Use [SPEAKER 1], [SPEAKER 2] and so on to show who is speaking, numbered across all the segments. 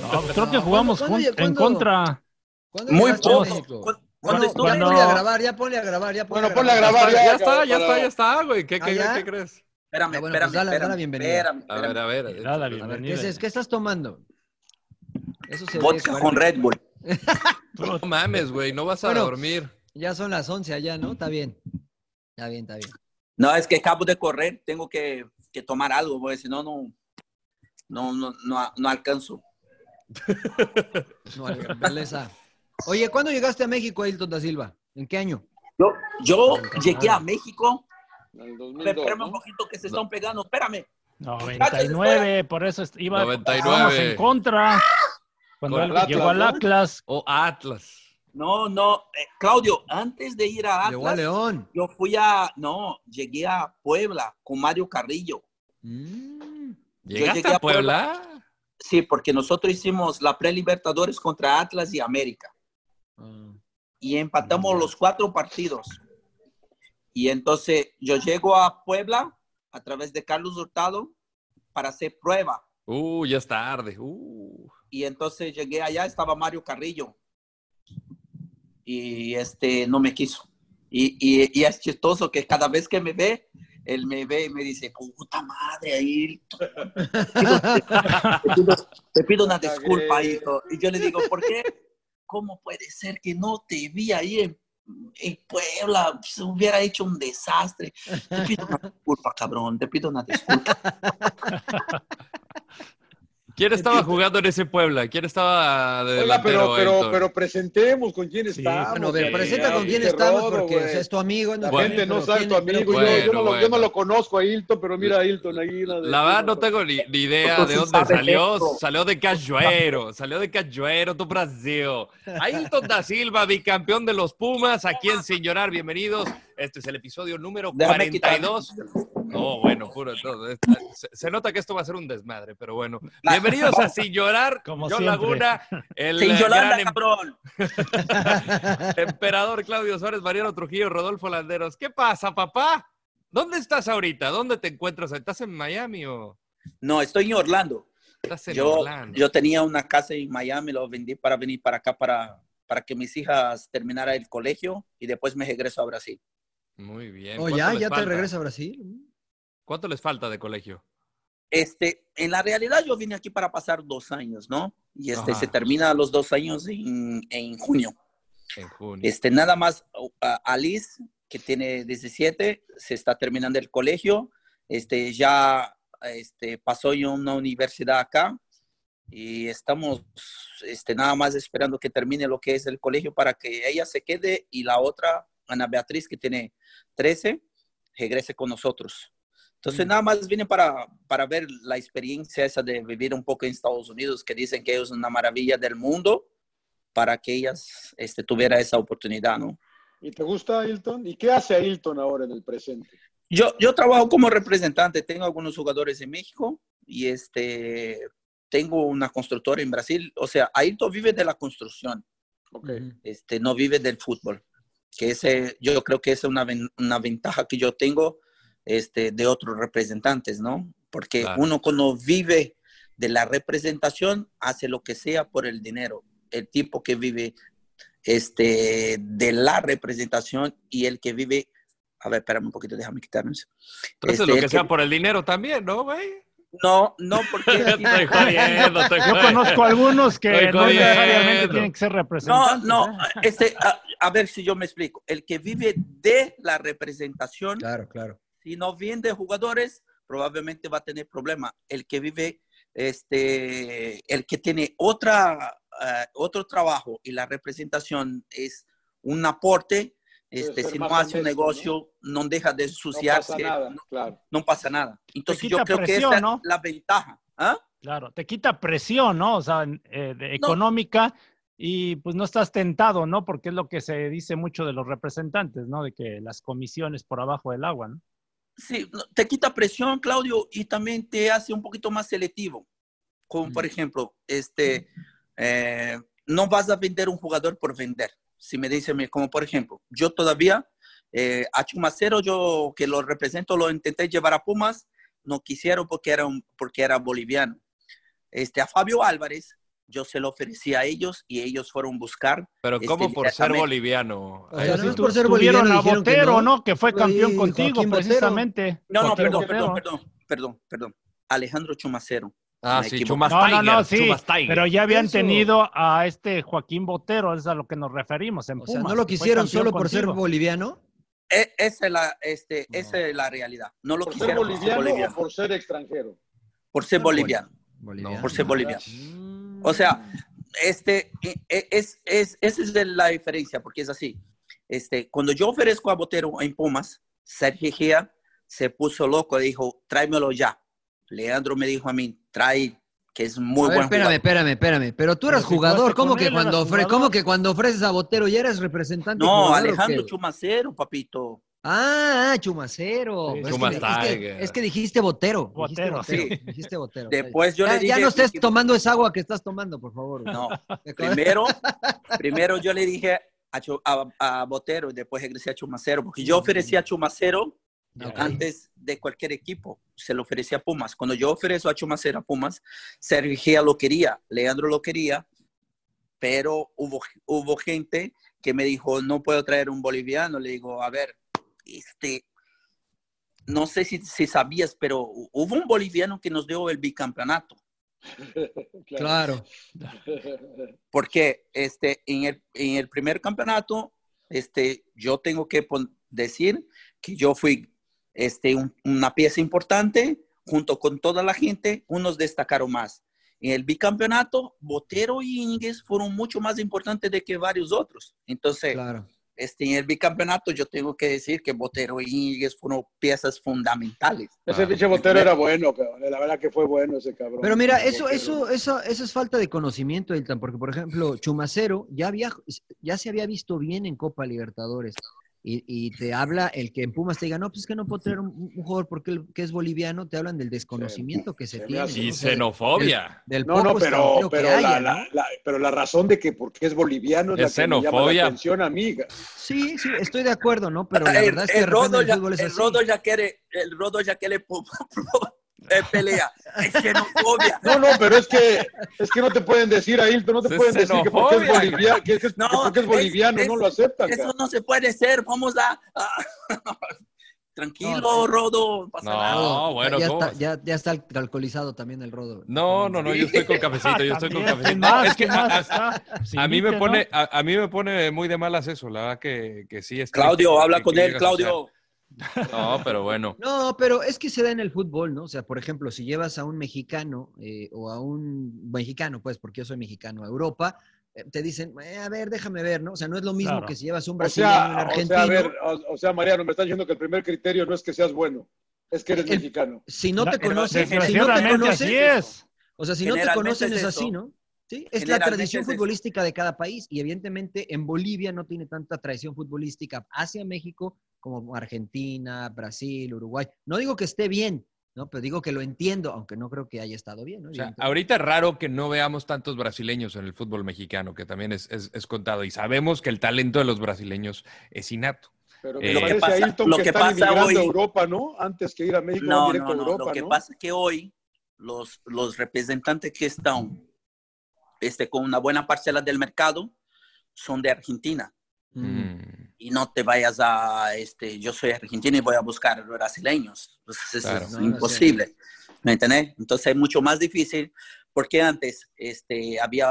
[SPEAKER 1] No, creo que jugamos
[SPEAKER 2] ¿Cuándo,
[SPEAKER 1] jun-
[SPEAKER 2] cuándo,
[SPEAKER 1] en
[SPEAKER 2] cuándo?
[SPEAKER 1] contra.
[SPEAKER 2] Muy
[SPEAKER 1] poco.
[SPEAKER 2] poco.
[SPEAKER 1] Cuando-
[SPEAKER 2] Cuando,
[SPEAKER 1] cuando-
[SPEAKER 2] ponle a grabar, ya ponle a grabar, ya ponle
[SPEAKER 3] Bueno, ponle a grabar
[SPEAKER 2] Ya
[SPEAKER 3] ya.
[SPEAKER 2] está,
[SPEAKER 3] cabrón,
[SPEAKER 4] ya
[SPEAKER 3] para-
[SPEAKER 4] está, ya está, güey. ¿Qué, qué,
[SPEAKER 2] ¿Ah, ya?
[SPEAKER 4] qué crees?
[SPEAKER 5] Espérame,
[SPEAKER 2] Ah, bueno,
[SPEAKER 5] espérame,
[SPEAKER 2] pues dale, dale la
[SPEAKER 5] espérame,
[SPEAKER 2] bienvenida.
[SPEAKER 5] espérame,
[SPEAKER 4] A ver,
[SPEAKER 5] espérame.
[SPEAKER 4] a ver.
[SPEAKER 1] Dale,
[SPEAKER 4] a ver.
[SPEAKER 2] ¿Qué, es- qué estás tomando? Eso se
[SPEAKER 5] Vodka
[SPEAKER 2] ve,
[SPEAKER 5] con Red Bull.
[SPEAKER 4] No mames, güey. No vas a
[SPEAKER 2] Bueno.
[SPEAKER 4] dormir.
[SPEAKER 2] Ya son las 11 allá, ¿no? Está bien. Está bien, está bien.
[SPEAKER 5] No, es que acabo de correr, tengo que, que tomar algo, porque si no, no, no, no, no, no alcanzo.
[SPEAKER 2] No, belleza. Oye, ¿cuándo llegaste a México, Ailton da Silva? ¿En qué año?
[SPEAKER 5] Yo, yo
[SPEAKER 2] Alcanzar.
[SPEAKER 5] llegué a México,
[SPEAKER 3] En el 2002,
[SPEAKER 5] espérame
[SPEAKER 3] ¿no?
[SPEAKER 5] un poquito que se están pegando, espérame.
[SPEAKER 1] 99, por eso est- iba
[SPEAKER 4] 99.
[SPEAKER 1] estábamos en contra. Cuando
[SPEAKER 4] Con
[SPEAKER 1] él
[SPEAKER 3] el Atlas,
[SPEAKER 1] llegó al
[SPEAKER 3] ¿no?
[SPEAKER 1] Atlas.
[SPEAKER 4] O Atlas.
[SPEAKER 5] No, no, eh, Claudio, antes de ir a
[SPEAKER 2] Llegó a
[SPEAKER 5] Atlas,
[SPEAKER 2] León.
[SPEAKER 5] yo fui a, no, llegué a Puebla con Mario Carrillo.
[SPEAKER 2] Mm.
[SPEAKER 4] ¿Llegaste
[SPEAKER 5] llegué
[SPEAKER 4] a
[SPEAKER 5] a
[SPEAKER 4] Puebla?
[SPEAKER 5] Sí, porque nosotros hicimos la pre-Libertadores contra Atlas y América.
[SPEAKER 2] Ah.
[SPEAKER 5] y empatamos los cuatro partidos. Y entonces yo llego a Puebla a través de Carlos Hurtado para hacer prueba.
[SPEAKER 4] Uh, ya es tarde. Uh.
[SPEAKER 5] Y entonces llegué allá, estaba Mario Carrillo. Y este no me quiso. Y, y- y es chistoso que cada vez que me ve, él me ve y me dice, puta madre, ahí. Te pido, te pido una disculpa, Ayrton". Y yo le digo, ¿por qué? ¿Cómo puede ser que no te vi ahí en, en Puebla? Se hubiera hecho un desastre. Te pido una disculpa, cabrón, te pido una disculpa.
[SPEAKER 4] ¿Quién estaba jugando en ese Puebla? eh, ¿Quién estaba de
[SPEAKER 3] Oiga, pero,
[SPEAKER 4] delantero,
[SPEAKER 3] pero,
[SPEAKER 4] Héctor?
[SPEAKER 3] pero presentemos con quién
[SPEAKER 1] Sí,
[SPEAKER 3] estamos.
[SPEAKER 2] Bueno, a ver,
[SPEAKER 4] eh,
[SPEAKER 2] presenta con quién
[SPEAKER 3] pinche
[SPEAKER 2] estamos
[SPEAKER 3] rodo,
[SPEAKER 2] porque
[SPEAKER 3] güey.
[SPEAKER 2] o sea, es tu amigo.
[SPEAKER 3] La
[SPEAKER 4] Bueno,
[SPEAKER 3] gente no
[SPEAKER 2] pero
[SPEAKER 3] sabe
[SPEAKER 2] ¿quién
[SPEAKER 3] tu
[SPEAKER 2] es?
[SPEAKER 3] amigo.
[SPEAKER 2] Pero-
[SPEAKER 3] yo- yo, no
[SPEAKER 4] Bueno,
[SPEAKER 3] lo, yo no
[SPEAKER 4] bueno.
[SPEAKER 3] lo conozco a Hilton, pero mira a Hilton ahí. La, de-
[SPEAKER 4] La verdad no tengo ni, ni idea de
[SPEAKER 5] Entonces,
[SPEAKER 4] dónde
[SPEAKER 5] sabe
[SPEAKER 4] salió.
[SPEAKER 5] esto.
[SPEAKER 4] Salió de Cajuero, salió de Cajuero do Brasil. Ailton da Silva, bicampeón de los Pumas, aquí en Sin Llorar, bienvenidos. Este es el episodio número
[SPEAKER 5] Déjame quitar-
[SPEAKER 4] 42. No, bueno, puro. no, esta- se, se nota que esto va a ser un desmadre, pero bueno.
[SPEAKER 5] La-
[SPEAKER 4] Bienvenidos a Sin Llorar,
[SPEAKER 1] Como
[SPEAKER 4] John
[SPEAKER 1] siempre.
[SPEAKER 4] Laguna, el
[SPEAKER 5] Sin
[SPEAKER 4] eh,
[SPEAKER 5] Yolanda,
[SPEAKER 4] gran em-
[SPEAKER 5] cabrón.
[SPEAKER 4] emperador Claudio Suárez, Mariano Trujillo, Rodolfo Landeros. ¿Qué pasa, papá? ¿Dónde estás ahorita? ¿Dónde te encuentras? ¿Estás en Miami o
[SPEAKER 5] No, estoy en Orlando.
[SPEAKER 4] estás en
[SPEAKER 5] Yo,
[SPEAKER 4] Orlando?
[SPEAKER 5] yo tenía una casa en Miami, lo vendí para venir para acá para, para que mis hijas terminaran el colegio y después me regreso a Brasil.
[SPEAKER 4] Muy bien.
[SPEAKER 2] Oh,
[SPEAKER 3] pues,
[SPEAKER 4] ¿Cuánto
[SPEAKER 2] ya,
[SPEAKER 4] les
[SPEAKER 2] ya te
[SPEAKER 4] falta?
[SPEAKER 2] regresa a Brasil.
[SPEAKER 4] ¿Cuánto les falta de colegio?
[SPEAKER 5] Este, en la realidad yo vine aquí para pasar dos años, ¿no? Y este,
[SPEAKER 4] Ajá.
[SPEAKER 5] se termina los dos años en, en junio.
[SPEAKER 4] En junio.
[SPEAKER 5] Este, nada más uh, a- Alice, que tiene 17, se está terminando el colegio, este, ya este, pasó en una universidad acá y estamos este, nada más esperando que termine lo que es el colegio para que ella se quede y la otra, Ana Beatriz, que tiene 13, regrese con nosotros. Entonces nada más vine para, para ver la experiencia esa de vivir un poco en Estados Unidos, que dicen que es una maravilla del mundo para que ellas este, tuviera esa oportunidad, ¿no?
[SPEAKER 3] ¿Y te gusta Hilton? ¿Y qué hace a Hilton ahora en el presente?
[SPEAKER 5] Yo, yo trabajo como representante, tengo algunos jugadores en México y este, tengo una constructora en Brasil, o sea, Ayrton vive de la construcción,
[SPEAKER 3] Ok.
[SPEAKER 5] este, no vive del fútbol, que ese, yo creo que esa es una, ven- una ventaja que yo tengo este, de otros representantes, ¿no? Porque
[SPEAKER 4] Claro.
[SPEAKER 5] uno cuando vive de la representación hace lo que sea por el dinero, el tipo que vive este, de la representación y el que vive... A ver, espérame un poquito, déjame quitarme eso.
[SPEAKER 4] Entonces,
[SPEAKER 5] Este,
[SPEAKER 4] lo que
[SPEAKER 5] el
[SPEAKER 4] sea por el dinero también, ¿no, güey?
[SPEAKER 5] No, no, porque...
[SPEAKER 4] Estoy jodiendo, estoy
[SPEAKER 1] Yo conozco algunos que
[SPEAKER 4] Estoy
[SPEAKER 1] no necesariamente
[SPEAKER 4] jodiendo.
[SPEAKER 1] tienen que ser
[SPEAKER 4] pues,
[SPEAKER 1] ¿eh?
[SPEAKER 5] No,
[SPEAKER 1] representados.
[SPEAKER 5] no, este, a, a ver si yo me explico. El que vive de la representación,
[SPEAKER 2] Claro, claro.
[SPEAKER 5] si no vende jugadores, probablemente va a tener problemas. El que vive, este, el que tiene otra, eh, otro trabajo y la representación es un aporte, este,
[SPEAKER 3] ser
[SPEAKER 5] si no
[SPEAKER 3] más
[SPEAKER 5] hace un
[SPEAKER 3] honesto,
[SPEAKER 5] negocio, ¿no? deja de
[SPEAKER 3] No pasa
[SPEAKER 5] ensuciarse,
[SPEAKER 3] nada, claro.
[SPEAKER 5] no pasa nada. Entonces yo
[SPEAKER 1] quita
[SPEAKER 5] creo que
[SPEAKER 1] presión,
[SPEAKER 5] esa es
[SPEAKER 1] ¿no?
[SPEAKER 5] la ventaja. ¿Ah?
[SPEAKER 1] Claro, te quita presión, ¿no? O sea, eh, de- económica y pues no estás tentado, ¿no? Porque es lo que se dice mucho de los representantes, ¿no? De que las comisiones por abajo del agua, ¿no?
[SPEAKER 5] Sí, no, te quita presión, Claudio, y también te hace un poquito más selectivo. Como por ejemplo, este, eh, no vas a vender un jugador por vender. Si me dicen, mira, como por ejemplo, yo todavía eh, a Chumacero, yo que lo represento, lo intenté llevar a Pumas, no quisieron porque era, un- porque era boliviano. Este, a Fabio Álvarez, yo se lo ofrecí a ellos y ellos fueron a buscar.
[SPEAKER 4] Pero
[SPEAKER 5] este,
[SPEAKER 4] ¿cómo por ser
[SPEAKER 5] directamente.
[SPEAKER 4] boliviano?
[SPEAKER 2] O sea,
[SPEAKER 4] Ahí
[SPEAKER 2] no
[SPEAKER 4] sí.
[SPEAKER 2] es por ser
[SPEAKER 1] Tuvieron
[SPEAKER 2] boliviano.
[SPEAKER 1] a
[SPEAKER 2] dijeron que
[SPEAKER 1] Botero,
[SPEAKER 2] no.
[SPEAKER 1] ¿no? Que fue campeón
[SPEAKER 2] Sí,
[SPEAKER 1] contigo,
[SPEAKER 2] Joaquín Botero.
[SPEAKER 1] precisamente.
[SPEAKER 5] No, no,
[SPEAKER 1] Joaquín
[SPEAKER 5] perdón,
[SPEAKER 1] Botero.
[SPEAKER 5] perdón, perdón, perdón, perdón. Alejandro Chumacero.
[SPEAKER 4] Ah,
[SPEAKER 5] Me
[SPEAKER 4] sí,
[SPEAKER 5] equivoqué.
[SPEAKER 4] Chumas
[SPEAKER 1] No, no, no,
[SPEAKER 4] Tiger,
[SPEAKER 1] sí,
[SPEAKER 4] Chumas Tiger.
[SPEAKER 1] pero ya habían
[SPEAKER 2] Eso.
[SPEAKER 1] tenido a este Joaquín Botero, es a lo que nos referimos en
[SPEAKER 2] O sea,
[SPEAKER 1] Pumas,
[SPEAKER 2] no lo
[SPEAKER 1] que fue
[SPEAKER 2] quisieron
[SPEAKER 1] campeón
[SPEAKER 2] solo por ser
[SPEAKER 1] contigo.
[SPEAKER 2] boliviano.
[SPEAKER 5] E- esa, es la, este, esa es la realidad. No lo
[SPEAKER 3] ¿Por ser
[SPEAKER 5] quisieron por ser
[SPEAKER 3] boliviano
[SPEAKER 5] boliviano.
[SPEAKER 3] o por ser extranjero?
[SPEAKER 5] Por ser boliviano.
[SPEAKER 2] Boliviano.
[SPEAKER 5] Por ser
[SPEAKER 3] Ah,
[SPEAKER 5] boliviano. O sea, este, e- e- es, es, esa es de la diferencia, porque es así. Este, cuando yo ofrezco a Botero en Pumas, Sergio Gea se puso loco, dijo, tráemelo ya. Leandro me dijo a mí, trae, que es muy
[SPEAKER 2] a ver,
[SPEAKER 5] buen
[SPEAKER 2] espérame,
[SPEAKER 5] jugador.
[SPEAKER 2] espérame, espérame. Pero tú eras
[SPEAKER 1] Pero si
[SPEAKER 2] jugador.
[SPEAKER 1] jugaste
[SPEAKER 2] ¿Cómo
[SPEAKER 1] con
[SPEAKER 2] que,
[SPEAKER 1] él, eras
[SPEAKER 2] cuando ofre-
[SPEAKER 1] jugador.
[SPEAKER 2] ¿Cómo que cuando ofreces a Botero ya eras representante?
[SPEAKER 5] No,
[SPEAKER 2] jugador o
[SPEAKER 5] Alejandro
[SPEAKER 2] qué?
[SPEAKER 5] Chumacero, papito.
[SPEAKER 2] Ah, Chumacero.
[SPEAKER 1] Sí,
[SPEAKER 2] es,
[SPEAKER 4] Chumas
[SPEAKER 2] que dijiste,
[SPEAKER 4] Tiger.
[SPEAKER 2] es que dijiste Botero.
[SPEAKER 1] Botero,
[SPEAKER 2] dijiste Botero.
[SPEAKER 5] sí.
[SPEAKER 2] dijiste Botero.
[SPEAKER 5] Después yo
[SPEAKER 2] ya,
[SPEAKER 5] le dije...
[SPEAKER 2] ya no estés tomando esa agua que estás tomando, por favor. güey.
[SPEAKER 5] No,
[SPEAKER 2] ¿Te acuerdas?
[SPEAKER 5] Primero, primero yo le dije a, Chu- a- a Botero y después regresé a Chumacero, porque yo ofrecí a Chumacero
[SPEAKER 2] Ok.
[SPEAKER 5] antes de cualquier equipo, se lo ofrecí a Pumas. Cuando yo ofrezco a Chumacero a Pumas, Sergio lo quería, Leandro lo quería, pero hubo, hubo gente que me dijo, no puedo traer un boliviano. Le digo, a ver, este, no sé si, si sabías, pero hu- hubo un boliviano que nos dio el bicampeonato.
[SPEAKER 2] Claro.
[SPEAKER 5] porque este, en, el, en el primer campeonato, este, yo tengo que pon- decir que yo fui este, un- una pieza importante junto con toda la gente, unos destacaron más. En el bicampeonato, Botero y Íñiguez fueron mucho más importantes de que varios otros. Entonces,
[SPEAKER 2] Claro.
[SPEAKER 5] este, en el bicampeonato yo tengo que decir que Botero y Íñiguez fueron piezas fundamentales.
[SPEAKER 3] Ese pinche botero era bueno, cabrón. La verdad que fue bueno ese cabrón.
[SPEAKER 2] Pero mira,
[SPEAKER 3] Ese
[SPEAKER 2] eso,
[SPEAKER 3] Botero.
[SPEAKER 2] eso, eso, eso es falta de conocimiento, Elton, porque por ejemplo, Chumacero ya, había, ya se había visto bien en Copa Libertadores. Y, y te habla el que en Pumas te diga, no, pues es que no puedo traer un, un jugador porque el- que es boliviano, te hablan del desconocimiento que se
[SPEAKER 3] Se me
[SPEAKER 2] tiene.
[SPEAKER 3] hace-
[SPEAKER 2] ¿no?
[SPEAKER 4] Y
[SPEAKER 2] O sea,
[SPEAKER 4] xenofobia.
[SPEAKER 2] del
[SPEAKER 3] No, no,
[SPEAKER 2] poco
[SPEAKER 3] pero,
[SPEAKER 2] extranjero que
[SPEAKER 3] pero,
[SPEAKER 2] haya,
[SPEAKER 3] la,
[SPEAKER 2] ¿no?
[SPEAKER 3] la- la- pero la razón de que porque es boliviano es,
[SPEAKER 4] Es
[SPEAKER 3] la que me llama
[SPEAKER 4] xenofobia.
[SPEAKER 3] la atención, amiga.
[SPEAKER 2] Sí, sí, estoy de acuerdo, ¿no? Pero la
[SPEAKER 5] el,
[SPEAKER 2] verdad es que de
[SPEAKER 5] el rodo
[SPEAKER 2] repente el
[SPEAKER 5] ya,
[SPEAKER 2] fútbol es
[SPEAKER 5] el
[SPEAKER 2] así.
[SPEAKER 5] rodo ya quiere, el rodo ya quiere po- po- eh, pelea. Es xenofobia.
[SPEAKER 3] No, no, pero es que, es que no te pueden decir a Hilton, no te
[SPEAKER 4] Es
[SPEAKER 3] pueden decir que porque es
[SPEAKER 4] xenofobia.
[SPEAKER 3] boliviano, que es, que-
[SPEAKER 5] No,
[SPEAKER 3] que porque es
[SPEAKER 5] es-
[SPEAKER 3] boliviano,
[SPEAKER 5] es-
[SPEAKER 3] no lo aceptan.
[SPEAKER 5] Eso
[SPEAKER 3] cabrón.
[SPEAKER 5] no se puede ser. Vamos a. a- Tranquilo,
[SPEAKER 2] No,
[SPEAKER 5] Rodo. No, pasa
[SPEAKER 4] No.
[SPEAKER 5] nada.
[SPEAKER 4] Ah, bueno,
[SPEAKER 2] ya,
[SPEAKER 4] ¿cómo
[SPEAKER 2] está,
[SPEAKER 4] vas?
[SPEAKER 2] ya, ya está al- alcoholizado también el rodo.
[SPEAKER 4] No, no, no, yo estoy con cafecito, yo estoy con cafecito.
[SPEAKER 1] También, ¿quién
[SPEAKER 4] No,
[SPEAKER 1] más?
[SPEAKER 4] es que
[SPEAKER 1] ¿Quién más
[SPEAKER 4] a, a-
[SPEAKER 1] está?
[SPEAKER 4] a mí me
[SPEAKER 1] Siguiente,
[SPEAKER 4] pone,
[SPEAKER 1] ¿no?
[SPEAKER 4] a, a mí me pone muy de malas eso, la verdad que, que sí. es triste
[SPEAKER 5] Claudio,
[SPEAKER 4] que-
[SPEAKER 5] habla
[SPEAKER 4] que
[SPEAKER 5] con él,
[SPEAKER 4] llegas a ser-
[SPEAKER 5] Claudio.
[SPEAKER 4] No, pero bueno.
[SPEAKER 2] No, pero es que se da en el fútbol, ¿no? O sea, por ejemplo, si llevas a un mexicano eh, o a un mexicano, pues, porque yo soy mexicano, a Europa, eh, te dicen, "Eh, a ver, déjame ver, ¿no? O sea, no es lo mismo
[SPEAKER 1] Claro.
[SPEAKER 2] que si llevas a un
[SPEAKER 3] O
[SPEAKER 2] brasileño, un
[SPEAKER 3] sea, o
[SPEAKER 2] argentino.
[SPEAKER 3] sea, a ver, o, o sea, Mariano, me estás diciendo que el primer criterio no es que seas bueno, es que eres
[SPEAKER 2] El-
[SPEAKER 3] mexicano.
[SPEAKER 2] si no te
[SPEAKER 1] Pero
[SPEAKER 2] conoces, si no te
[SPEAKER 1] Eh, desgraciadamente así
[SPEAKER 2] conoces,
[SPEAKER 1] es.
[SPEAKER 2] o sea, si no te
[SPEAKER 5] Generalmente
[SPEAKER 2] conocen
[SPEAKER 5] es
[SPEAKER 2] es así,
[SPEAKER 5] eso.
[SPEAKER 2] ¿no? Sí, es la
[SPEAKER 5] Generalmente
[SPEAKER 2] tradición
[SPEAKER 5] es eso.
[SPEAKER 2] futbolística de cada país y evidentemente en Bolivia no tiene tanta tradición futbolística hacia México como Argentina, Brasil, Uruguay. No digo que esté bien, ¿no? Pero digo que lo entiendo, aunque no creo que haya estado bien, ¿no?
[SPEAKER 4] O sea,
[SPEAKER 2] Evidentemente.
[SPEAKER 4] ahorita es raro que no veamos tantos brasileños en el fútbol mexicano, que también es, es- es contado. Y sabemos que el talento de los brasileños es innato.
[SPEAKER 3] Pero
[SPEAKER 4] Eh,
[SPEAKER 3] me
[SPEAKER 4] lo que
[SPEAKER 3] parece
[SPEAKER 5] pasa-
[SPEAKER 3] a Hilton
[SPEAKER 5] lo
[SPEAKER 3] que,
[SPEAKER 5] que
[SPEAKER 3] están
[SPEAKER 5] pasa
[SPEAKER 3] emigrando a
[SPEAKER 5] hoy-
[SPEAKER 3] Europa, ¿no? Antes que ir a México, van
[SPEAKER 5] No,
[SPEAKER 3] directo
[SPEAKER 5] no,
[SPEAKER 3] a
[SPEAKER 5] no.
[SPEAKER 3] Europa,
[SPEAKER 5] Lo que
[SPEAKER 3] ¿no?
[SPEAKER 5] pasa es que hoy los, los representantes que están este, con una buena parcela del mercado son de Argentina.
[SPEAKER 2] Mm.
[SPEAKER 4] Mm.
[SPEAKER 5] y no te vayas a, este, yo soy argentino y voy a buscar brasileños. Pues eso
[SPEAKER 6] Claro.
[SPEAKER 5] es
[SPEAKER 6] No, no es
[SPEAKER 5] imposible, ¿me entendés? Entonces es mucho más difícil porque antes este, había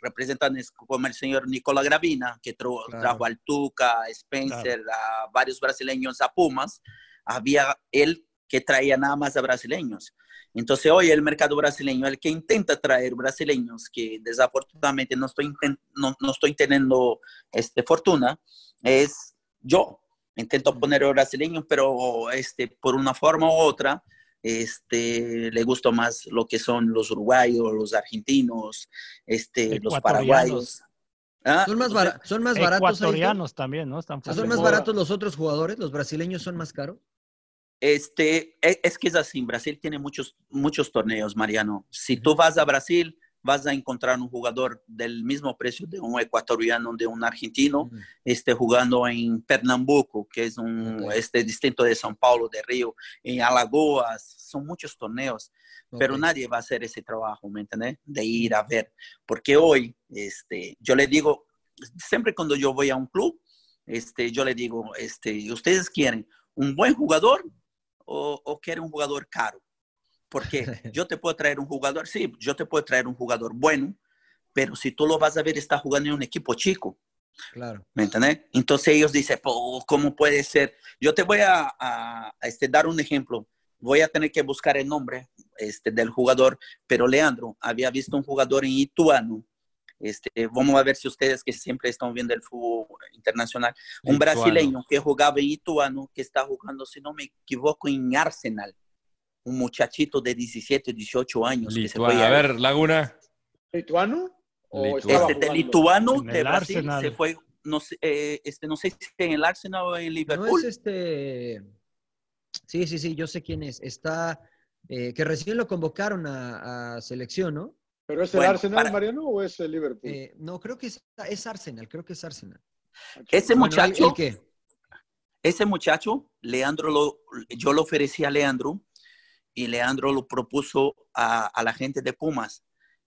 [SPEAKER 5] representantes como el señor Nicola Gravina, que tro-
[SPEAKER 6] Claro.
[SPEAKER 5] trajo al Tuca, a Spencer, a varios brasileños a Pumas, había él que traía nada más a brasileños. Entonces hoy el mercado brasileño, el que intenta traer brasileños, que desafortunadamente no estoy, inten- no, no estoy teniendo este, fortuna, es yo. Intento poner brasileños, pero este, por una forma u otra, este, le gusta más lo que son los uruguayos, los argentinos, este, los
[SPEAKER 1] Ecuatorianos.
[SPEAKER 5] paraguayos. Ah,
[SPEAKER 2] Son más,
[SPEAKER 5] o sea,
[SPEAKER 2] bara- son más baratos. ahorita.
[SPEAKER 1] Ecuatorianos también, ¿no? Están
[SPEAKER 2] O sea, son más
[SPEAKER 1] fuera.
[SPEAKER 2] baratos los otros jugadores. Los brasileños son más caros.
[SPEAKER 5] Este, e- es que es así, Brasil tiene muchos, muchos torneos, Mariano. Si tú vas a Brasil, vas a encontrar un jugador del mismo precio de un ecuatoriano, de un argentino,
[SPEAKER 2] Mm.
[SPEAKER 5] este, jugando en Pernambuco, que es un este, distinto de São Paulo, de Río, en Alagoas, son muchos torneos, pero
[SPEAKER 6] Ok.
[SPEAKER 5] nadie va a hacer ese trabajo, ¿me entiendes? De ir a ver, porque hoy, este, yo le digo, siempre cuando yo voy a un club, este, yo le digo, este, ¿ustedes quieren un buen jugador o, o quieren un jugador caro? Porque yo te puedo traer un jugador, sí, yo te puedo traer un jugador bueno, pero si tú lo vas a ver, está jugando en un equipo chico.
[SPEAKER 2] Claro.
[SPEAKER 5] ¿Me entendés? Entonces ellos dicen, "Po, ¿cómo puede ser? Yo te voy a, a- a, este, dar un ejemplo. Voy a tener que buscar el nombre este, del jugador, pero Leandro había visto un jugador en Ituano. Este, vamos a ver si ustedes que siempre están viendo el fútbol internacional, un
[SPEAKER 6] Ituano.
[SPEAKER 5] brasileño que jugaba en Ituano, que está jugando, si no me equivoco, en Arsenal, un muchachito de 17, 18 años. que se
[SPEAKER 4] Lituano.
[SPEAKER 5] fue
[SPEAKER 4] A ver, Laguna.
[SPEAKER 3] ¿Lituano?
[SPEAKER 2] Oh,
[SPEAKER 3] ¿O estaba
[SPEAKER 5] este, de
[SPEAKER 3] jugando?
[SPEAKER 5] lituano
[SPEAKER 3] En
[SPEAKER 5] de
[SPEAKER 3] el
[SPEAKER 5] Brasil
[SPEAKER 3] Arsenal.
[SPEAKER 5] se fue, no sé, eh, este, no sé si en el Arsenal o en
[SPEAKER 2] No
[SPEAKER 5] Liverpool.
[SPEAKER 2] es este. Sí, sí, sí, yo sé quién es. Está. eh, que recién lo convocaron a, a selección, ¿no?
[SPEAKER 3] ¿Pero es el
[SPEAKER 2] Bueno,
[SPEAKER 3] Arsenal,
[SPEAKER 2] para-
[SPEAKER 3] Mariano, o es el Liverpool?
[SPEAKER 2] Eh, no, creo que es, es Arsenal, creo que es Arsenal.
[SPEAKER 5] Ese
[SPEAKER 2] Bueno, ¿el-
[SPEAKER 5] muchacho,
[SPEAKER 2] el qué?
[SPEAKER 5] ese muchacho, Leandro, lo, yo lo ofrecí a Leandro y Leandro lo propuso a, a la gente de Pumas.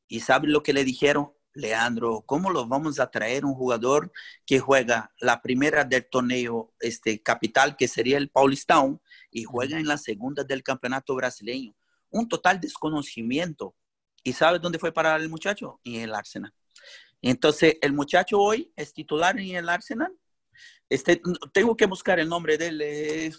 [SPEAKER 5] ¿Y saben lo que le dijeron? Leandro, ¿cómo lo vamos a traer un jugador que juega la primera del torneo este, capital, que sería el Paulistão, y juega en la segunda del campeonato brasileño? Un total desconocimiento. ¿Y sabes dónde fue parar el muchacho? En el Arsenal. Entonces, el muchacho hoy es titular en el Arsenal este, n- tengo que buscar el nombre de él. eh,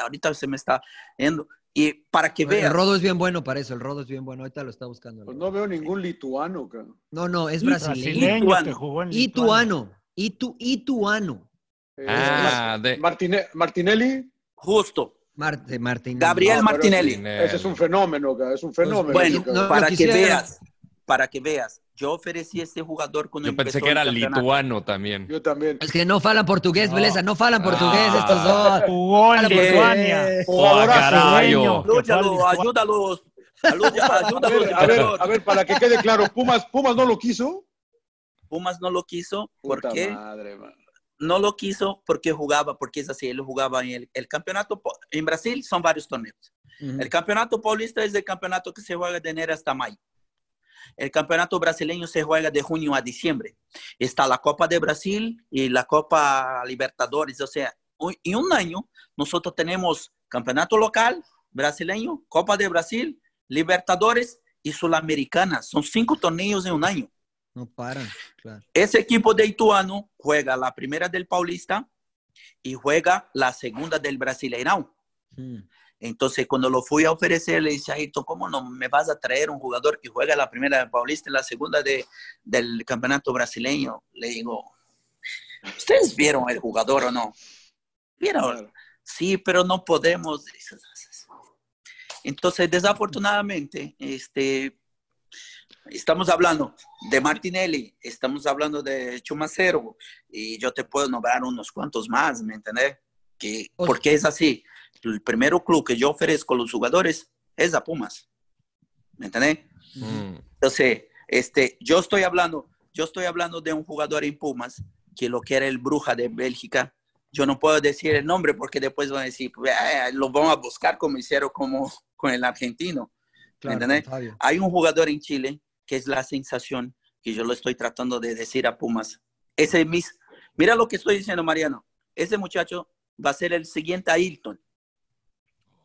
[SPEAKER 5] ahorita se me está yendo. Y para que
[SPEAKER 2] El
[SPEAKER 5] veas.
[SPEAKER 2] Rodo es bien bueno para eso, el Rodo es bien bueno. Ahorita lo está buscando.
[SPEAKER 3] Pues no veo ningún lituano, cabrón.
[SPEAKER 2] No, no, es
[SPEAKER 3] Y-
[SPEAKER 2] brasileño.
[SPEAKER 3] Brasileño que jugó en
[SPEAKER 2] Ituano. Itu- Ituano.
[SPEAKER 3] Eh,
[SPEAKER 4] Ah,
[SPEAKER 3] Mar- Martine- Martinelli.
[SPEAKER 5] Justo.
[SPEAKER 2] Marte, Martinelli.
[SPEAKER 3] No,
[SPEAKER 5] Gabriel
[SPEAKER 3] pero
[SPEAKER 5] Martinelli.
[SPEAKER 3] ese- Ese es un fenómeno, cabrón, es un fenómeno.
[SPEAKER 5] Bueno,
[SPEAKER 3] cabrón.
[SPEAKER 5] para que veas, para que veas, yo ofrecí a este jugador cuando
[SPEAKER 4] Yo pensé
[SPEAKER 5] empezó
[SPEAKER 4] que
[SPEAKER 5] el
[SPEAKER 4] era
[SPEAKER 5] campeonato.
[SPEAKER 4] lituano también.
[SPEAKER 2] Pues,
[SPEAKER 3] Yo también.
[SPEAKER 2] Es que no falan portugués, Beleza, no falan portugués
[SPEAKER 4] Ah.
[SPEAKER 2] estos dos.
[SPEAKER 1] Jugó
[SPEAKER 2] en
[SPEAKER 3] Lituania.
[SPEAKER 4] Jugadorazo. carayo.
[SPEAKER 5] Lúchalo, ayúdalos. ayúdalos,
[SPEAKER 3] A ver,
[SPEAKER 5] ayúdalos,
[SPEAKER 3] a ver,
[SPEAKER 5] ayúdalos.
[SPEAKER 3] a ver, para que quede claro, Pumas, Pumas no lo quiso.
[SPEAKER 5] Pumas no lo quiso
[SPEAKER 3] Puta
[SPEAKER 5] porque
[SPEAKER 3] madre, man.
[SPEAKER 5] no lo quiso porque jugaba, porque es así, él jugaba en el, el campeonato po- en Brasil, son varios torneos. El campeonato paulista es el campeonato que se juega de enero hasta mayo. El campeonato brasileño se juega de junio a diciembre. Está la Copa de Brasil y la Copa Libertadores. O sea, u- en un año nosotros tenemos campeonato local brasileño, Copa de Brasil, Libertadores y Sudamericana. Son cinco torneos en un año.
[SPEAKER 2] No paran, claro.
[SPEAKER 5] Ese equipo de Ituano juega la primera del Paulista y juega la segunda del Brasileirão.
[SPEAKER 2] Mm.
[SPEAKER 5] Entonces, cuando lo fui a ofrecer, le dije, Ayrton, ¿cómo no me vas a traer un jugador que juega la primera del Paulista y la segunda de- del campeonato brasileño? Le digo, ¿ustedes vieron el jugador o no? Vieron. Sí, pero no podemos. Entonces, desafortunadamente, este, estamos hablando de Martinelli, estamos hablando de Chumacero, y yo te puedo nombrar unos cuantos más, ¿me entendés? Que, porque es así. El primer club que yo ofrezco a los jugadores es a Pumas. ¿Me entendés?
[SPEAKER 4] Mm.
[SPEAKER 5] Entonces, este, yo estoy hablando, yo estoy hablando de un jugador en Pumas que lo que era el Bruja de Bélgica. Yo no puedo decir el nombre porque después van a decir, "Ah, lo van a buscar como hicieron como con el argentino. ¿Me
[SPEAKER 2] Claro,
[SPEAKER 5] entendés?
[SPEAKER 2] con Fabio.
[SPEAKER 5] Hay un jugador en Chile que es la sensación que yo lo estoy tratando de decir a Pumas. Ese mis, Mira lo que estoy diciendo, Mariano. Ese muchacho va a ser el siguiente Ailton.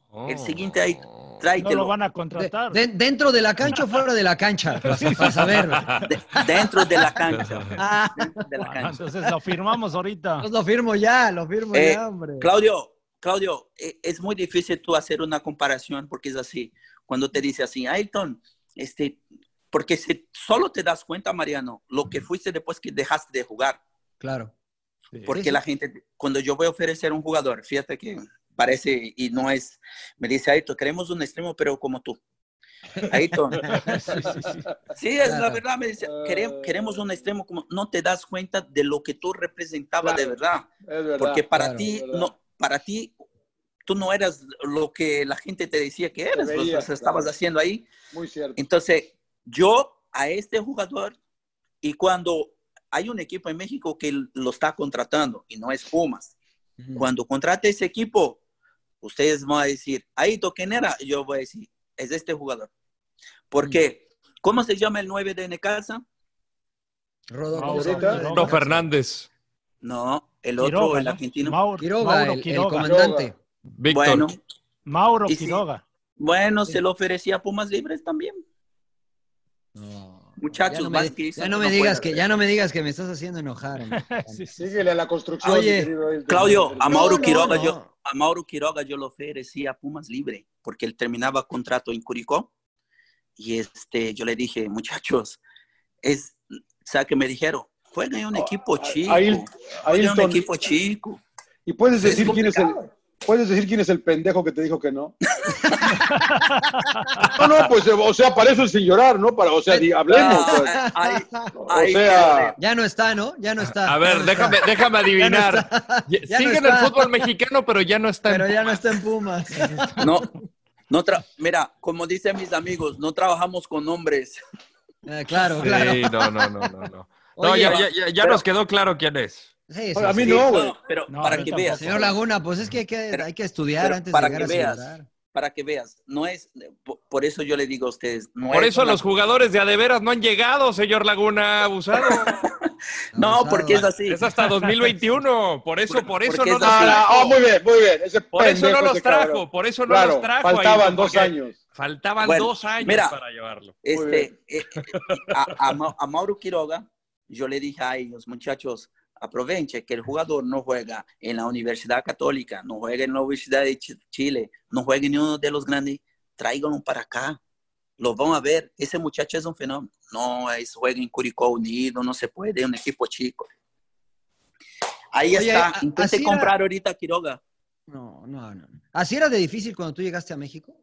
[SPEAKER 4] Oh.
[SPEAKER 5] El siguiente Ailton. Tráetelo.
[SPEAKER 1] No lo van a contratar.
[SPEAKER 2] De- ¿Dentro de la cancha o fuera de la cancha? Para, para saber.
[SPEAKER 5] De- dentro de la cancha.
[SPEAKER 2] Ah,
[SPEAKER 5] De la cancha.
[SPEAKER 1] Entonces lo firmamos ahorita.
[SPEAKER 2] pues lo firmo ya, lo firmo
[SPEAKER 5] Eh,
[SPEAKER 2] ya, hombre.
[SPEAKER 5] Claudio, Claudio, e- es muy difícil tú hacer una comparación porque es así. Cuando te dice así, Ailton, este, porque si solo te das cuenta, Mariano, lo que fuiste después que dejaste de jugar.
[SPEAKER 2] Claro.
[SPEAKER 5] Porque
[SPEAKER 2] Sí, sí.
[SPEAKER 5] la gente, cuando yo voy a ofrecer un jugador, fíjate que parece y no es, me dice Ailton, queremos un extremo, pero como tú. Ailton, sí, es la
[SPEAKER 2] Claro. Ah.
[SPEAKER 5] verdad, me dice, "Quere- queremos un extremo, como no te das cuenta de lo que tú representabas de verdad.
[SPEAKER 3] Es verdad.
[SPEAKER 5] Porque para
[SPEAKER 2] Claro.
[SPEAKER 5] ti,
[SPEAKER 3] Es verdad.
[SPEAKER 5] no, para ti, tú no eras lo que la gente te decía que eras,
[SPEAKER 3] veía,
[SPEAKER 5] o sea, estabas
[SPEAKER 3] claro.
[SPEAKER 5] haciendo ahí.
[SPEAKER 3] Muy cierto.
[SPEAKER 5] Entonces, yo a este jugador, y cuando hay un equipo en México que lo está contratando, y no es Pumas, cuando contrate ese equipo, ustedes van a decir, Aito, ¿quién era? Yo voy a decir, es este jugador. Porque, ¿cómo se llama el 9 de Necaxa?
[SPEAKER 2] Rodolfo.
[SPEAKER 3] Ahorita,
[SPEAKER 4] Bruno Fernández,
[SPEAKER 5] No, el otro,
[SPEAKER 1] Quiroga,
[SPEAKER 5] el
[SPEAKER 1] ¿no?
[SPEAKER 5] argentino.
[SPEAKER 1] Mauro,
[SPEAKER 2] Quiroga,
[SPEAKER 1] Mauro
[SPEAKER 2] el- el,
[SPEAKER 1] Quiroga.
[SPEAKER 2] comandante.
[SPEAKER 4] Víctor.
[SPEAKER 5] Bueno,
[SPEAKER 1] Mauro
[SPEAKER 5] Y sí.
[SPEAKER 1] Quiroga.
[SPEAKER 5] bueno, se lo ofrecía a Pumas Libres también.
[SPEAKER 2] No.
[SPEAKER 5] Muchachos,
[SPEAKER 2] ya no
[SPEAKER 5] más
[SPEAKER 2] me,
[SPEAKER 5] que eso
[SPEAKER 2] ya no
[SPEAKER 5] no
[SPEAKER 2] me
[SPEAKER 5] puede
[SPEAKER 2] digas que
[SPEAKER 5] hacer.
[SPEAKER 2] ya no me digas que me estás haciendo enojar. hombre.
[SPEAKER 1] Sí, sí.
[SPEAKER 3] Síguele a la construcción,
[SPEAKER 2] Oye,
[SPEAKER 3] mi querido Ailton.
[SPEAKER 5] Claudio, a
[SPEAKER 2] No,
[SPEAKER 5] Mauro
[SPEAKER 2] no,
[SPEAKER 5] Quiroga
[SPEAKER 2] no.
[SPEAKER 5] yo a Mauro Quiroga yo lo ofrecía a Pumas libre porque él terminaba contrato en Curicó y este yo le dije, muchachos, es o sea que me dijeron, juega en un
[SPEAKER 3] Ah,
[SPEAKER 5] equipo chico,
[SPEAKER 3] Ail-
[SPEAKER 5] juega en un
[SPEAKER 3] Ailton,
[SPEAKER 5] equipo chico.
[SPEAKER 3] ¿y puedes decir,
[SPEAKER 5] Es
[SPEAKER 3] quién es el, puedes decir quién es el pendejo que te dijo que no? no, no, pues, o sea, para eso es sin llorar, ¿no? Para, o sea, di- hablemos.
[SPEAKER 5] Ah,
[SPEAKER 3] pues.
[SPEAKER 5] ah, ahí-
[SPEAKER 3] O
[SPEAKER 5] ahí
[SPEAKER 3] sea,
[SPEAKER 2] Ya no está, ¿no? Ya no está.
[SPEAKER 4] A ver, déjame, déjame adivinar. Siguen
[SPEAKER 2] Ya no
[SPEAKER 4] Sigue en el
[SPEAKER 2] está.
[SPEAKER 4] fútbol mexicano, pero ya no está.
[SPEAKER 2] Pero
[SPEAKER 4] en-
[SPEAKER 2] ya no está en Pumas.
[SPEAKER 5] No, no tra- mira, como dicen mis amigos, no trabajamos con hombres.
[SPEAKER 2] Eh, claro, claro.
[SPEAKER 4] Sí, no, no, no, no. no. No,
[SPEAKER 2] Oye,
[SPEAKER 4] ya, ya- ya- ya
[SPEAKER 5] pero-
[SPEAKER 4] nos quedó claro quién es.
[SPEAKER 2] sí, sí,
[SPEAKER 3] a mí
[SPEAKER 2] sí.
[SPEAKER 3] no, güey.
[SPEAKER 5] pero
[SPEAKER 1] No,
[SPEAKER 5] para
[SPEAKER 1] yo
[SPEAKER 5] que
[SPEAKER 1] tampoco.
[SPEAKER 5] veas.
[SPEAKER 2] Señor Laguna, pues es que hay que,
[SPEAKER 5] Pero-
[SPEAKER 2] hay que estudiar
[SPEAKER 5] pero
[SPEAKER 2] antes
[SPEAKER 5] para
[SPEAKER 2] de
[SPEAKER 5] que
[SPEAKER 2] llegar a
[SPEAKER 5] veas.
[SPEAKER 2] celebrar.
[SPEAKER 5] para que veas, no es, po- por eso yo le digo a ustedes, no
[SPEAKER 4] Por
[SPEAKER 5] es
[SPEAKER 4] eso
[SPEAKER 5] una-
[SPEAKER 4] los jugadores de Adeveras no han llegado, señor Laguna, abusado.
[SPEAKER 5] No, porque es así.
[SPEAKER 4] Es hasta 2021. Por eso,
[SPEAKER 5] Por-
[SPEAKER 4] por eso
[SPEAKER 5] porque
[SPEAKER 4] no
[SPEAKER 5] es
[SPEAKER 4] los
[SPEAKER 3] Ah,
[SPEAKER 5] así.
[SPEAKER 3] la-
[SPEAKER 4] trajo.
[SPEAKER 3] ah, muy bien, muy bien. Ese
[SPEAKER 4] Por eso
[SPEAKER 3] pendejo,
[SPEAKER 4] no los
[SPEAKER 3] ese cabrón.
[SPEAKER 4] trajo, por eso no
[SPEAKER 3] Claro,
[SPEAKER 4] los trajo. ahí,
[SPEAKER 3] faltaban
[SPEAKER 4] porque
[SPEAKER 3] dos años.
[SPEAKER 4] Faltaban
[SPEAKER 5] Bueno,
[SPEAKER 4] dos años
[SPEAKER 5] mira.
[SPEAKER 4] para llevarlo.
[SPEAKER 3] Muy
[SPEAKER 5] Este,
[SPEAKER 3] bien.
[SPEAKER 5] eh, eh, a, a Ma- a Mauro Quiroga, yo le dije a ellos, muchachos, aprovechen que el jugador no juega en la Universidad Católica, no juega en la Universidad de Chi- Chile, no juega en uno de los grandes, tráiganlo para acá, lo van a ver, ese muchacho es un fenómeno. No, es juega en Curicó Unido, no se puede, un equipo chico. Ahí
[SPEAKER 2] Oye,
[SPEAKER 5] está,
[SPEAKER 2] a- así
[SPEAKER 5] intente
[SPEAKER 2] era-
[SPEAKER 5] comprar ahorita a Quiroga.
[SPEAKER 2] No, no, no. ¿Así era de difícil cuando tú llegaste a México?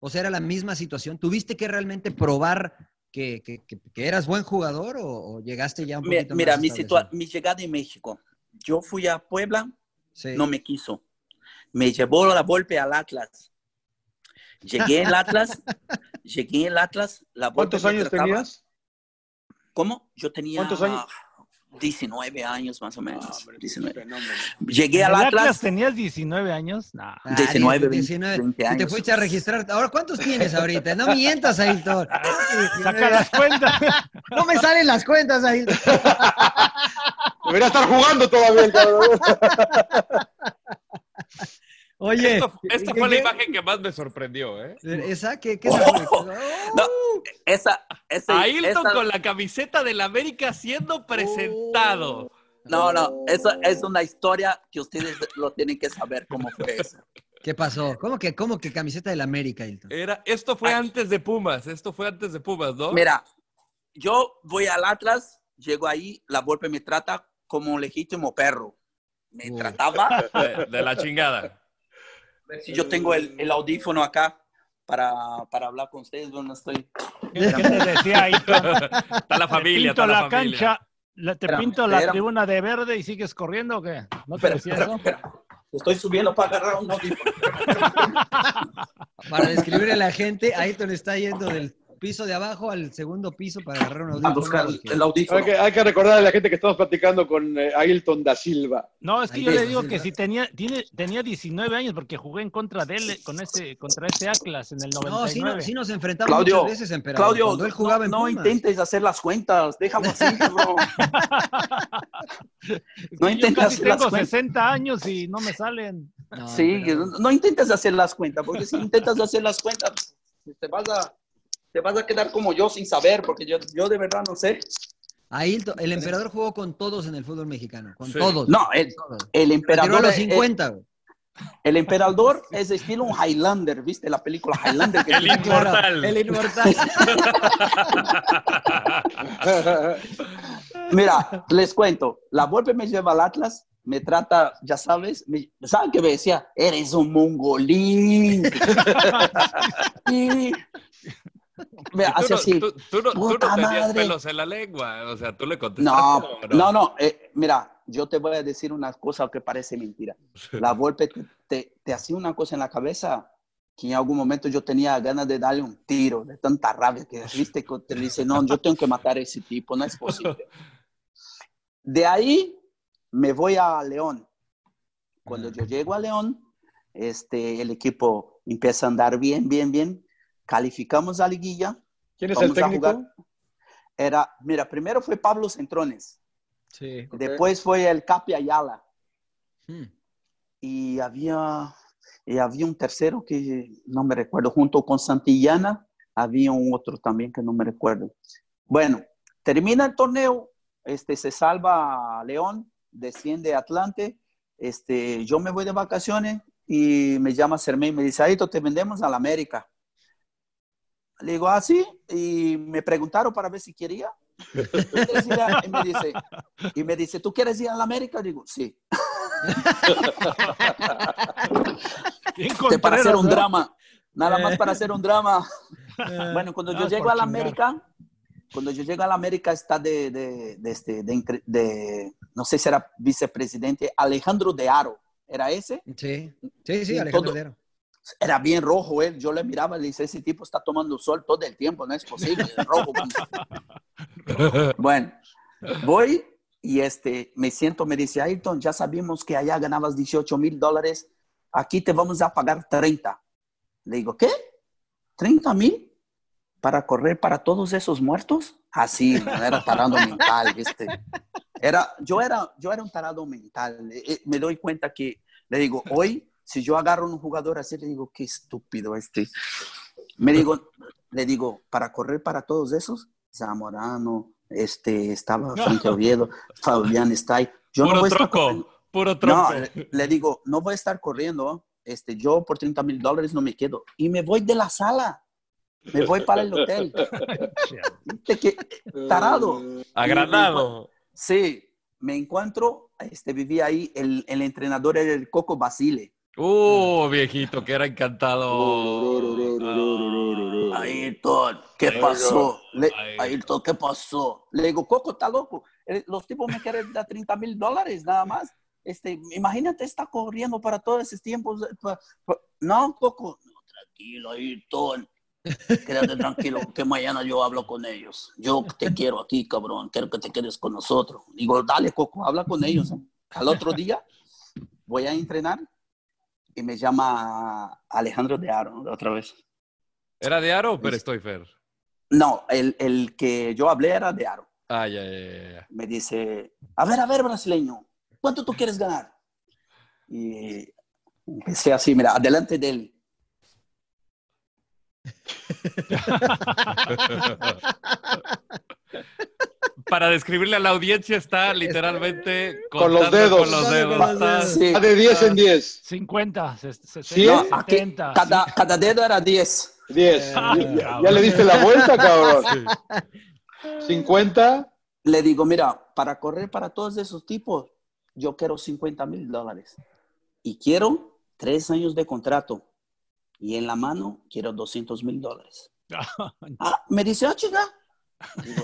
[SPEAKER 2] O sea, era la misma situación. ¿Tuviste que realmente probar que, que- que- que eras buen jugador o, o llegaste ya un
[SPEAKER 5] Mira,
[SPEAKER 2] poquito
[SPEAKER 5] mira,
[SPEAKER 2] más
[SPEAKER 5] mi, situa-
[SPEAKER 2] establecido?
[SPEAKER 5] mi llegada en México, yo fui a Puebla,
[SPEAKER 2] Sí.
[SPEAKER 5] no me quiso. Me llevó la golpe al Atlas. Llegué al Atlas, llegué al Atlas. La Volpe
[SPEAKER 3] ¿Cuántos
[SPEAKER 5] me
[SPEAKER 3] años
[SPEAKER 5] trataba-
[SPEAKER 3] tenías?
[SPEAKER 5] ¿Cómo? Yo tenía
[SPEAKER 3] ¿Cuántos años?
[SPEAKER 5] 19 años más o menos. 19.
[SPEAKER 3] Fenómeno.
[SPEAKER 5] Llegué
[SPEAKER 1] ¿En
[SPEAKER 5] al
[SPEAKER 1] el
[SPEAKER 5] Atlas.
[SPEAKER 1] Atlas tenías 19 años? No.
[SPEAKER 2] Ah,
[SPEAKER 5] 19,
[SPEAKER 2] 19.
[SPEAKER 5] 20
[SPEAKER 2] Y te
[SPEAKER 5] años.
[SPEAKER 2] fuiste a registrar. Ahora, ¿cuántos tienes ahorita? No mientas, Ailton.
[SPEAKER 1] Saca las cuentas.
[SPEAKER 2] No me salen las cuentas, Ailton.
[SPEAKER 3] Debería estar jugando todavía el cabrón.
[SPEAKER 2] Oye.
[SPEAKER 4] Esto- esta
[SPEAKER 2] ¿qué-
[SPEAKER 4] fue la
[SPEAKER 2] qué-
[SPEAKER 4] imagen que más me sorprendió, ¿eh?
[SPEAKER 2] ¿Esa? ¿Qué, qué sabor?
[SPEAKER 5] Oh, no, Esa, esa,
[SPEAKER 4] Ailton
[SPEAKER 5] esa-
[SPEAKER 4] con la camiseta del América siendo presentado.
[SPEAKER 5] Oh. no, no, esa es una historia que ustedes lo tienen que saber cómo fue eso.
[SPEAKER 2] ¿Qué pasó? ¿Cómo que, cómo que camiseta del América, Ailton?
[SPEAKER 5] Eh,
[SPEAKER 4] Era, esto fue antes de Pumas, esto fue antes de Pumas, ¿no?
[SPEAKER 5] Ah. Mira, yo voy al Atlas, llego ahí, la golpe me trata como un legítimo perro. Me
[SPEAKER 2] Uy.
[SPEAKER 5] trataba
[SPEAKER 4] De, de la chingada.
[SPEAKER 5] si yo tengo el, el audífono acá para, para hablar con ustedes, yo no estoy.
[SPEAKER 1] ¿Qué te decía Ailton?
[SPEAKER 4] Está la familia, está
[SPEAKER 1] te pinto
[SPEAKER 4] la,
[SPEAKER 1] la,
[SPEAKER 4] familia.
[SPEAKER 1] cancha, la- te
[SPEAKER 5] Espérame,
[SPEAKER 1] pinto la
[SPEAKER 5] espérame.
[SPEAKER 1] tribuna de verde y sigues corriendo o qué? ¿No te
[SPEAKER 5] Espera,
[SPEAKER 1] decía
[SPEAKER 5] espera,
[SPEAKER 1] eso?
[SPEAKER 5] espera. Estoy subiendo para agarrar un audífono.
[SPEAKER 2] Para describirle a la gente, Ailton está yendo del piso de abajo al segundo piso para agarrar un audífono. porque-
[SPEAKER 3] Hay que, hay que recordar a la gente que estamos platicando con eh, Ailton da Silva.
[SPEAKER 1] No, es que yo le digo que si tenía, tiene, tenía 19 años porque jugué en contra de él, eh, con ese, contra ese Atlas en el 99.
[SPEAKER 2] No, sí, no, sí nos enfrentamos
[SPEAKER 1] Claudio,
[SPEAKER 2] muchas veces, emperador.
[SPEAKER 1] Claudio,
[SPEAKER 2] Cuando él jugaba en
[SPEAKER 5] no
[SPEAKER 2] Pumas.
[SPEAKER 5] intentes hacer las cuentas, déjalo así, bro. no
[SPEAKER 1] Yo casi
[SPEAKER 5] intentes hacer las
[SPEAKER 1] tengo
[SPEAKER 5] cuentas.
[SPEAKER 1] 60 años y no me salen.
[SPEAKER 5] sí, no intentes hacer las cuentas, porque si intentas hacer las cuentas, pues, te vas a, te vas a quedar como yo sin saber, porque yo, yo de verdad no sé.
[SPEAKER 2] Ailton, el emperador jugó con todos en el fútbol mexicano, con
[SPEAKER 5] Sí.
[SPEAKER 2] todos.
[SPEAKER 5] No, el-
[SPEAKER 2] Con todos.
[SPEAKER 5] El
[SPEAKER 2] Retiró a
[SPEAKER 5] emperador.
[SPEAKER 2] los
[SPEAKER 5] eh,
[SPEAKER 2] 50, güey.
[SPEAKER 5] El emperador es estilo un Highlander, ¿viste? La película Highlander. que
[SPEAKER 2] El
[SPEAKER 5] tiene-
[SPEAKER 2] inmortal. El inmortal.
[SPEAKER 5] Mira, les cuento. La golpe me lleva al Atlas, me trata, ya sabes, me, ¿saben qué me decía? Eres un mongolín. y me
[SPEAKER 4] Tú
[SPEAKER 5] hace
[SPEAKER 4] no-
[SPEAKER 5] así.
[SPEAKER 4] Tú, tú no, tú no
[SPEAKER 5] "Puta
[SPEAKER 4] tenías
[SPEAKER 5] madre".
[SPEAKER 4] pelos en la lengua. O sea, tú le contestaste.
[SPEAKER 5] No,
[SPEAKER 4] ¿o
[SPEAKER 5] no, no. eh, mira, yo te voy a decir una cosa que parece mentira. La golpe te, te- te hacía una cosa en la cabeza que en algún momento yo tenía ganas de darle un tiro, de tanta rabia que viste que te dice, no, yo tengo que matar a ese tipo, no es posible. De ahí me voy a León. Cuando yo llego a León, este, el equipo empieza a andar bien, bien, bien. Calificamos a liguilla.
[SPEAKER 3] ¿Quién es
[SPEAKER 5] Vamos
[SPEAKER 3] el
[SPEAKER 5] a
[SPEAKER 3] técnico?
[SPEAKER 5] jugar. Era, mira, primero fue Pablo Centrones.
[SPEAKER 2] Sí.
[SPEAKER 5] Después fue el Capi Ayala.
[SPEAKER 2] Hmm.
[SPEAKER 5] Y había, y había un tercero que no me recuerdo, junto con Santillana, había un otro también que no me recuerdo. Bueno, termina el torneo, este, se salva León, desciende Atlante, este, yo me voy de vacaciones y me llama Sermín, me dice, Aito, te vendemos a la América. Le digo, así, y me preguntaron para ver si quería. ¿Quieres ir a- Y me dice, y me dice, ¿tú quieres ir a la América? Digo, sí. Este, para hacer un
[SPEAKER 2] ¿no?
[SPEAKER 5] drama, nada
[SPEAKER 2] Eh.
[SPEAKER 5] más para hacer un drama.
[SPEAKER 2] Eh,
[SPEAKER 5] Bueno, cuando
[SPEAKER 2] nada
[SPEAKER 5] yo
[SPEAKER 2] más
[SPEAKER 5] llego
[SPEAKER 2] por
[SPEAKER 5] a la
[SPEAKER 2] chingar.
[SPEAKER 5] América, cuando yo llego a la América está de, de, de este, de, incre- de- no sé si era vicepresidente, Alejandro de Aro, ¿era ese?
[SPEAKER 2] Sí, sí, sí,
[SPEAKER 5] Y
[SPEAKER 2] Alejandro
[SPEAKER 5] todo-
[SPEAKER 2] Dero.
[SPEAKER 5] Era bien rojo él, yo le miraba y le dice, ese tipo está tomando sol todo el tiempo, no es posible, rojo. bueno, voy y este, me siento, me dice, Ayrton, ya sabíamos que allá ganabas 18 mil dólares, aquí te vamos a pagar 30. Le digo, ¿qué? ¿30 mil? ¿Para correr para todos esos muertos? Así, era tarado mental, ¿viste? Era, yo, era, yo era un tarado mental. Eh, eh, Me doy cuenta que, le digo, hoy, si yo agarro a un jugador así, le digo, qué estúpido este. Me digo, le digo, para correr para todos esos, Zamorano, este, estaba Frankie Oviedo, Fabián Stay. Yo no
[SPEAKER 4] Puro
[SPEAKER 5] voy a estar
[SPEAKER 4] troco. Puro
[SPEAKER 5] no,
[SPEAKER 4] troco.
[SPEAKER 5] le, le digo, no voy a estar corriendo. Este, yo por 30 mil dólares no me quedo. Y me voy de la sala. Me voy para el hotel. Viste que- tarado.
[SPEAKER 4] Uh. Agradado.
[SPEAKER 5] Sí, me encuentro, este, vivía ahí, el, el entrenador era el Coco Basile.
[SPEAKER 4] Uh, viejito, que era encantado.
[SPEAKER 5] Ayrton, ¿qué pasó? Le, Ayrton, ¿qué pasó? Le digo, Coco, está loco. Eh, Los tipos me quieren dar 30 mil dólares nada más. Este, imagínate, está corriendo para todos esos tiempos. eh, pa- pa- No, Coco. No, tranquilo, Ayrton. Quédate tranquilo, que mañana yo hablo con ellos. Yo te quiero aquí, cabrón. Quiero que te quedes con nosotros. Digo, dale, Coco, habla con ellos. ¿eh? Al otro día voy a entrenar y me llama Alejandro de Aro otra vez.
[SPEAKER 4] ¿Era de Aro o Perestoifer?
[SPEAKER 5] No, el, el que yo hablé era de Aro.
[SPEAKER 4] Ah, ya, ya, ya, ya.
[SPEAKER 5] Me dice, a ver, a ver, brasileño, ¿cuánto tú quieres ganar? Y empecé así, mira, adelante de él.
[SPEAKER 4] Para describirle a la audiencia está literalmente
[SPEAKER 3] Con los
[SPEAKER 4] contando
[SPEAKER 3] dedos.
[SPEAKER 4] Con los dedos.
[SPEAKER 5] Sí.
[SPEAKER 3] Ah, de 10 en 10.
[SPEAKER 1] 50, se- se-
[SPEAKER 5] No,
[SPEAKER 3] 100.
[SPEAKER 5] aquí,
[SPEAKER 1] 70.
[SPEAKER 5] cada, cada dedo era 10.
[SPEAKER 3] 10. ya, ya le diste la vuelta, cabrón. 50.
[SPEAKER 5] Le digo, mira, para correr para todos esos tipos, yo quiero 50 mil dólares. Y quiero tres años de contrato. Y en la mano quiero 200 mil dólares. Ah, me dice, ah, chica. Digo,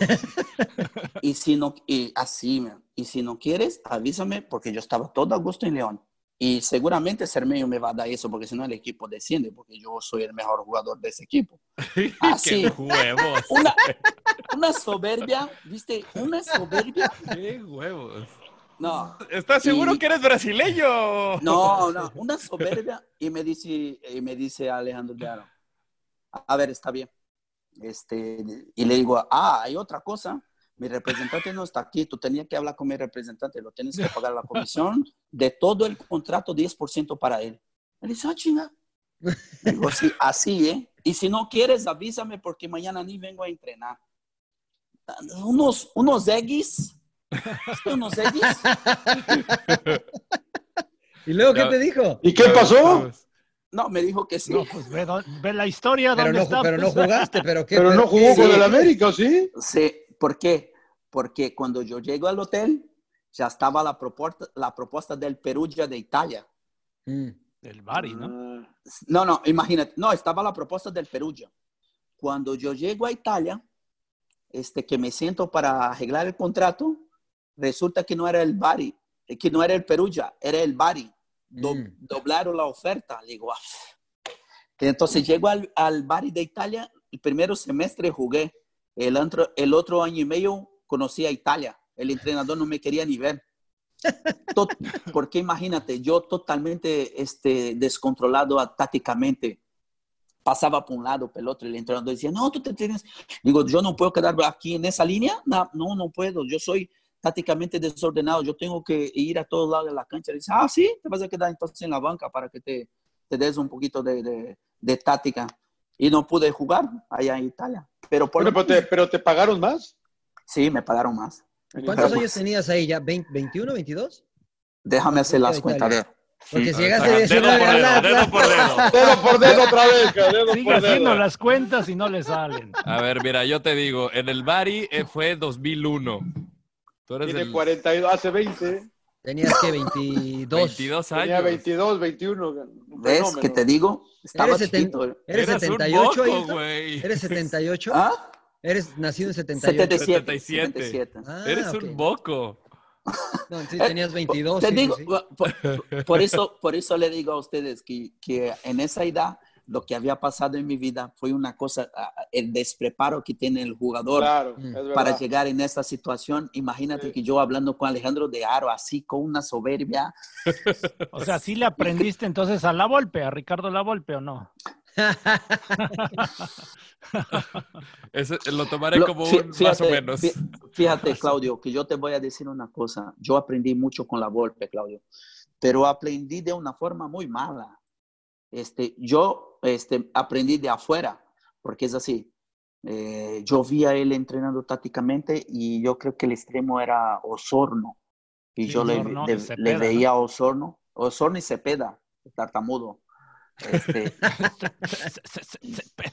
[SPEAKER 5] y si no, y así, man, y si no quieres, avísame, porque yo estaba todo agosto en León. Y seguramente Cermeño me va a dar eso, porque si no el equipo desciende, porque yo soy el mejor jugador de ese equipo. Así,
[SPEAKER 4] ¡Qué huevos!
[SPEAKER 5] una, una soberbia, ¿viste? Una soberbia.
[SPEAKER 4] ¡Qué huevos!
[SPEAKER 5] No,
[SPEAKER 4] ¿Estás
[SPEAKER 5] Y-
[SPEAKER 4] seguro que eres brasileño?
[SPEAKER 5] no, no, una soberbia. Y me dice, y me dice Alejandro de Aro, a ver, está bien. Este, y le digo, ah, hay otra cosa. Mi representante no está aquí, tú tenías que hablar con mi representante, lo tienes que pagar la comisión de todo el contrato, 10% para él. Él dice, ah, chinga. Digo, sí, así, ¿eh? Y si no quieres, avísame porque mañana ni vengo a entrenar. Unos, unos eggs, unos eggs.
[SPEAKER 2] ¿Y luego qué
[SPEAKER 4] No.
[SPEAKER 2] te dijo?
[SPEAKER 3] ¿Y qué pasó?
[SPEAKER 5] No, me dijo que sí.
[SPEAKER 1] No, pues ve, dó- ve la historia
[SPEAKER 2] Pero
[SPEAKER 1] dónde
[SPEAKER 2] no,
[SPEAKER 1] está.
[SPEAKER 2] pero no
[SPEAKER 1] pues.
[SPEAKER 2] jugaste, pero qué.
[SPEAKER 3] Pero no jugó
[SPEAKER 2] qué-
[SPEAKER 3] con el América, ¿o ¿sí?
[SPEAKER 5] Sí, ¿por qué? Porque cuando yo llego al hotel, ya estaba la propuesta, la propuesta del Perugia de Italia.
[SPEAKER 2] Mm.
[SPEAKER 1] El Bari, ¿no?
[SPEAKER 5] No, no, imagínate, no, estaba la propuesta del Perugia. Cuando yo llego a Italia, este, que me siento para arreglar el contrato, resulta que no era el Bari, eh, que no era el Perugia, era el Bari. Do-
[SPEAKER 2] Mm.
[SPEAKER 5] Doblaron la oferta, le digo, "Ah". Entonces llego al, al Bari de Italia, el primer semestre jugué, el otro, el otro año y medio conocí a Italia, el entrenador no me quería ni ver. To- porque imagínate, yo totalmente este, descontrolado ah, tácticamente, pasaba por un lado, por el otro, el entrenador decía, no, tú te tienes, digo, yo no puedo quedar aquí en esa línea, no, no, no puedo, yo soy tácticamente desordenado, yo tengo que ir a todos lados de la cancha, dice, ah, sí, te vas a quedar entonces en la banca para que te, te des un poquito de, de- de táctica. Y no pude jugar allá en Italia, pero por
[SPEAKER 3] Bueno,
[SPEAKER 5] lo
[SPEAKER 3] pero te, pero te pagaron más.
[SPEAKER 5] sí, me pagaron más.
[SPEAKER 2] ¿Cuántos años tenías ahí ya? ¿Vein- ¿21, 22?
[SPEAKER 5] Déjame hacer las
[SPEAKER 2] Italia.
[SPEAKER 5] cuentas, a ver.
[SPEAKER 2] Porque si llegaste a
[SPEAKER 4] Dedo por
[SPEAKER 2] 19 a
[SPEAKER 4] dedo,
[SPEAKER 2] la-
[SPEAKER 4] dedo por dedo.
[SPEAKER 3] Dedo por dedo otra vez, cara, dedo
[SPEAKER 1] Sigue
[SPEAKER 3] por
[SPEAKER 1] haciendo
[SPEAKER 3] dedo.
[SPEAKER 1] las cuentas y no le salen.
[SPEAKER 4] A ver, mira, yo te digo, en el Bari eh, fue 2001. Tú eres
[SPEAKER 3] Tiene
[SPEAKER 4] del
[SPEAKER 3] 42, hace 20.
[SPEAKER 2] Tenías que 22.
[SPEAKER 4] 22
[SPEAKER 3] Tenía
[SPEAKER 4] años.
[SPEAKER 3] 22, 21. un
[SPEAKER 5] ¿Ves
[SPEAKER 3] fenómeno.
[SPEAKER 5] que te digo? Estaba
[SPEAKER 2] Eres seten-
[SPEAKER 5] chiquito.
[SPEAKER 4] Eras
[SPEAKER 2] ¿Eres
[SPEAKER 4] un
[SPEAKER 2] 78 ahí,
[SPEAKER 4] moco,
[SPEAKER 2] Héctor?
[SPEAKER 4] güey.
[SPEAKER 2] ¿Eres 78?
[SPEAKER 5] ¿Ah?
[SPEAKER 2] ¿Eres nacido en 78?
[SPEAKER 5] 77.
[SPEAKER 4] 77.
[SPEAKER 5] 77.
[SPEAKER 2] Ah,
[SPEAKER 4] Eres
[SPEAKER 2] ok.
[SPEAKER 4] un boco.
[SPEAKER 2] No, sí, tenías 22.
[SPEAKER 5] Eh, Te
[SPEAKER 2] sí,
[SPEAKER 5] digo,
[SPEAKER 2] sí.
[SPEAKER 5] Por, por eso, por eso le digo a ustedes que, que en esa edad lo que había pasado en mi vida fue una cosa, ah, ah, el despreparo que tiene el jugador
[SPEAKER 3] Claro,
[SPEAKER 2] Mm.
[SPEAKER 3] es verdad.
[SPEAKER 5] para llegar en esta situación. Imagínate
[SPEAKER 3] Sí.
[SPEAKER 5] que yo hablando con Alejandro de Aro, así con una soberbia.
[SPEAKER 1] O sea, sí le aprendiste entonces a la Volpe, a Ricardo la Volpe o no.
[SPEAKER 4] Ese- eh, lo tomaré
[SPEAKER 5] Lo-
[SPEAKER 4] como
[SPEAKER 5] fí-
[SPEAKER 4] un más o menos.
[SPEAKER 5] fí- Fíjate, Claudio, que yo te voy a decir una cosa. Yo aprendí mucho con la golpe, Claudio, pero aprendí de una forma muy mala. Este, yo este, aprendí de afuera, porque es así. Eh, yo vi a él entrenando tácticamente y yo creo que el extremo era Osorno. Y
[SPEAKER 1] Sí,
[SPEAKER 5] yo le,
[SPEAKER 1] Osorno y
[SPEAKER 5] le- le
[SPEAKER 1] Cepeda,
[SPEAKER 5] veía a Osorno, Osorno y Cepeda, tartamudo. Este,
[SPEAKER 1] Se- se- se- se- pe-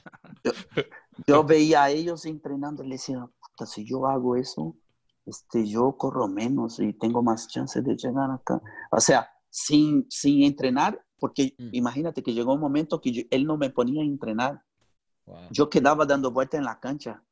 [SPEAKER 5] yo veía a ellos entrenando y le decía, puta, si yo hago eso, este, yo corro menos y tengo más chances de llegar acá. O sea, sin, sin entrenar, porque
[SPEAKER 2] Mm.
[SPEAKER 5] imagínate que llegó un momento que yo- él no me ponía a entrenar.
[SPEAKER 2] Wow.
[SPEAKER 5] Yo quedaba dando vueltas en la cancha.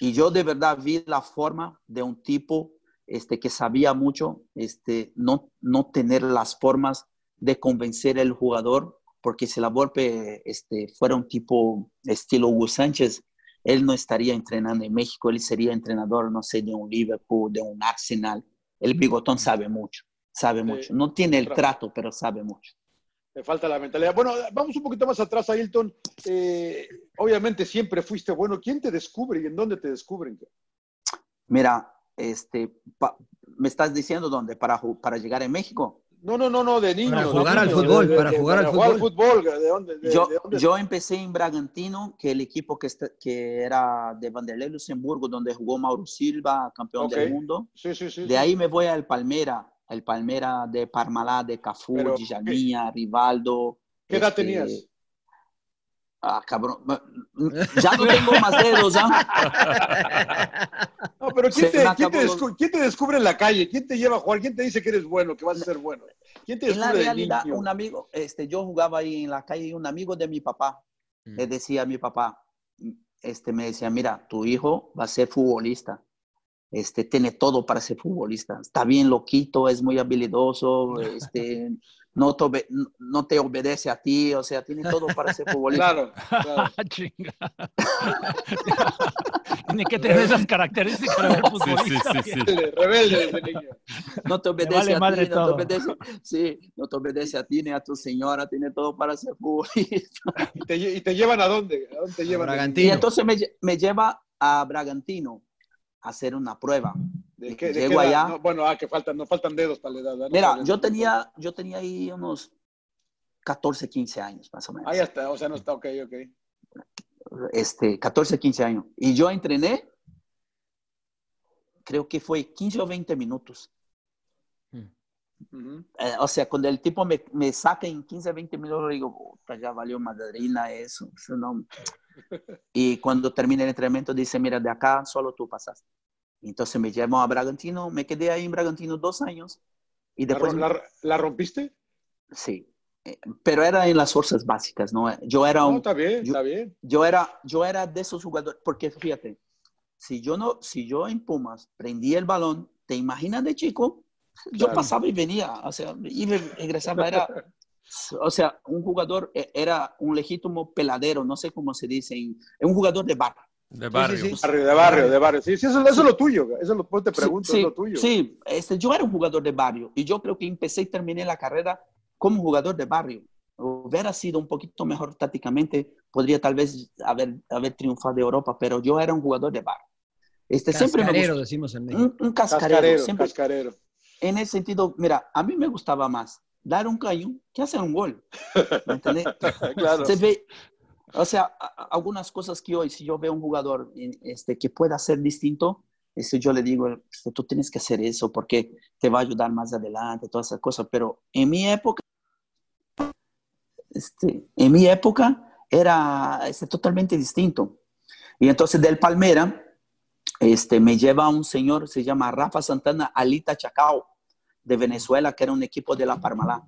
[SPEAKER 5] Y yo de verdad vi la forma de un tipo este, que sabía mucho, este, no, no tener las formas de convencer al jugador, porque si la golpe este, fuera un tipo estilo Hugo Sánchez, él no estaría entrenando en México, él sería entrenador, no sé, de un Liverpool, de un Arsenal. El bigotón sabe mucho, sabe mucho. No tiene el
[SPEAKER 3] claro.
[SPEAKER 5] trato, pero sabe mucho.
[SPEAKER 3] Le falta la mentalidad. Bueno, vamos un poquito más atrás, Ailton. Eh, obviamente siempre fuiste bueno. ¿Quién te descubre y en dónde te descubren?
[SPEAKER 5] Mira, este, pa- ¿me estás diciendo dónde? ¿Para, ju- para llegar a México?
[SPEAKER 3] No, no, no, no, de niño.
[SPEAKER 2] Para
[SPEAKER 3] de
[SPEAKER 2] jugar al
[SPEAKER 3] niño,
[SPEAKER 2] fútbol,
[SPEAKER 5] eh,
[SPEAKER 3] de- de-
[SPEAKER 2] para
[SPEAKER 3] de-
[SPEAKER 2] jugar al
[SPEAKER 3] fútbol, ¿De dónde? de-
[SPEAKER 5] yo,
[SPEAKER 3] de dónde-
[SPEAKER 5] yo empecé en Bragantino, que el equipo que, está- que era de Vanderlei Luxemburgo, donde jugó Mauro Silva, campeón
[SPEAKER 3] Ok.
[SPEAKER 5] del mundo.
[SPEAKER 3] Sí, sí, sí. sí.
[SPEAKER 5] De ahí me voy al Palmera, el Palmera de Parmalá, de Cafú,
[SPEAKER 3] Pero,
[SPEAKER 5] de Janía, Rivaldo. este,
[SPEAKER 3] ¿Qué edad tenías?
[SPEAKER 5] Ah, cabrón. Ya no tengo más dedos, ¿ah?
[SPEAKER 3] No, pero ¿quién
[SPEAKER 5] se
[SPEAKER 3] te,
[SPEAKER 5] me
[SPEAKER 3] quién te
[SPEAKER 5] acabó
[SPEAKER 3] descu- quién te descubre en la calle? ¿Quién te lleva a jugar? ¿Quién te dice que eres bueno, que vas a ser bueno? ¿Quién te
[SPEAKER 5] En la
[SPEAKER 3] descubre de
[SPEAKER 5] realidad,
[SPEAKER 3] niño?
[SPEAKER 5] un amigo, este, yo jugaba ahí en la calle y un amigo de mi papá
[SPEAKER 2] Mm.
[SPEAKER 5] le decía a mi papá, este, me decía, mira, tu hijo va a ser futbolista. este, tiene todo para ser futbolista. Está bien loquito, es muy habilidoso, este, no, te obe- no te obedece a ti, o sea, tiene todo para ser futbolista.
[SPEAKER 3] Claro, claro.
[SPEAKER 1] Chinga. Tiene que tener esas características de futbolista.
[SPEAKER 3] Rebelde desde niño.
[SPEAKER 5] No te obedece
[SPEAKER 1] vale
[SPEAKER 5] a
[SPEAKER 1] madre
[SPEAKER 5] ti, no
[SPEAKER 1] todo.
[SPEAKER 5] te obedece, sí, no te obedece a ti ni a tu señora, tiene todo para ser futbolista.
[SPEAKER 3] ¿Y te, lle- y te llevan a dónde? ¿A dónde te llevan?
[SPEAKER 5] Y entonces me, lle- me lleva a Bragantino a hacer una prueba.
[SPEAKER 3] ¿De qué- de
[SPEAKER 5] Llego
[SPEAKER 3] qué edad?
[SPEAKER 5] allá.
[SPEAKER 3] No, bueno, ah, que faltan, no faltan dedos para la edad. ¿no?
[SPEAKER 5] Mira,
[SPEAKER 3] Faltan
[SPEAKER 5] yo
[SPEAKER 3] dedos.
[SPEAKER 5] tenía, yo tenía ahí unos 14, 15 años, más o menos.
[SPEAKER 3] Ah, ya está, o sea, no está, ok, ok.
[SPEAKER 5] Este, 14, 15 años. Y yo entrené, creo que fue 15 o 20 minutos.
[SPEAKER 3] Mm. Ujú.
[SPEAKER 5] Eh, o sea, cuando el tipo me, me saca en 15, 20 minutos, digo, puta, ya valió madrina eso. eso no". Y cuando termina el entrenamiento, dice, mira, de acá solo tú pasaste. Entonces me llevó a Bragantino, me quedé ahí en Bragantino dos años. Y
[SPEAKER 3] ¿La,
[SPEAKER 5] después...
[SPEAKER 3] rom- la- la rompiste?
[SPEAKER 5] Sí, Eh, pero era en las fuerzas básicas, ¿no? Yo era
[SPEAKER 3] No,
[SPEAKER 5] un,
[SPEAKER 3] está bien,
[SPEAKER 5] yo-
[SPEAKER 3] está bien.
[SPEAKER 5] yo era, yo era de esos jugadores, porque fíjate, si yo no, si yo en Pumas prendía el balón, ¿te imaginas de chico? Yo
[SPEAKER 3] Claro.
[SPEAKER 5] pasaba y venía, o sea, iba y regresaba, era, o sea, un jugador eh, era un legítimo peladero, no sé cómo se dice, en- un jugador de bar.
[SPEAKER 4] De
[SPEAKER 5] barrio. sí.
[SPEAKER 3] Barrio, de barrio, de barrio. Sí, sí, eso, eso es lo tuyo, güey. eso es lo, pues te pregunto,
[SPEAKER 5] sí,
[SPEAKER 3] es lo tuyo.
[SPEAKER 5] sí, este, yo era un jugador de barrio y yo creo que empecé y terminé la carrera como jugador de barrio. Hubiera sido un poquito mejor tácticamente, podría tal vez haber, haber triunfado de Europa, pero yo era un jugador de barrio. Este, siempre me Mm,
[SPEAKER 2] Cascarero,
[SPEAKER 5] gustó-
[SPEAKER 2] decimos en México.
[SPEAKER 5] un, un cascarero.
[SPEAKER 3] Cascarero,
[SPEAKER 5] siempre-
[SPEAKER 3] cascarero.
[SPEAKER 5] en ese sentido, mira, a mí me gustaba más dar un caño que hacer un gol. ¿Me entendés?
[SPEAKER 3] Claro.
[SPEAKER 5] Se ve- o sea, a- a- algunas cosas que hoy, si yo veo un jugador en- este, que pueda ser distinto, este, yo le digo, este, tú tienes que hacer eso porque te va a ayudar más adelante, todas esas cosas. Pero en mi época, este, en mi época era este, totalmente distinto. Y entonces del Palmera, este, me lleva un señor, se llama Rafa Santana Alita Chacao, de Venezuela, que era un equipo de la Parmalá.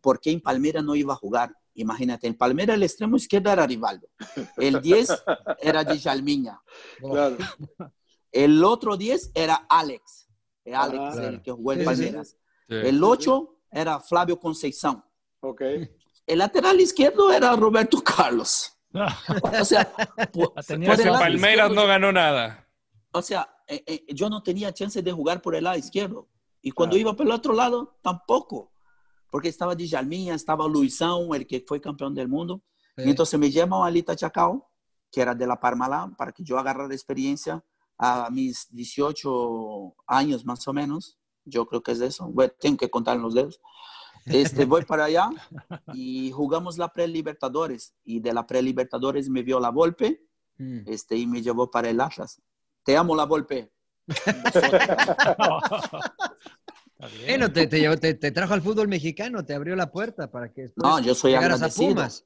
[SPEAKER 5] Porque en Palmera no iba a jugar? Imagínate, en Palmera el extremo izquierdo era Rivaldo, el 10 era Dijalmiña,
[SPEAKER 3] Claro.
[SPEAKER 5] el otro 10 era Alex, el Alex,
[SPEAKER 3] Ah, claro.
[SPEAKER 5] el que jugó en
[SPEAKER 2] Sí, sí, sí.
[SPEAKER 5] Palmeras. El 8 era Flavio Conceição.
[SPEAKER 3] Ok.
[SPEAKER 5] El lateral izquierdo era Roberto Carlos. O sea, po-
[SPEAKER 1] tenía
[SPEAKER 5] por
[SPEAKER 1] ese
[SPEAKER 5] el lado
[SPEAKER 4] Palmeras
[SPEAKER 5] izquierdo
[SPEAKER 4] no ganó nada.
[SPEAKER 5] O sea, eh, eh, yo no tenía chance de jugar por el lado izquierdo. Y cuando
[SPEAKER 3] Claro.
[SPEAKER 5] iba por el otro lado, tampoco. Porque estaba Djalminha, estaba Luizão, el que fue campeón del mundo. Y entonces me llaman a Alita Chacao, que era de la Parmalá, para que yo agarrara experiencia a mis 18 años más o menos. Yo creo que es eso. Bueno, tengo que contar en los dedos. Este, voy para allá y jugamos la Pre-Libertadores. Y de la Pre-Libertadores me vio la Volpe
[SPEAKER 2] Mm.
[SPEAKER 5] este, y me llevó para el Atlas. Te amo, la Volpe.
[SPEAKER 2] Bueno, te, te, llevó- te- te trajo al fútbol mexicano, te abrió la puerta para que después
[SPEAKER 5] No, yo soy
[SPEAKER 2] Pues, llegaras a
[SPEAKER 5] agradecido.
[SPEAKER 2] Pumas.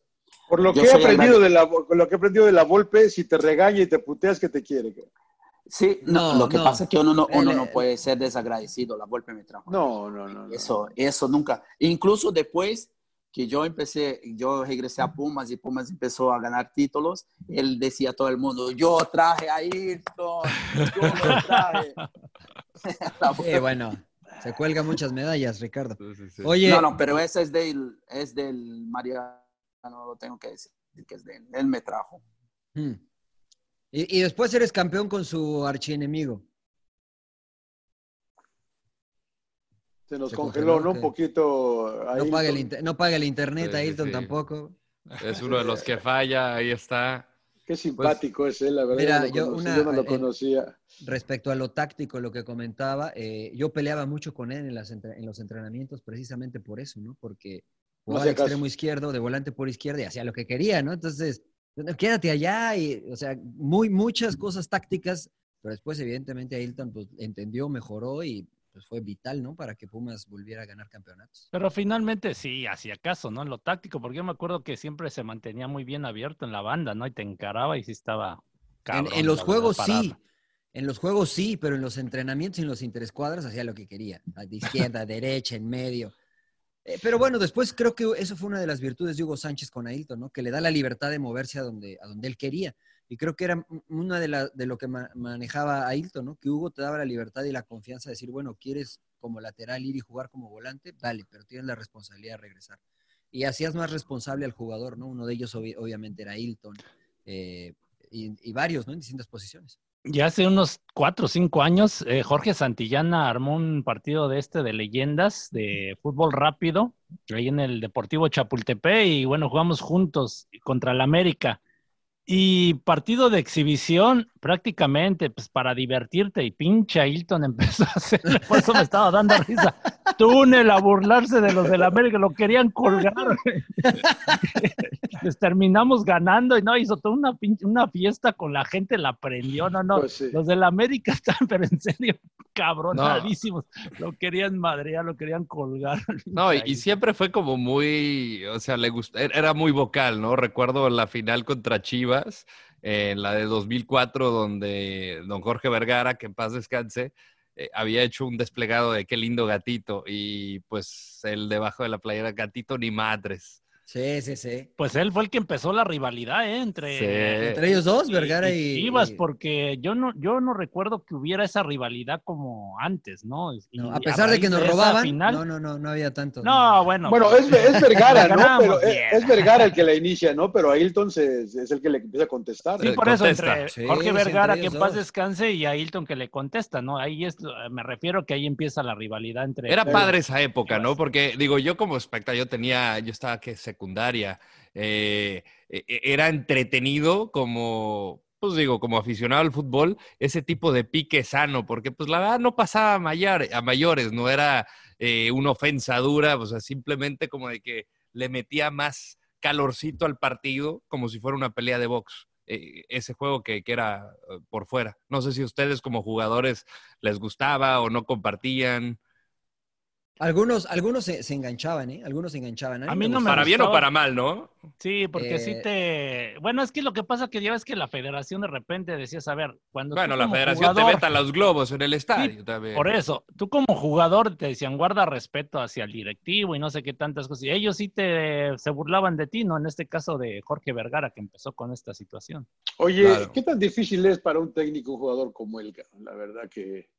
[SPEAKER 3] Por lo
[SPEAKER 5] Yo
[SPEAKER 3] que he
[SPEAKER 5] soy
[SPEAKER 3] aprendido
[SPEAKER 5] agrario.
[SPEAKER 3] de la, con lo que he aprendido de la Volpe, si te regaña y te puteas, que te quiere. güey.
[SPEAKER 5] Sí, no,
[SPEAKER 2] No,
[SPEAKER 5] lo que
[SPEAKER 2] no.
[SPEAKER 5] pasa es que uno no, uno
[SPEAKER 2] El-
[SPEAKER 5] no puede ser desagradecido. La Volpe me trajo.
[SPEAKER 3] No, no, no. no.
[SPEAKER 5] Eso, eso nunca. Incluso después que yo empecé, yo regresé a Pumas y Pumas empezó a ganar títulos, él decía a todo el mundo, yo traje a Ayrton, yo lo traje. La
[SPEAKER 2] Sí,
[SPEAKER 5] Volpe.
[SPEAKER 2] Eh, bueno, se cuelga muchas medallas, Ricardo. Oye,
[SPEAKER 5] No, no, pero ese es del, es del Mariano, lo tengo que decir, que es de él. Él me trajo.
[SPEAKER 2] mm. y, y después eres campeón con su archienemigo.
[SPEAKER 3] Se nos
[SPEAKER 2] Se
[SPEAKER 3] congeló,
[SPEAKER 2] congeló,
[SPEAKER 3] ¿no?
[SPEAKER 2] sí.
[SPEAKER 3] Un poquito.
[SPEAKER 2] No
[SPEAKER 3] ahí.
[SPEAKER 2] paga, el inter- no paga el internet,
[SPEAKER 4] Sí, sí,
[SPEAKER 2] Ayrton
[SPEAKER 4] sí.
[SPEAKER 2] tampoco.
[SPEAKER 4] Es uno de los que falla, ahí está. Pues,
[SPEAKER 3] Qué simpático es él, la verdad.
[SPEAKER 2] Mira,
[SPEAKER 3] yo, no lo
[SPEAKER 2] yo
[SPEAKER 3] conocí,
[SPEAKER 2] una-
[SPEAKER 3] yo no lo
[SPEAKER 2] en-
[SPEAKER 3] conocía.
[SPEAKER 2] Respecto a lo táctico, lo que comentaba, eh, yo peleaba mucho con él en, las entre- en los entrenamientos precisamente por eso, ¿no? Porque jugaba de
[SPEAKER 3] hacía caso.
[SPEAKER 2] extremo izquierdo, de volante por izquierda y hacía lo que quería, ¿no? Entonces, no, quédate allá y, o sea, muy, muchas cosas tácticas, pero después evidentemente Ailton pues, entendió, mejoró y pues, fue vital, ¿no? Para que Pumas volviera a ganar campeonatos.
[SPEAKER 1] Pero finalmente sí, hacía caso, ¿no? En lo táctico, porque yo me acuerdo que siempre se mantenía muy bien abierto en la banda, ¿no? Y te encaraba y sí estaba
[SPEAKER 2] En,
[SPEAKER 1] cabrón,
[SPEAKER 2] en los
[SPEAKER 1] la verdad,
[SPEAKER 2] juegos
[SPEAKER 1] pararla.
[SPEAKER 2] sí, en los juegos sí, pero en los entrenamientos y en los interescuadras hacía lo que quería, a- de izquierda, derecha, en medio. Eh, pero bueno, después creo que eso fue una de las virtudes de Hugo Sánchez con Ailton, ¿no? Que le da la libertad de moverse a donde, a donde él quería. Y creo que era una de, la, de lo que ma- manejaba Ailton, ¿no? Que Hugo te daba la libertad y la confianza de decir, bueno, quieres como lateral ir y jugar como volante, dale, pero tienes la responsabilidad de regresar. Y hacías más responsable al jugador, ¿no? Uno de ellos obvi- obviamente era Ailton eh, y, y varios, ¿no? En distintas posiciones.
[SPEAKER 1] Ya hace unos cuatro o cinco años, eh, Jorge Santillana armó un partido de este de leyendas de fútbol rápido, ahí en el Deportivo Chapultepec, y bueno, jugamos juntos contra el América. Y partido de exhibición, prácticamente, pues para divertirte, y pincha Hilton empezó a hacer, por eso me estaba dando risa, túnel a burlarse de los del América, lo querían colgar. les terminamos ganando y no hizo toda una, pin- una fiesta con la gente, la prendió, no, no.
[SPEAKER 3] Pues sí.
[SPEAKER 1] Los del América están, pero en serio, cabronadísimos. Lo querían madrear, lo querían colgar.
[SPEAKER 4] No, y, y siempre fue como muy, o sea, le gust- era- era muy vocal, ¿no? Recuerdo la final contra Chivas, eh, la de 2004, donde don Jorge Vergara, que en paz descanse, eh, había hecho un desplegado de qué lindo gatito, y pues el debajo de la playera, gatito ni madres.
[SPEAKER 2] Sí, sí, sí.
[SPEAKER 1] Pues él fue el que empezó la rivalidad ¿eh? entre,
[SPEAKER 4] Sí. Entre ellos dos, Vergara y-
[SPEAKER 1] Chivas,
[SPEAKER 2] y-
[SPEAKER 1] porque yo no, yo no recuerdo que hubiera esa rivalidad como antes, ¿no? Y
[SPEAKER 2] A pesar de
[SPEAKER 1] raíz
[SPEAKER 2] que nos
[SPEAKER 1] esa
[SPEAKER 2] robaban,
[SPEAKER 1] final-
[SPEAKER 2] no, no, no, no había tanto.
[SPEAKER 1] No, bueno. pues,
[SPEAKER 3] Bueno, es, es Vergara, ¿no?
[SPEAKER 1] Ganamos,
[SPEAKER 3] Pero es,
[SPEAKER 1] bien.
[SPEAKER 3] es Vergara el que la inicia, ¿no? Pero Ailton se- es el que le empieza a contestar.
[SPEAKER 1] Sí, por eso, entre
[SPEAKER 3] Sí,
[SPEAKER 1] Jorge
[SPEAKER 3] sí,
[SPEAKER 1] Vergara,
[SPEAKER 3] entre
[SPEAKER 1] que
[SPEAKER 3] ellos
[SPEAKER 1] en paz
[SPEAKER 3] dos.
[SPEAKER 1] descanse, y a Hilton que le contesta, ¿no? Ahí es, me refiero que ahí empieza la rivalidad entre...
[SPEAKER 4] Era padre esa época, ¿no? Porque, digo, yo como espectador, yo tenía, yo estaba que secundaria, eh, e- e- era entretenido como, pues digo, como aficionado al fútbol, ese tipo de pique sano, porque pues la verdad no pasaba a, mayar- a mayores, no era eh, una ofensa dura, o sea, simplemente como de que le metía más calorcito al partido, como si fuera una pelea de box. eh, Ese juego que, que era eh, por fuera. No sé si ustedes como jugadores les gustaba o no compartían.
[SPEAKER 2] Algunos, algunos se, se enganchaban, ¿eh? Algunos se enganchaban.
[SPEAKER 1] A mí no me
[SPEAKER 4] para bien o
[SPEAKER 1] gustaba.
[SPEAKER 4] para mal, ¿no?
[SPEAKER 1] Sí, porque sí
[SPEAKER 2] Eh,
[SPEAKER 1] te... Bueno, es que lo que pasa que ya ves que la federación de repente decías, a ver, cuando... tú
[SPEAKER 4] Bueno, la
[SPEAKER 1] como
[SPEAKER 4] federación te
[SPEAKER 1] jugador-
[SPEAKER 4] veta los globos en el estadio
[SPEAKER 1] Sí,
[SPEAKER 4] también.
[SPEAKER 1] Por eso, tú como jugador te decían, guarda respeto hacia el directivo y no sé qué tantas cosas. Y ellos sí te se burlaban de ti, ¿no? En este caso de Jorge Vergara, que empezó con esta situación.
[SPEAKER 3] Oye, ¿qué tan difícil es para un técnico, un jugador como él? cabrón? La verdad que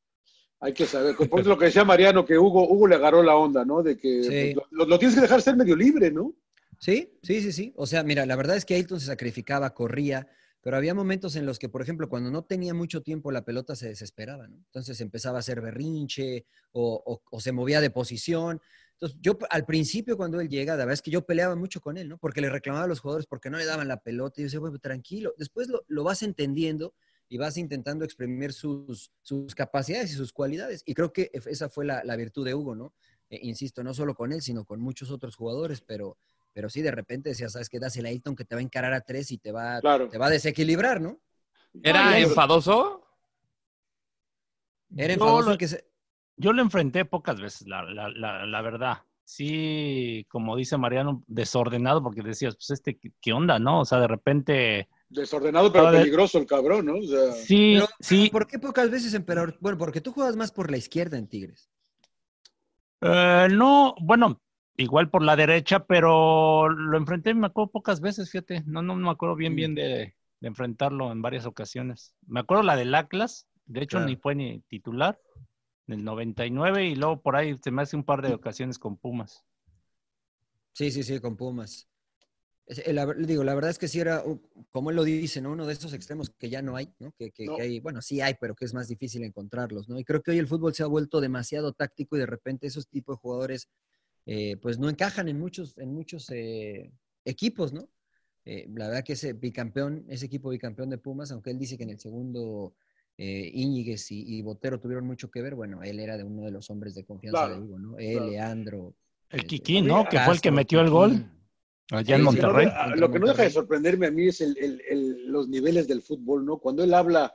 [SPEAKER 3] hay que saber. Por eso lo que decía Mariano, que Hugo, Hugo le agarró la onda, ¿no? De que
[SPEAKER 2] Sí.
[SPEAKER 3] pues, lo, lo tienes que dejar ser medio libre, ¿no?
[SPEAKER 2] Sí, sí, sí, sí. O sea, mira, la verdad es que Ailton se sacrificaba, corría, pero había momentos en los que, por ejemplo, cuando no tenía mucho tiempo, la pelota se desesperaba, ¿no? Entonces empezaba a hacer berrinche o, o- o se movía de posición. Entonces, yo al principio cuando él llega, la verdad es que yo peleaba mucho con él, ¿no? Porque le reclamaba a los jugadores porque no le daban la pelota. Y yo decía, bueno, tranquilo. Después lo, lo vas entendiendo y vas intentando exprimir sus, sus capacidades y sus cualidades. Y creo que esa fue la, la virtud de Hugo, ¿no? Eh, insisto, no solo con él, sino con muchos otros jugadores, pero, pero sí, de repente decías, ¿sabes qué? Das el Ailton que te va a encarar a tres y te va,
[SPEAKER 3] Claro.
[SPEAKER 2] te va a desequilibrar, ¿no?
[SPEAKER 4] ¿Era
[SPEAKER 2] No, y eso-
[SPEAKER 4] enfadoso?
[SPEAKER 2] Era
[SPEAKER 1] Yo
[SPEAKER 2] enfadoso
[SPEAKER 1] lo-
[SPEAKER 2] que se-
[SPEAKER 1] Yo lo enfrenté pocas veces, la, la- la- la verdad. Sí, como dice Mariano, desordenado, porque decías, pues este, ¿qué- ¿qué onda, no? O sea, de repente...
[SPEAKER 3] Desordenado, pero
[SPEAKER 1] A ver.
[SPEAKER 3] peligroso el cabrón, ¿no? O sea,
[SPEAKER 1] Sí,
[SPEAKER 2] Pero,
[SPEAKER 1] sí.
[SPEAKER 2] ¿Por qué pocas veces, emperador? Bueno, porque tú juegas más por la izquierda en Tigres.
[SPEAKER 1] Eh, no, bueno, igual por la derecha, pero lo enfrenté, me acuerdo pocas veces, fíjate. No, no me acuerdo bien, bien de, de enfrentarlo en varias ocasiones. Me acuerdo la del Atlas, de hecho
[SPEAKER 2] Claro.
[SPEAKER 1] ni fue ni titular, en el 99, y luego por ahí se me hace un par de ocasiones con Pumas.
[SPEAKER 2] Sí, sí, sí, con Pumas. Es- eh, la ver- digo, la verdad es que sí era, uh, como él lo dice, ¿no? Uno de esos extremos que ya no hay, ¿no? Que, que-
[SPEAKER 3] No.
[SPEAKER 2] que hay, bueno, sí hay, pero que es más difícil encontrarlos, ¿no? Y creo que hoy el fútbol se ha vuelto demasiado táctico y de repente esos tipos de jugadores, eh, pues no encajan en muchos, en muchos eh, equipos, ¿no? Eh, la verdad que ese bicampeón, ese equipo bicampeón de Pumas, aunque él dice que en el segundo eh, Íñiguez y, y Botero tuvieron mucho que ver, bueno, él era de uno de los hombres de confianza
[SPEAKER 3] Claro,
[SPEAKER 2] de Hugo, ¿no? Él,
[SPEAKER 3] claro.
[SPEAKER 2] Leandro.
[SPEAKER 1] El
[SPEAKER 2] eh,
[SPEAKER 1] Kikín, ¿no? Que fue el que
[SPEAKER 2] Castro,
[SPEAKER 1] metió el gol allá
[SPEAKER 3] Sí, sí,
[SPEAKER 1] en Monterrey.
[SPEAKER 3] no, lo- lo que no deja de sorprenderme a mí es el- el- el- los niveles del fútbol, ¿no? Cuando él habla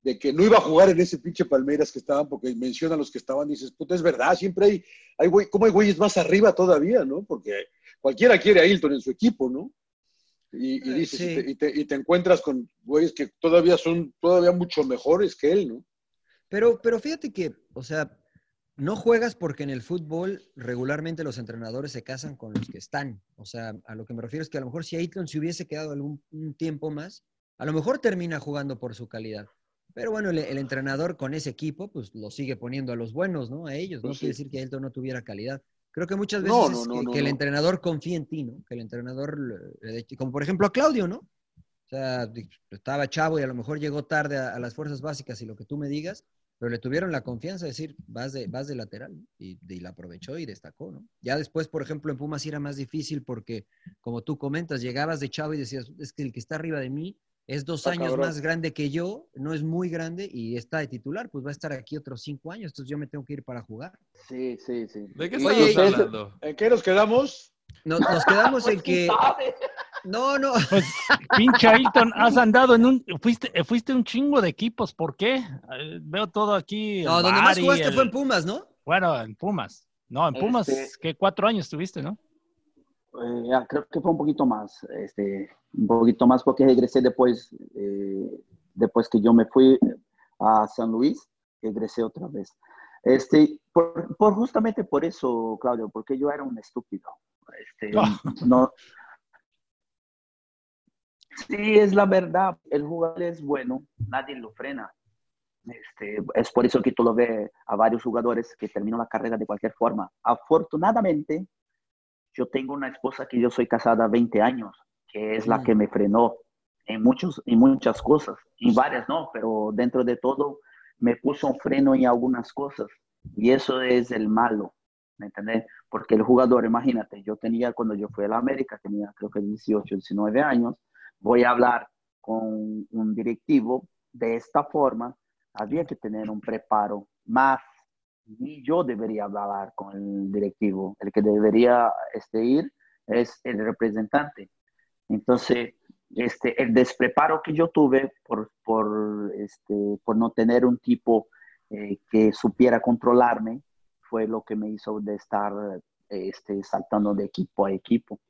[SPEAKER 3] de que no iba a jugar en ese pinche Palmeiras que estaban, porque menciona a los que estaban, dices, puta, es verdad, siempre hay, hay güey, ¿cómo hay güeyes más arriba todavía, no? Porque cualquiera quiere a Hilton en su equipo, ¿no? Y, y dices,
[SPEAKER 2] sí.
[SPEAKER 3] y, te, y te- y te encuentras con güeyes que todavía son todavía mucho mejores que él, ¿no?
[SPEAKER 2] Pero, pero fíjate que, o sea, no juegas porque en el fútbol regularmente los entrenadores se casan con los que están. O sea, a lo que me refiero es que a lo mejor si Aitlon se hubiese quedado algún un tiempo más, A lo mejor termina jugando por su calidad. Pero bueno, el, el entrenador con ese equipo, pues lo sigue poniendo a los buenos, ¿no? A ellos. No
[SPEAKER 3] Pues sí.
[SPEAKER 2] quiere decir que Ailton no tuviera calidad. Creo que muchas veces
[SPEAKER 3] No,
[SPEAKER 2] es
[SPEAKER 3] no, no,
[SPEAKER 2] que,
[SPEAKER 3] no,
[SPEAKER 2] que el
[SPEAKER 3] no.
[SPEAKER 2] entrenador confía en ti, ¿no? Que el entrenador, le- le dé- como por ejemplo a Claudio, ¿no? O sea, di- estaba chavo y a lo mejor llegó tarde a, a las fuerzas básicas y lo que tú me digas, pero le tuvieron la confianza de decir, vas de, vas de lateral, ¿no? y, y la aprovechó y destacó, ¿no? Ya después, por ejemplo, en Pumas sí era más difícil porque, como tú comentas, llegabas de chavo y decías, es que el que está arriba de mí es dos
[SPEAKER 3] Está
[SPEAKER 2] años
[SPEAKER 3] cabrón.
[SPEAKER 2] más grande que yo, no es muy grande y está de titular, pues va a estar aquí otros cinco años, entonces yo me tengo que ir para jugar.
[SPEAKER 3] Sí, sí, sí.
[SPEAKER 4] ¿De qué
[SPEAKER 2] Oye,
[SPEAKER 4] estamos
[SPEAKER 2] ¿ustedes-
[SPEAKER 4] hablando?
[SPEAKER 3] ¿En qué nos quedamos?
[SPEAKER 2] No- nos quedamos en que... No, no.
[SPEAKER 1] Pues Pinche Ailton, has andado en un. Fuiste, eh, fuiste un chingo de equipos, ¿por qué? Eh, Veo todo aquí. el
[SPEAKER 2] No, donde
[SPEAKER 1] Bari,
[SPEAKER 2] más jugaste
[SPEAKER 1] el-
[SPEAKER 2] fue en Pumas, ¿no?
[SPEAKER 1] Bueno, en Pumas. No, en Pumas,
[SPEAKER 5] Este-
[SPEAKER 1] que cuatro años tuviste, ¿no?
[SPEAKER 5] Eh, ya, creo que fue un poquito más, este, un poquito más porque regresé después, eh, después que yo me fui a San Luis, regresé otra vez. Este, por, por- justamente por eso, Claudio, porque yo era un estúpido. Este, no. Sí, es la verdad, el jugador es bueno, nadie lo frena. Este, es por eso que tú lo ves a varios jugadores que terminan la carrera de cualquier forma. Afortunadamente, yo tengo una esposa que yo soy casada 20 años, que es la que me frenó en, muchos, en muchas cosas, en varias no, pero dentro de todo me puso un freno en algunas cosas. Y eso es el malo, ¿me entendés? Porque el jugador, imagínate, yo tenía, cuando yo fui a la América, tenía creo que 18, 19 años, voy a hablar con un directivo de esta forma, había que tener un preparo más ni yo debería hablar con el directivo. El que debería este, ir es el representante. Entonces, este, el despreparo que yo tuve por, por, este, por no tener un tipo eh, que supiera controlarme fue lo que me hizo de estar eh, este, saltando de equipo a equipo.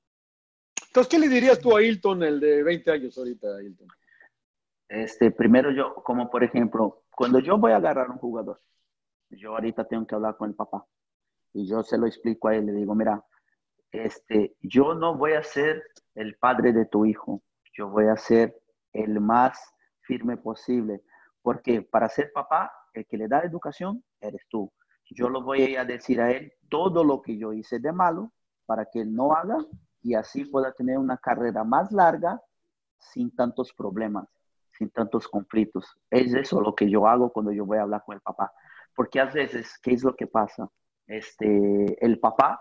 [SPEAKER 3] Entonces, ¿qué le dirías tú a Hilton, el de 20 años ahorita, Hilton?
[SPEAKER 5] Este, primero yo, como por ejemplo, cuando yo voy a agarrar un jugador, yo ahorita tengo que hablar con el papá y yo se lo explico a él, le digo, mira, este, yo no voy a ser el padre de tu hijo, yo voy a ser el más firme posible, porque para ser papá, el que le da la educación eres tú. Yo lo voy a ir a decir a él todo lo que yo hice de malo para que él no haga y así pueda tener una carrera más larga sin tantos problemas, sin tantos conflictos. Es eso lo que yo hago cuando yo voy a hablar con el papá. Porque a veces, ¿qué es lo que pasa? Este, el papá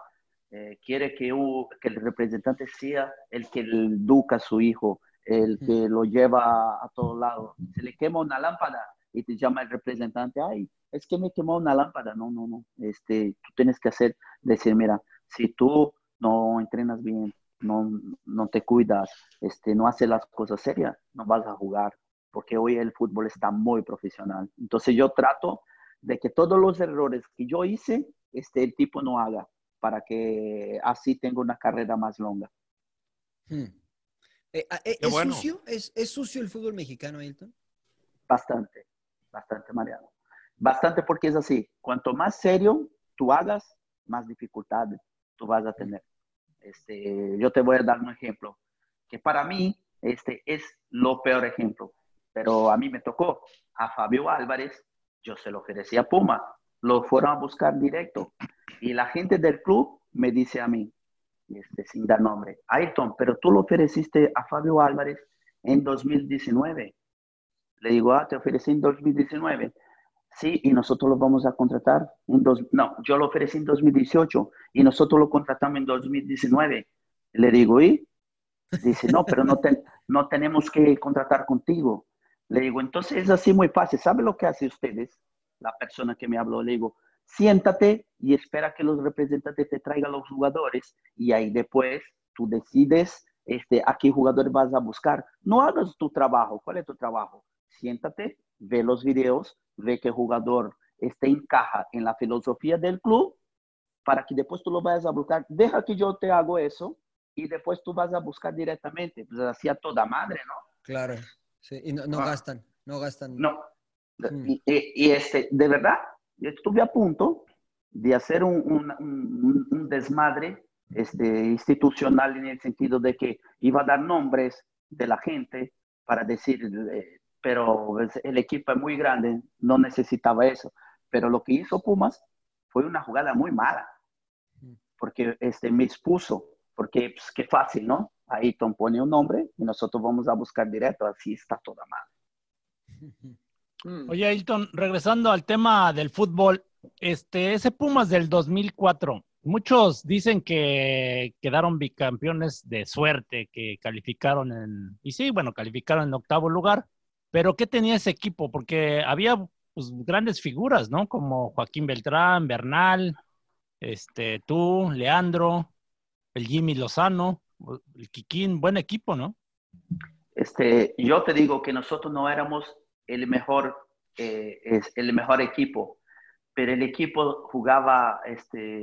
[SPEAKER 5] eh, quiere que, u- que el representante sea el que educa a su hijo, el que lo lleva a todos lados. Se le quema una lámpara y te llama el representante, ay, es que me quemó una lámpara. No, no, no. Este, tú tienes que hacer, decir, mira, si tú no entrenas bien, no, no te cuidas, este, no haces las cosas serias, no vas a jugar, porque hoy el fútbol está muy profesional. Entonces yo trato de que todos los errores que yo hice, este, el tipo no haga, para que así tenga una carrera más longa.
[SPEAKER 2] Hmm. Eh, ah, eh,
[SPEAKER 5] Qué
[SPEAKER 2] ¿es,
[SPEAKER 5] bueno.
[SPEAKER 2] sucio? ¿Es, es sucio el fútbol mexicano, Ailton?
[SPEAKER 5] Bastante, bastante mareado. Bastante porque es así, cuanto más serio tú hagas, más dificultades tú vas a tener. Este, yo te voy a dar un ejemplo, que para mí este es lo peor ejemplo, pero a mí me tocó, a Fabio Álvarez, yo se lo ofrecí a Puma, lo fueron a buscar directo y la gente del club me dice a mí, este, sin dar nombre, Ayrton, pero tú lo ofreciste a Fabio Álvarez en 2019. Le digo, ah, te ofrecí en 2019. Sí, y nosotros lo vamos a contratar en dos, no, yo lo ofrecí en 2018 y nosotros lo contratamos en 2019. Le digo, ¿y? Dice, no, pero no, te- no tenemos que contratar contigo. Le digo, entonces es así muy fácil. ¿Sabe lo que hace ustedes? La persona que me habló, le digo, siéntate y espera que los representantes te traigan los jugadores y ahí después tú decides este, a qué jugador vas a buscar. No hagas tu trabajo. ¿Cuál es tu trabajo? Siéntate, ve los videos, ve qué jugador este, encaja en la filosofía del club para que después tú lo vayas a buscar. Deja que yo te hago eso y después tú vas a buscar directamente. Pues así a toda madre, ¿no?
[SPEAKER 2] Claro. Sí, y no, no gastan, no gastan.
[SPEAKER 5] No. Y, y- y, este, de verdad, yo estuve a punto de hacer un, un- un- un desmadre este, institucional en el sentido de que iba a dar nombres de la gente, para decir, eh, pero es- el equipo es muy grande, no necesitaba eso. Pero lo que hizo Pumas fue una jugada muy mala, porque este, me expuso, porque pues, qué fácil, ¿no? Ayrton pone un nombre y nosotros vamos a buscar directo, así está toda mal.
[SPEAKER 1] Oye, Ailton, regresando al tema del fútbol, este, ese Pumas del 2004, muchos dicen que quedaron bicampeones de suerte, que calificaron en, y sí, bueno, calificaron en octavo lugar, pero ¿qué tenía ese equipo? Porque había pues, grandes figuras, ¿no? Como Joaquín Beltrán, Bernal, este, tú, Leandro, el Jimmy Lozano, el Kikín, buen equipo, ¿no?
[SPEAKER 5] Este, yo te digo que nosotros no éramos el mejor, eh, es el mejor equipo, pero el equipo jugaba, este,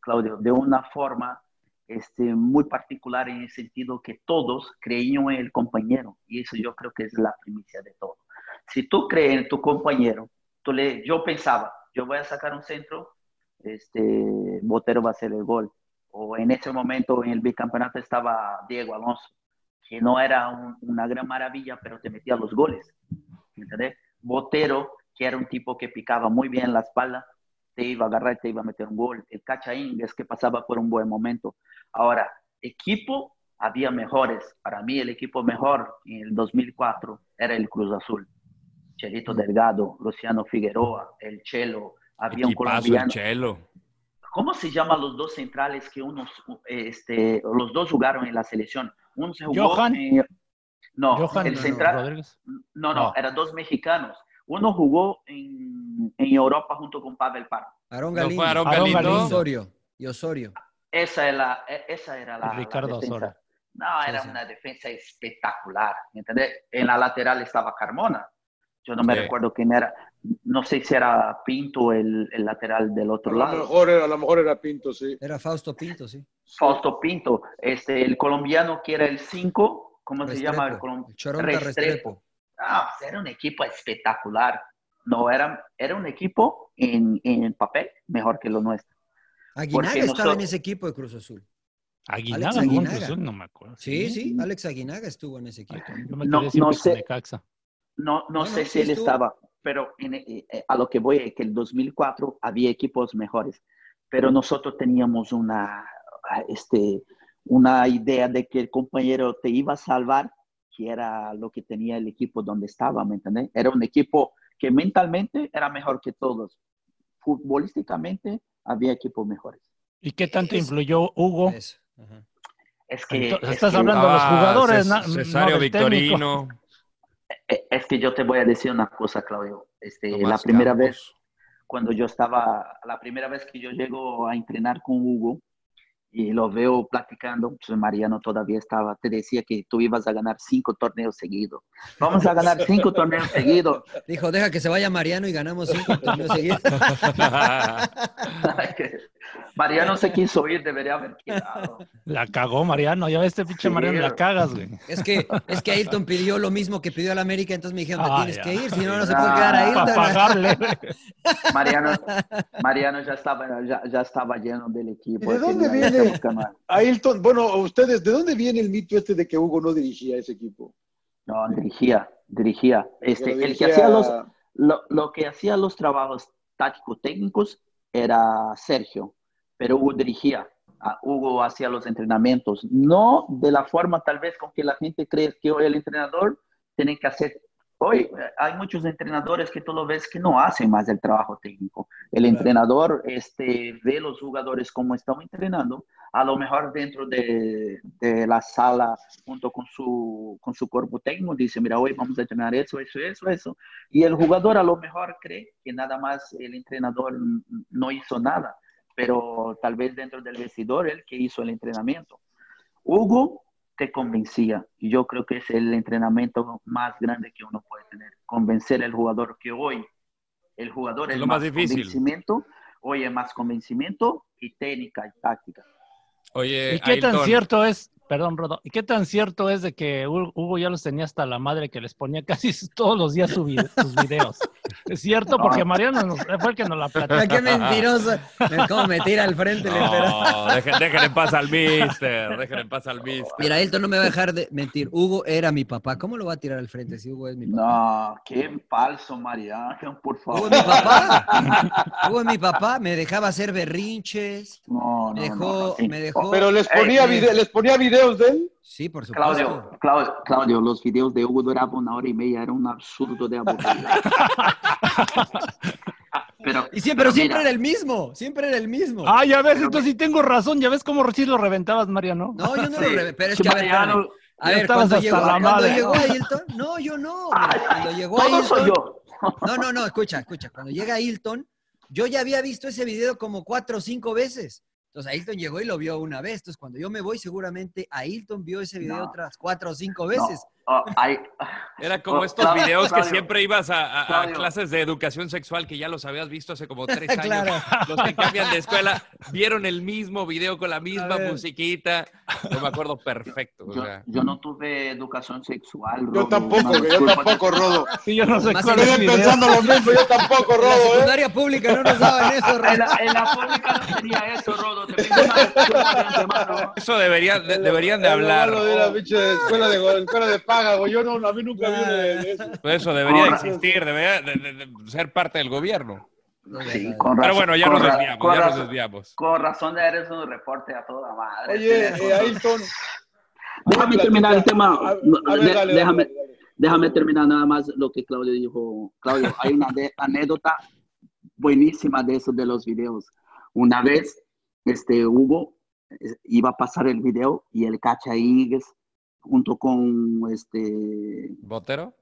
[SPEAKER 5] Claudio, de una forma este, muy particular en el sentido que todos creían en el compañero, y eso yo creo que es la primicia de todo. Si tú crees en tu compañero, tú le, yo pensaba, yo voy a sacar un centro, este, Botero va a hacer el gol, o en ese momento en el bicampeonato estaba Diego Alonso que no era un- una gran maravilla, pero te metía los goles. ¿me ¿Entendés? Botero, que era un tipo que picaba muy bien la espalda, te iba a agarrar y te iba a meter un gol. El Cacha Inglés, que pasaba por un buen momento. Ahora, equipo, había mejores. Para mí, el equipo mejor en el 2004 era el Cruz Azul. Chelito Delgado, Luciano Figueroa, el Chelo, había un
[SPEAKER 4] Equipazo el
[SPEAKER 5] colombiano.
[SPEAKER 4] Chelo.
[SPEAKER 5] ¿Cómo se llaman los dos centrales que unos, este, los dos jugaron en la selección? Uno se jugó
[SPEAKER 1] Johan.
[SPEAKER 5] en- no,
[SPEAKER 1] Johan
[SPEAKER 5] el central.
[SPEAKER 1] Rodríguez.
[SPEAKER 5] No, no,
[SPEAKER 1] No.
[SPEAKER 5] eran dos mexicanos. Uno jugó en, en Europa junto con Pavel Parra.
[SPEAKER 2] Aarón
[SPEAKER 4] No fue
[SPEAKER 2] Galindo.
[SPEAKER 4] Aarón Aarón Galindo. Galindo.
[SPEAKER 2] Osorio. Y Osorio.
[SPEAKER 5] Esa era la, e- esa era la, la
[SPEAKER 2] Ricardo
[SPEAKER 5] defensa.
[SPEAKER 2] Osorio.
[SPEAKER 5] No,
[SPEAKER 2] Sí,
[SPEAKER 5] era
[SPEAKER 2] sí.
[SPEAKER 5] una defensa espectacular. ¿entendés? En la lateral estaba Carmona. Yo no me
[SPEAKER 3] Sí.
[SPEAKER 5] recuerdo quién era. No sé si era Pinto el, el lateral del otro
[SPEAKER 3] A lo,
[SPEAKER 5] lado.
[SPEAKER 3] mejor era, a lo mejor era Pinto, sí.
[SPEAKER 2] Era Fausto Pinto, sí.
[SPEAKER 5] Fausto Pinto, este, el colombiano que era el 5, ¿cómo
[SPEAKER 2] Restrepo,
[SPEAKER 5] se llama? El colom-
[SPEAKER 2] Choronta Restrepo.
[SPEAKER 5] Ah, pues era un equipo espectacular. No, era, era un equipo en, en el papel mejor que lo nuestro.
[SPEAKER 2] Aguinaga
[SPEAKER 5] Porque
[SPEAKER 2] estaba
[SPEAKER 5] nosotros-
[SPEAKER 2] en ese equipo de Cruz Azul.
[SPEAKER 1] Aguinaga,
[SPEAKER 2] Alex
[SPEAKER 1] jugó en
[SPEAKER 2] Aguinaga.
[SPEAKER 1] Cruz Azul, no me
[SPEAKER 5] Ah,
[SPEAKER 1] acuerdo.
[SPEAKER 2] Sí, sí, Alex Aguinaga estuvo en ese equipo.
[SPEAKER 1] Yo me
[SPEAKER 5] No,
[SPEAKER 1] quedé siempre
[SPEAKER 5] no
[SPEAKER 1] con
[SPEAKER 5] sé.
[SPEAKER 1] Necaxa.
[SPEAKER 5] No, no,
[SPEAKER 2] No,
[SPEAKER 5] sé
[SPEAKER 2] no,
[SPEAKER 5] si
[SPEAKER 2] sí
[SPEAKER 5] él
[SPEAKER 2] estuvo.
[SPEAKER 5] estaba, pero en- eh, eh, a lo que voy es que el 2004 había equipos mejores, pero nosotros teníamos una, ah, este, una idea de que el compañero te iba a salvar, que era lo que tenía el equipo donde estaba, ¿me entendés? Era un equipo que mentalmente era mejor que todos. Futbolísticamente había equipos mejores.
[SPEAKER 1] ¿Y qué tanto influyó Hugo?
[SPEAKER 5] Es que...
[SPEAKER 1] Entonces,
[SPEAKER 5] es
[SPEAKER 1] estás
[SPEAKER 5] que-
[SPEAKER 1] hablando de los jugadores,
[SPEAKER 4] Ces-
[SPEAKER 1] na-
[SPEAKER 4] Cesario
[SPEAKER 1] no del técnico.
[SPEAKER 4] Victorino.
[SPEAKER 5] Eh, Es que yo te voy a decir una cosa, Claudio. Este,
[SPEAKER 4] Tomás
[SPEAKER 5] la primera
[SPEAKER 4] Campos.
[SPEAKER 5] vez, cuando yo estaba, la primera vez que yo llego a entrenar con Hugo y lo veo platicando, pues Mariano todavía estaba, te decía que tú ibas a ganar cinco torneos seguidos. Vamos a ganar cinco torneos seguidos.
[SPEAKER 2] Dijo, deja que se vaya Mariano y ganamos cinco pues, torneos seguidos.
[SPEAKER 5] Mariano se quiso ir, debería haber quedado.
[SPEAKER 1] La cagó Mariano, ya ves, este pinche
[SPEAKER 5] Sí.
[SPEAKER 1] Mariano la cagas, güey.
[SPEAKER 2] Es que, es que Ailton pidió lo mismo que pidió al América, entonces me dijeron, te
[SPEAKER 1] Ah,
[SPEAKER 2] tienes
[SPEAKER 1] ya.
[SPEAKER 2] que ir, si no, no se
[SPEAKER 5] Ah,
[SPEAKER 2] puede quedar
[SPEAKER 5] pa'
[SPEAKER 2] Ailton.
[SPEAKER 1] pagarle.
[SPEAKER 5] Mariano, Mariano ya estaba, ya, ya estaba lleno del equipo.
[SPEAKER 3] ¿De dónde
[SPEAKER 5] Tenía-
[SPEAKER 3] viene? Ailton, bueno, ustedes, ¿de dónde viene el mito este de que Hugo no dirigía ese equipo?
[SPEAKER 5] No, dirigía, dirigía. Este,
[SPEAKER 3] Pero
[SPEAKER 5] el que
[SPEAKER 3] dirigía-
[SPEAKER 5] hacía los, lo, lo que hacía los trabajos táctico-técnicos era Sergio, pero Hugo dirigía. Ah, Hugo hacía los entrenamientos, no de la forma tal vez con que la gente cree que hoy el entrenador tiene que hacer. Hoy eh, hay muchos entrenadores que tú lo ves que no hacen más el trabajo técnico. El entrenador este, ve los jugadores como están entrenando, a lo mejor dentro de, de la sala junto con su, con su cuerpo técnico, dice, mira, hoy vamos a entrenar eso, eso, eso, eso. Y el jugador a lo mejor cree que nada más el entrenador n- no hizo nada, pero tal vez dentro del vestidor él que hizo el entrenamiento. Hugo te convencía y yo creo que es el entrenamiento más grande que uno puede tener, convencer al jugador que hoy el jugador
[SPEAKER 4] Es
[SPEAKER 5] es
[SPEAKER 4] lo
[SPEAKER 5] más,
[SPEAKER 4] más difícil.
[SPEAKER 5] convencimiento, hoy es más convencimiento y técnica y táctica.
[SPEAKER 4] Oye,
[SPEAKER 1] ¿Y qué
[SPEAKER 4] Eh,
[SPEAKER 1] tan
[SPEAKER 4] Ailton,
[SPEAKER 1] cierto es Perdón, Rodo. ¿Y qué tan cierto es de que Hu- Hugo ya los tenía hasta la madre que les ponía casi todos los días su vi- sus videos? ¿Es cierto? Porque Mariano nos- fue el que nos la platicó.
[SPEAKER 2] Qué mentiroso. Cómo me tira al frente. le espera.
[SPEAKER 4] No, dejen, dejen en paz al mister, dejen en paz al mister.
[SPEAKER 2] Mira, Elton no me va a dejar de mentir. Hugo era mi papá. ¿Cómo lo va a tirar al frente si Hugo es mi
[SPEAKER 5] No, qué falso, Mariano, por favor.
[SPEAKER 2] Hugo es mi papá. Hugo es mi papá. Me dejaba hacer berrinches.
[SPEAKER 5] No,
[SPEAKER 2] me
[SPEAKER 5] no,
[SPEAKER 2] dejó,
[SPEAKER 5] no, no, sí. eh,
[SPEAKER 2] me dejó.
[SPEAKER 7] Pero les ponía,
[SPEAKER 2] me-
[SPEAKER 7] vide- les ponía videos de él.
[SPEAKER 2] Sí, por supuesto.
[SPEAKER 5] Claudio, Claudio, Claudio, los videos de Hugo duraban una hora y media, era un absurdo de aburrido. pero,
[SPEAKER 2] Y siempre, pero siempre
[SPEAKER 5] mira,
[SPEAKER 2] era el mismo. Siempre era el mismo.
[SPEAKER 1] Ah, ya ves, entonces sí tengo razón. Ya ves cómo sí lo reventabas, Mariano.
[SPEAKER 2] No, yo no lo reventé, pero es
[SPEAKER 1] Sí,
[SPEAKER 2] que a ver,
[SPEAKER 1] Mariano,
[SPEAKER 2] espérame. a
[SPEAKER 1] ya
[SPEAKER 2] ver,
[SPEAKER 1] estabas
[SPEAKER 2] cuando
[SPEAKER 1] hasta
[SPEAKER 2] llegó,
[SPEAKER 1] la
[SPEAKER 2] cuando
[SPEAKER 1] madre,
[SPEAKER 2] llegó
[SPEAKER 1] ¿no?
[SPEAKER 2] Hilton, no, yo no, mira, cuando llegó
[SPEAKER 5] todo soy
[SPEAKER 2] Hilton, no, no, no, escucha, escucha, cuando llega Hilton, yo ya había visto ese video como cuatro o cinco veces, entonces a Hilton llegó y lo vio una vez, entonces cuando yo me voy seguramente a Hilton vio ese video
[SPEAKER 5] No.
[SPEAKER 2] otras cuatro o cinco veces,
[SPEAKER 5] oh, ay,
[SPEAKER 4] Era como
[SPEAKER 5] Oh,
[SPEAKER 4] estos
[SPEAKER 5] Claudio,
[SPEAKER 4] videos que
[SPEAKER 5] Claudio,
[SPEAKER 4] siempre ibas a, a- a
[SPEAKER 5] Claudio.
[SPEAKER 4] clases de educación sexual que ya los habías visto hace como tres años.
[SPEAKER 2] Claro.
[SPEAKER 4] Los que cambian de escuela vieron el mismo video con la misma musiquita. Yo me acuerdo perfecto. o
[SPEAKER 5] yo,
[SPEAKER 4] sea.
[SPEAKER 5] yo no tuve educación sexual.
[SPEAKER 7] Yo
[SPEAKER 5] Rodo,
[SPEAKER 7] tampoco,
[SPEAKER 5] una
[SPEAKER 7] güey, yo
[SPEAKER 5] disculpa.
[SPEAKER 7] tampoco, Rodo.
[SPEAKER 1] Sí, yo no sé
[SPEAKER 5] Más
[SPEAKER 1] cuál
[SPEAKER 5] en
[SPEAKER 1] es
[SPEAKER 5] el
[SPEAKER 1] el video.
[SPEAKER 7] Pensando lo mismo, yo tampoco,
[SPEAKER 2] en la
[SPEAKER 7] Rodo, ¿eh?
[SPEAKER 2] secundaria pública no nos daban eso,
[SPEAKER 5] En
[SPEAKER 2] Rodo.
[SPEAKER 5] la, en la pública no tenía eso, Rodo. Te pido una disculpa de antemano.
[SPEAKER 4] Eso deberían de, deberían de
[SPEAKER 7] El
[SPEAKER 4] hablar.
[SPEAKER 7] malo de la pinche escuela de, escuela de paga, güey. Yo no, a mí nunca vi una de, de eso.
[SPEAKER 4] Eso debería
[SPEAKER 5] Ahora-
[SPEAKER 4] existir, debería de- de- de ser parte del gobierno.
[SPEAKER 5] Sí, con razón.
[SPEAKER 4] Pero bueno, ya
[SPEAKER 5] con
[SPEAKER 4] nos
[SPEAKER 5] ra-
[SPEAKER 4] desviamos,
[SPEAKER 5] con
[SPEAKER 4] ya nos
[SPEAKER 5] razón-
[SPEAKER 4] desviamos.
[SPEAKER 5] Con razón de eres un reporte a toda madre.
[SPEAKER 7] Oye,
[SPEAKER 5] Sí,
[SPEAKER 7] eh, Ailton,
[SPEAKER 5] Déjame
[SPEAKER 7] platica.
[SPEAKER 5] terminar el tema.
[SPEAKER 7] Ah, A- a ver,
[SPEAKER 5] No,
[SPEAKER 7] dale,
[SPEAKER 5] de-
[SPEAKER 7] dale,
[SPEAKER 5] déjame,
[SPEAKER 7] dale, dale.
[SPEAKER 5] déjame terminar nada más lo que Claudio dijo. Claudio, hay una de- anécdota buenísima de eso de los videos. Una vez, este Hugo eh, iba a pasar el video y el Cacha Higues junto con este
[SPEAKER 4] ¿Botero?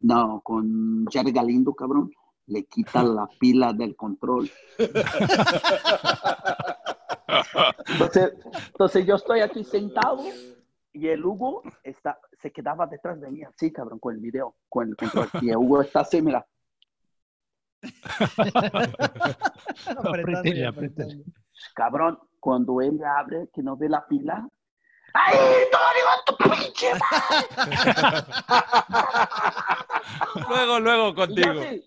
[SPEAKER 5] no, con Jerry Galindo, cabrón, le quita la pila del control. Entonces, entonces yo estoy aquí sentado y el Hugo está, se quedaba detrás de mí así, cabrón, con el video, con el control. Y el Hugo está así, mira.
[SPEAKER 1] Apriétele, apriétele.
[SPEAKER 5] Cabrón, cuando él me abre, que no ve la pila. ¡Ay, no, digo, tu pinche
[SPEAKER 4] Luego, luego
[SPEAKER 5] madre! Y
[SPEAKER 4] contigo.
[SPEAKER 5] yo así,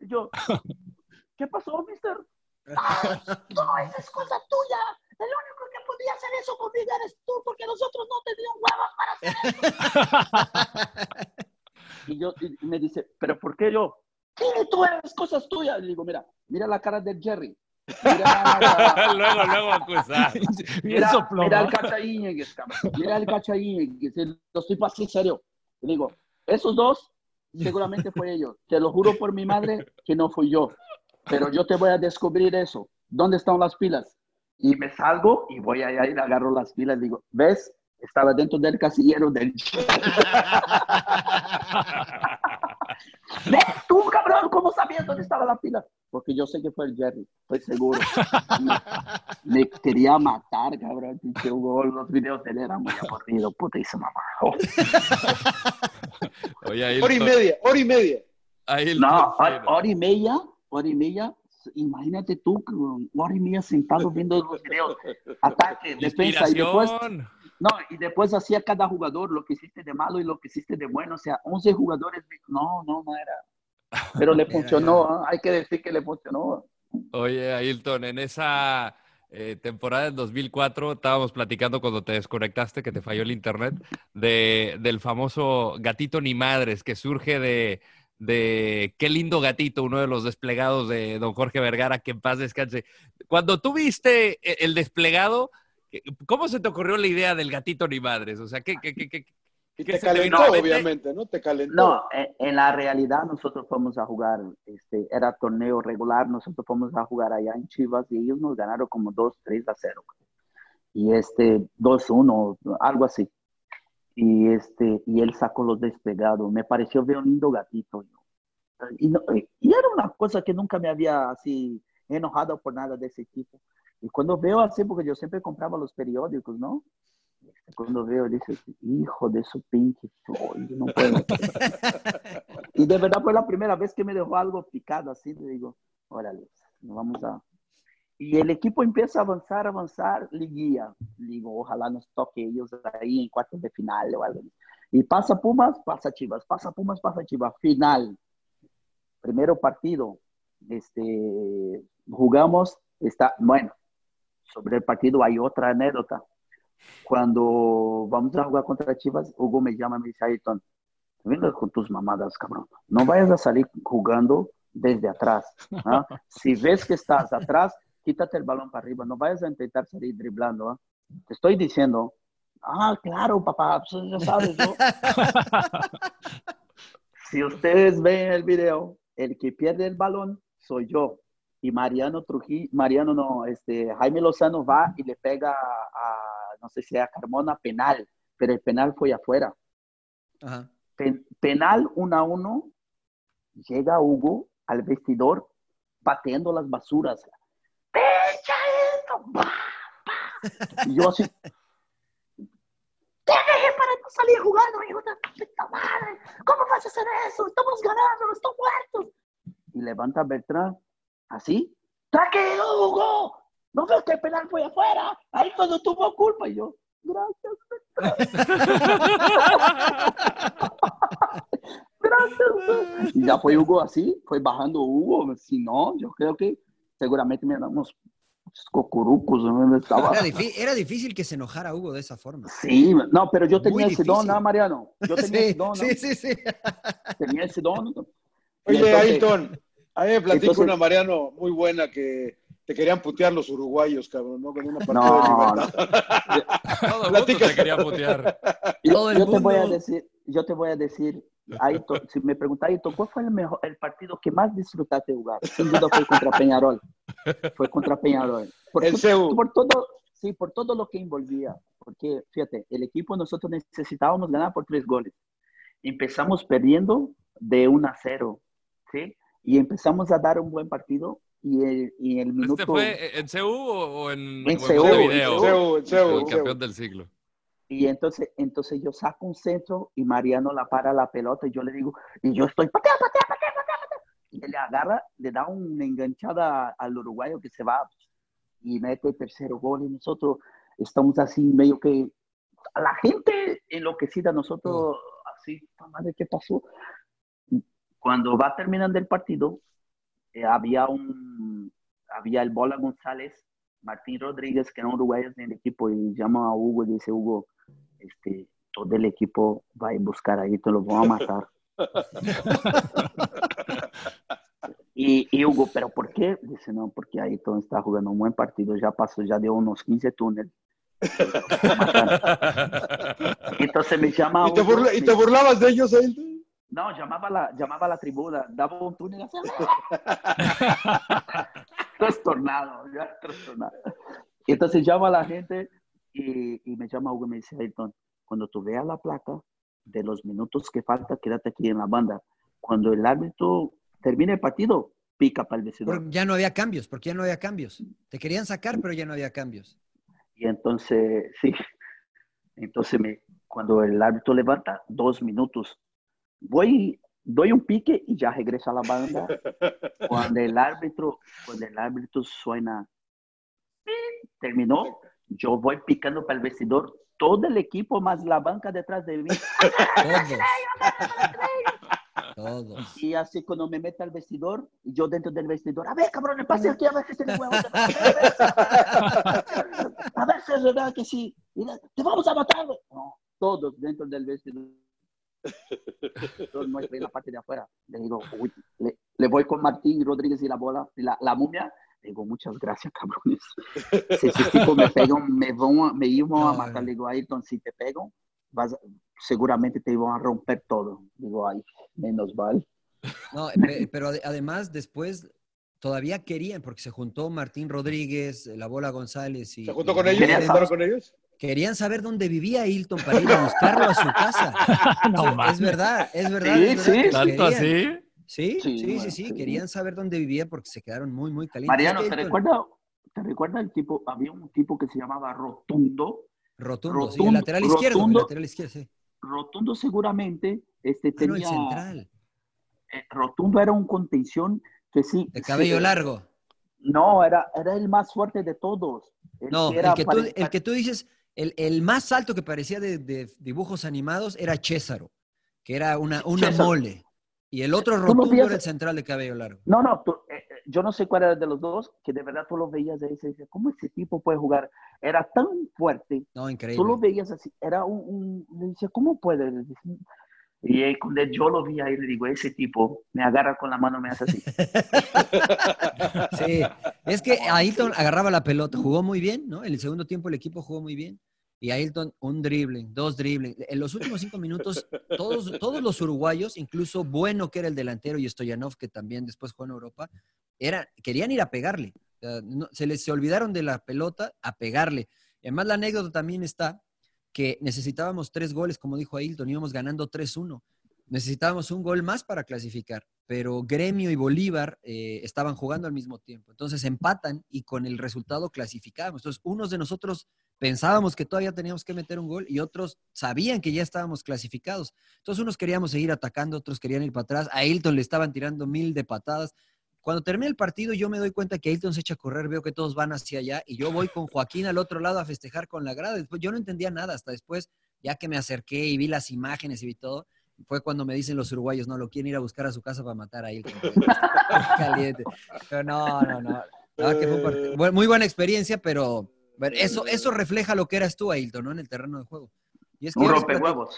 [SPEAKER 5] y yo, ¿qué pasó, mister? ¡Ay, no, esa es cosa tuya! El único que podía hacer eso conmigo eres tú, porque nosotros no teníamos huevos para hacer eso. y yo, y- y me dice, ¿pero por qué yo? Dime tú eres cosas tuyas. Le digo, mira, mira la cara de Jerry. Mira, la-
[SPEAKER 4] luego, luego acusar.
[SPEAKER 1] Bien
[SPEAKER 5] mira,
[SPEAKER 1] soplón,
[SPEAKER 5] mira
[SPEAKER 1] ¿no?
[SPEAKER 5] el Cachaíñez, cabrón. Mira el Cachaíñez. Lo estoy pasando serio. Le digo, esos dos seguramente fue ellos. Te lo juro por mi madre que no fui yo. Pero yo te voy a descubrir eso. ¿Dónde están las pilas? Y me salgo y voy allá y le agarro las pilas. Digo, ¿ves? Estaba dentro del casillero del... ¿Ves tú, cabrón? ¿Cómo sabías dónde estaba la pila? Porque yo sé que fue el Jerry, estoy seguro. Me, me quería matar, cabrón. Pinche Hugo, los videos de él eran muy aburridos. Puta, hizo mamá.
[SPEAKER 4] Oye, ahí
[SPEAKER 7] Hora y media, hora y media.
[SPEAKER 4] ahí el-
[SPEAKER 5] No, hora, hora y media, hora y media. Imagínate tú, cabrón, hora y media sentado viendo los videos. Ataque, defensa y después.
[SPEAKER 4] Inspiración.
[SPEAKER 5] No, y después hacía cada jugador lo que hiciste de malo y lo que hiciste de bueno. O sea, 11 jugadores. No, no, no era. Pero le funcionó, ¿ah? hay que decir que le funcionó.
[SPEAKER 4] Oye, Ailton, en esa eh, temporada del 2004 estábamos platicando cuando te desconectaste, que te falló el internet, de, del famoso gatito ni madres que surge de, de qué lindo gatito, uno de los desplegados de don Jorge Vergara, que en paz descanse. Cuando tú viste e- el desplegado, eh, ¿cómo se te ocurrió la idea del gatito ni madres? O sea, ¿qué, qué, qué, qué-
[SPEAKER 7] Y
[SPEAKER 4] qué
[SPEAKER 7] te
[SPEAKER 4] se te
[SPEAKER 7] calentó,
[SPEAKER 4] vino a la mente?
[SPEAKER 7] obviamente, ¿no? Te calentó.
[SPEAKER 5] No, en, en la realidad nosotros fuimos a jugar, este, era torneo regular, nosotros fuimos a jugar allá en Chivas y ellos nos ganaron como 2-3 a 0. Y este, 2-1, algo así. Y este, y él sacó los despegados, me pareció ver un lindo gatito. Y, no- y era una cosa que nunca me había así enojado por nada de ese tipo. Y cuando veo así, porque yo siempre compraba los periódicos, ¿no? Cuando veo, dices, hijo de su pinche, soy, no puedo. Y de verdad fue la primera vez que me dejó algo picado así, le digo, órale, nos vamos a... Y el equipo empieza a avanzar, avanzar, liguilla. Digo, ojalá nos toque ellos ahí en cuartos de final o algo. Y pasa Pumas, pasa Chivas, pasa Pumas, pasa Chivas, final. Primero partido, este, jugamos, está, bueno, sobre el partido hay otra anécdota. Cuando vamos a jugar contra Chivas, Hugo me llama y me dice, Ayrton, venga con tus mamadas, cabrón. No vayas a salir jugando desde atrás. ¿ah? Si ves que estás atrás, quítate el balón para arriba. No vayas a intentar salir driblando. ¿ah? Te estoy diciendo, ah, claro, papá, pues ya sabes, ¿no? si ustedes ven el video, el que pierde el balón soy yo. Y Mariano Trujillo, Mariano no, este, Jaime Lozano va y le pega a, no sé si a Carmona, penal, pero el penal fue afuera. Ajá. Pen, penal 1 a 1, llega Hugo al vestidor pateando las basuras. Y yo así, te dejé para no salir jugando, hijo de puta madre. ¿Cómo vas a hacer eso? Estamos ganando, estamos muertos. Y levanta assim, a Bertrán, así. ¡Tranquilo, Hugo! ¿No ves que el penal fue afuera? Ahí cuando tuvo culpa. Y yo, gracias, Bertrán. gracias. Y ya fue Hugo assim, así, fue bajando Hugo. assim, Si no, yo creo que seguramente me damos cocurucos. né, ¿no? Estaba...
[SPEAKER 2] Era, difícil, era, difícil que se enojara Hugo de esa forma.
[SPEAKER 5] Sí, no, pero yo tenía ese don, ¿no, Mariano? Yo tenía
[SPEAKER 2] sí,
[SPEAKER 5] ese don. ¿no?
[SPEAKER 2] Sí, sí, sí.
[SPEAKER 5] Tenía ese don. ¿no?
[SPEAKER 3] Oye, entonces, Ayrton, a mí me platico entonces, una, Mariano, muy buena que te querían putear los uruguayos, cabrón, ¿no? Con una partida no, de libertad.
[SPEAKER 4] No. Todo Platica. te quería putear.
[SPEAKER 5] Yo, yo te voy a decir, yo te voy a decir, Ayrton, si me preguntáis, ¿cuál fue el, mejor, el partido que más disfrutaste jugar? Sin duda fue contra Peñarol. Fue contra Peñarol. Por,
[SPEAKER 3] el
[SPEAKER 5] todo, por todo, sí, por todo lo que envolvía. Porque, fíjate, el equipo nosotros necesitábamos ganar por tres goles. Empezamos perdiendo de 1 a 0, ¿sí? Y empezamos a dar un buen partido y el, y el minuto...
[SPEAKER 4] ¿Este fue en CEU o en,
[SPEAKER 5] en
[SPEAKER 4] o
[SPEAKER 5] CEU,
[SPEAKER 4] Montevideo?
[SPEAKER 3] En CEU, en CEU,
[SPEAKER 4] el campeón del siglo.
[SPEAKER 5] Y entonces, entonces yo saco un centro y Mariano la para la pelota y yo le digo, y yo estoy, patea, patea, patea, patea, patea. Y le agarra, le da una enganchada al uruguayo que se va y mete el tercero gol y nosotros estamos así medio que la gente enloquecida, nosotros así, madre, ¿qué pasó? Cuando va terminando el partido, eh, había un, había el Bola González, Martín Rodríguez, que era uruguayo en el equipo, y llama a Hugo y dice, Hugo, este, todo el equipo va a buscar ahí, te lo van a matar. y, y, Hugo, ¿pero por qué? Dice, no, porque ahí todo está jugando un buen partido, ya pasó, ya dio unos 15 túneles. Entonces me llama
[SPEAKER 3] ¿Y te, burla, ¿Y te burlabas de ellos ahí?
[SPEAKER 5] No, llamaba a la, llamaba a la tribuna, daba un túnel así. trastornado, ya trastornado. Y entonces llama a la gente y, y, me llama Hugo y me dice, Ayrton, cuando tú veas la placa de los minutos que falta, quédate aquí en la banda. Cuando el árbitro termine el partido, pica para el vestidor.
[SPEAKER 2] Porque ya no había cambios, porque ya no había cambios. Te querían sacar, pero ya no había cambios.
[SPEAKER 5] Y entonces, sí, entonces me, cuando el árbitro levanta, dos minutos. Voy doy un pique y ya regreso a la banda. Cuando el árbitro, cuando el árbitro suena, terminó, yo voy picando para el vestidor, todo el equipo más la banca detrás de mí.
[SPEAKER 2] Todos. Todos.
[SPEAKER 5] Y así cuando me meta al vestidor, yo dentro del vestidor, a ver, cabrón, pase aquí, a ver si se le huevo. A ver si es verdad que sí. Te vamos a matar. No, todos dentro del vestidor. Entonces, no en la parte de afuera. Le digo, uy, le, le, voy con Martín Rodríguez y la bola, y la, la momia. Le digo, muchas gracias, cabrones. Si ese tipo me pegan, me, van, me iban a matar. Le digo, Ayrton, si te pego, vas, seguramente te iban a romper todo. Le digo, ay, menos mal.
[SPEAKER 2] No, pero además, después todavía querían, porque se juntó Martín Rodríguez, la bola González. Y,
[SPEAKER 3] ¿Se juntó con ellos? ¿Se con ellos?
[SPEAKER 2] Querían saber dónde vivía Hilton para ir a buscarlo a su casa. No, es, es verdad, es verdad.
[SPEAKER 4] Sí,
[SPEAKER 2] es verdad
[SPEAKER 4] sí. ¿Tanto así?
[SPEAKER 2] Sí, sí, sí, sí, sí, Querían saber dónde vivía porque se quedaron muy, muy calientes.
[SPEAKER 5] Mariano, ¿te recuerda, ¿te recuerda el tipo? Había un tipo que se llamaba Rotundo.
[SPEAKER 2] Rotundo, rotundo sí, el lateral izquierdo. Rotundo, el lateral izquierdo, sí.
[SPEAKER 5] Rotundo seguramente este, tenía...
[SPEAKER 2] Ah, no, el central.
[SPEAKER 5] Eh, rotundo era un contención que sí...
[SPEAKER 2] De cabello
[SPEAKER 5] sí,
[SPEAKER 2] largo.
[SPEAKER 5] No, era, era el más fuerte de todos. El
[SPEAKER 2] No,
[SPEAKER 5] que era
[SPEAKER 2] el que, tú,
[SPEAKER 5] pare-
[SPEAKER 2] el que tú dices, el, el más alto que parecía de, de dibujos animados era Césaro, que era una, una
[SPEAKER 5] César.
[SPEAKER 2] mole. Y el otro
[SPEAKER 5] Tú no
[SPEAKER 2] rotundo
[SPEAKER 5] piensas-
[SPEAKER 2] era el central de cabello largo.
[SPEAKER 5] No, no, tú- eh, eh, yo no sé cuál era de los dos, que de verdad tú lo veías ahí y dices, ¿cómo ese tipo puede jugar? Era tan fuerte.
[SPEAKER 2] No, increíble.
[SPEAKER 5] Tú lo veías así, era un, un- le dice, ¿cómo puede? Le dice, Y eh, cuando yo lo vi ahí, le digo, ese tipo me agarra con la mano, me hace así.
[SPEAKER 2] Sí, es que Ailton agarraba la pelota, jugó muy bien, ¿no? En el segundo tiempo el equipo jugó muy bien. Y Ailton, un dribbling, dos dribbling. En los últimos cinco minutos, todos, todos los uruguayos, incluso Bueno, que era el delantero, y Stoyanov, que también después jugó en Europa, era, querían ir a pegarle. O sea, no- se les se olvidaron de la pelota a pegarle. Y además, la anécdota también está que necesitábamos tres goles, como dijo Ailton, íbamos ganando 3-1 necesitábamos un gol más para clasificar, pero Gremio y Bolívar eh, estaban jugando al mismo tiempo. Entonces empatan y con el resultado clasificábamos. Entonces, unos de nosotros pensábamos que todavía teníamos que meter un gol y otros sabían que ya estábamos clasificados. Entonces, unos queríamos seguir atacando, otros querían ir para atrás. A Hilton le estaban tirando mil de patadas. Cuando termina el partido, yo me doy cuenta que Ailton se echa a correr, veo que todos van hacia allá y yo voy con Joaquín al otro lado a festejar con la grada. Después, yo no entendía nada hasta después, ya que me acerqué y vi las imágenes y vi todo. Fue cuando me dicen los uruguayos, no, lo quieren ir a buscar a su casa para matar a Ailton. Caliente. Pero no, no, no. La verdad que fue un part- bueno, muy buena experiencia, pero pero eso, eso refleja lo que eras tú, Ailton, ¿no? En el terreno de juego. Y es
[SPEAKER 5] Un
[SPEAKER 2] yo les
[SPEAKER 5] rompehuevos.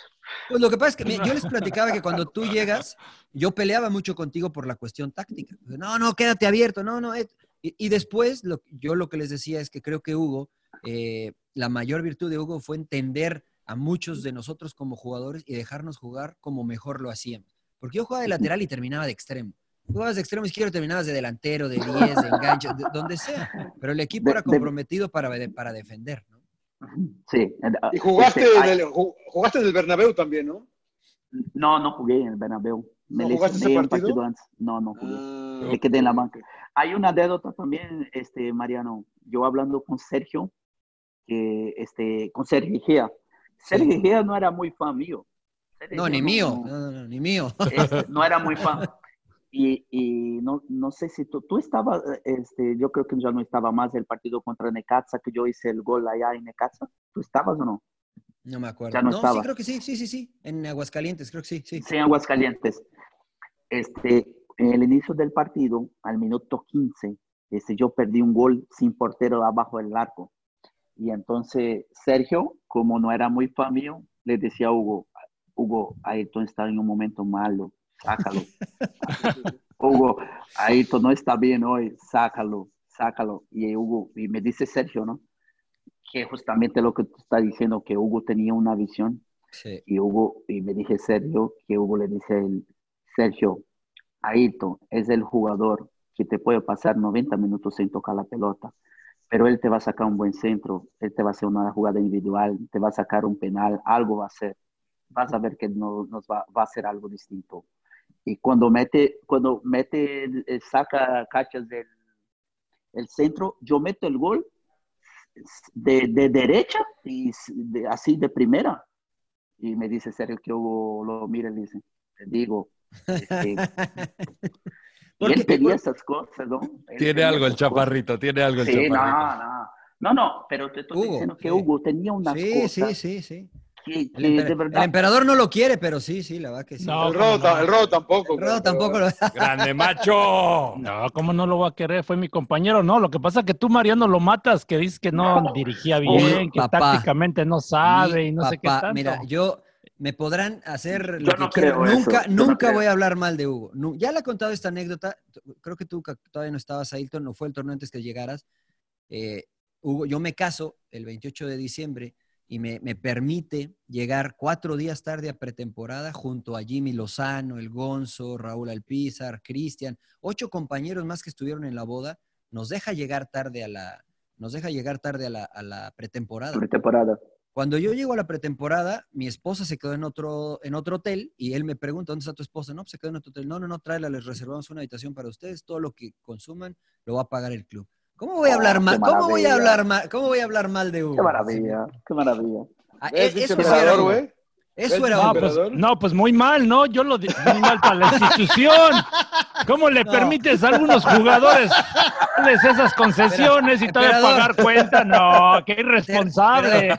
[SPEAKER 2] pues lo que pasa es que mira, yo les platicaba que cuando tú llegas, yo peleaba mucho contigo por la cuestión táctica. No, no, quédate abierto, no, no. eh. Y, y después lo- yo lo que les decía es que creo que Hugo, eh, la mayor virtud de Hugo fue entender a muchos de nosotros como jugadores y dejarnos jugar como mejor lo hacíamos. Porque yo jugaba de lateral y terminaba de extremo. Jugabas de extremo izquierdo, terminabas de delantero, de 10, de enganche, de- donde sea. Pero el equipo
[SPEAKER 5] De-
[SPEAKER 2] era
[SPEAKER 5] de-
[SPEAKER 2] comprometido para, de- para defender. ¿no?
[SPEAKER 5] Sí.
[SPEAKER 8] Y jugaste,
[SPEAKER 5] Este,
[SPEAKER 8] en
[SPEAKER 5] ay,
[SPEAKER 8] el, ju- jugaste en el Bernabéu también, ¿no?
[SPEAKER 5] No, no jugué en el Bernabéu. Me
[SPEAKER 8] ¿No jugaste
[SPEAKER 5] lesioné
[SPEAKER 8] ese
[SPEAKER 5] un
[SPEAKER 8] partido? Ah,
[SPEAKER 5] antes. No, no jugué. Me quedé en la banca. Hay una anécdota también, este, Mariano. Yo hablando con Sergio, que, este, con Sergio Gea. Sergio Gea no era muy fan mío. Sergio
[SPEAKER 2] No,
[SPEAKER 5] Gea
[SPEAKER 2] ni mío, no, no, no, ni mío.
[SPEAKER 5] este, no era muy fan. Y, y no, no sé si tú, tú estabas, eh, este, yo creo que ya no estaba más el partido contra Necaxa, que yo hice el gol allá en Necaxa. ¿Tú estabas o no?
[SPEAKER 2] No me acuerdo.
[SPEAKER 5] Ya no
[SPEAKER 2] no, sí,
[SPEAKER 5] estaba.
[SPEAKER 2] creo que sí, sí, sí, sí. En Aguascalientes, creo que sí, sí.
[SPEAKER 5] Sí, en Aguascalientes. Este, en el inicio del partido, al minuto 15, este, yo perdí un gol sin portero abajo del arco. Y entonces Sergio, como no era muy fan mío, le decía a Hugo, Hugo, Ayrton está en un momento malo, sácalo. Hugo, Ayrton no está bien hoy, sácalo, sácalo. Y Hugo, y me dice Sergio, ¿no? Que justamente lo que tú estás diciendo, que Hugo tenía una visión
[SPEAKER 2] Sí.
[SPEAKER 5] y Hugo, y me dije Sergio, que Hugo le dice a él, Sergio, Ayrton es el jugador que te puede pasar 90 minutos sin tocar la pelota, pero él te va a sacar un buen centro, él te va a hacer una jugada individual, te va a sacar un penal, algo va a hacer, vas a ver que no, nos va, va a hacer algo distinto. Y cuando mete, cuando mete, eh, saca cachas del el centro, yo meto el gol de, de derecha y s- de- así de primera. Y me dice Sergio que Hugo lo mira y dice, te digo, este, y él tenía esas cosas, ¿no? Él
[SPEAKER 4] Tiene
[SPEAKER 5] tenía
[SPEAKER 4] algo el
[SPEAKER 5] esas cosas.
[SPEAKER 4] chaparrito, tiene algo el
[SPEAKER 5] Sí,
[SPEAKER 4] chaparrito.
[SPEAKER 5] no, no. No, no, pero te estoy diciendo que Hugo tenía unas
[SPEAKER 2] Sí,
[SPEAKER 5] cosas.
[SPEAKER 2] sí, sí, sí.
[SPEAKER 5] Que,
[SPEAKER 2] El,
[SPEAKER 5] que
[SPEAKER 2] emper-
[SPEAKER 5] de verdad.
[SPEAKER 2] el emperador no lo quiere, pero sí, sí, la verdad que sí.
[SPEAKER 1] No, El Rodo cómo no. ta- el Rodo
[SPEAKER 8] tampoco.
[SPEAKER 2] El Rodo tampoco lo...
[SPEAKER 4] Grande macho.
[SPEAKER 1] No, ¿cómo no lo va a querer? Fue mi compañero, no. Lo que pasa es que tú, Mariano, lo matas, que dices que no dirigía bien, que
[SPEAKER 2] papá.
[SPEAKER 1] tácticamente no sabe
[SPEAKER 2] Mi
[SPEAKER 1] y no sé qué
[SPEAKER 2] papá,
[SPEAKER 1] tanto.
[SPEAKER 2] Mira, yo me podrán
[SPEAKER 1] Yo
[SPEAKER 2] hacer lo que
[SPEAKER 1] no
[SPEAKER 2] quieran.
[SPEAKER 1] creo eso,
[SPEAKER 2] Nunca,
[SPEAKER 1] yo no
[SPEAKER 2] nunca
[SPEAKER 1] creo.
[SPEAKER 2] voy a hablar mal de Hugo. Nu- Ya le he contado esta anécdota. t- Creo que tú ca- todavía no estabas ahí, no fue el torneo antes que llegaras. Eh, Hugo, yo me caso el 28 de diciembre y me, me permite llegar cuatro días tarde a pretemporada junto a Jimmy Lozano, el Gonzo, Raúl Alpizar, Cristian, ocho compañeros más que estuvieron en la boda. Nos deja llegar tarde a la, nos deja llegar tarde a la, a la pretemporada.
[SPEAKER 5] Pretemporada.
[SPEAKER 2] Cuando yo llego a la pretemporada, mi esposa se quedó en otro, en otro hotel y él me pregunta, ¿dónde está tu esposa? No, pues se quedó en otro hotel. No, no, no, tráela, les reservamos una habitación para ustedes. Todo lo que consuman lo va a pagar el club. ¿Cómo voy a
[SPEAKER 5] Oh,
[SPEAKER 2] hablar
[SPEAKER 5] qué
[SPEAKER 2] mal? ¿Cómo voy a
[SPEAKER 5] maravilla.
[SPEAKER 2] hablar mal? ¿Cómo voy a hablar mal de Hugo?
[SPEAKER 5] Qué maravilla, qué maravilla.
[SPEAKER 2] Ah,
[SPEAKER 8] ¿Ves,
[SPEAKER 2] e-
[SPEAKER 8] pinche
[SPEAKER 2] eso sí
[SPEAKER 8] emperador,
[SPEAKER 2] era Hugo.
[SPEAKER 8] güey?
[SPEAKER 2] Eso era no,
[SPEAKER 1] pues, no, pues muy mal, ¿no? Yo lo di- muy mal para la institución. ¿Cómo le
[SPEAKER 2] No.
[SPEAKER 1] permites a algunos jugadores darles esas concesiones y todavía
[SPEAKER 2] Emperador.
[SPEAKER 1] pagar cuenta? No, qué irresponsable.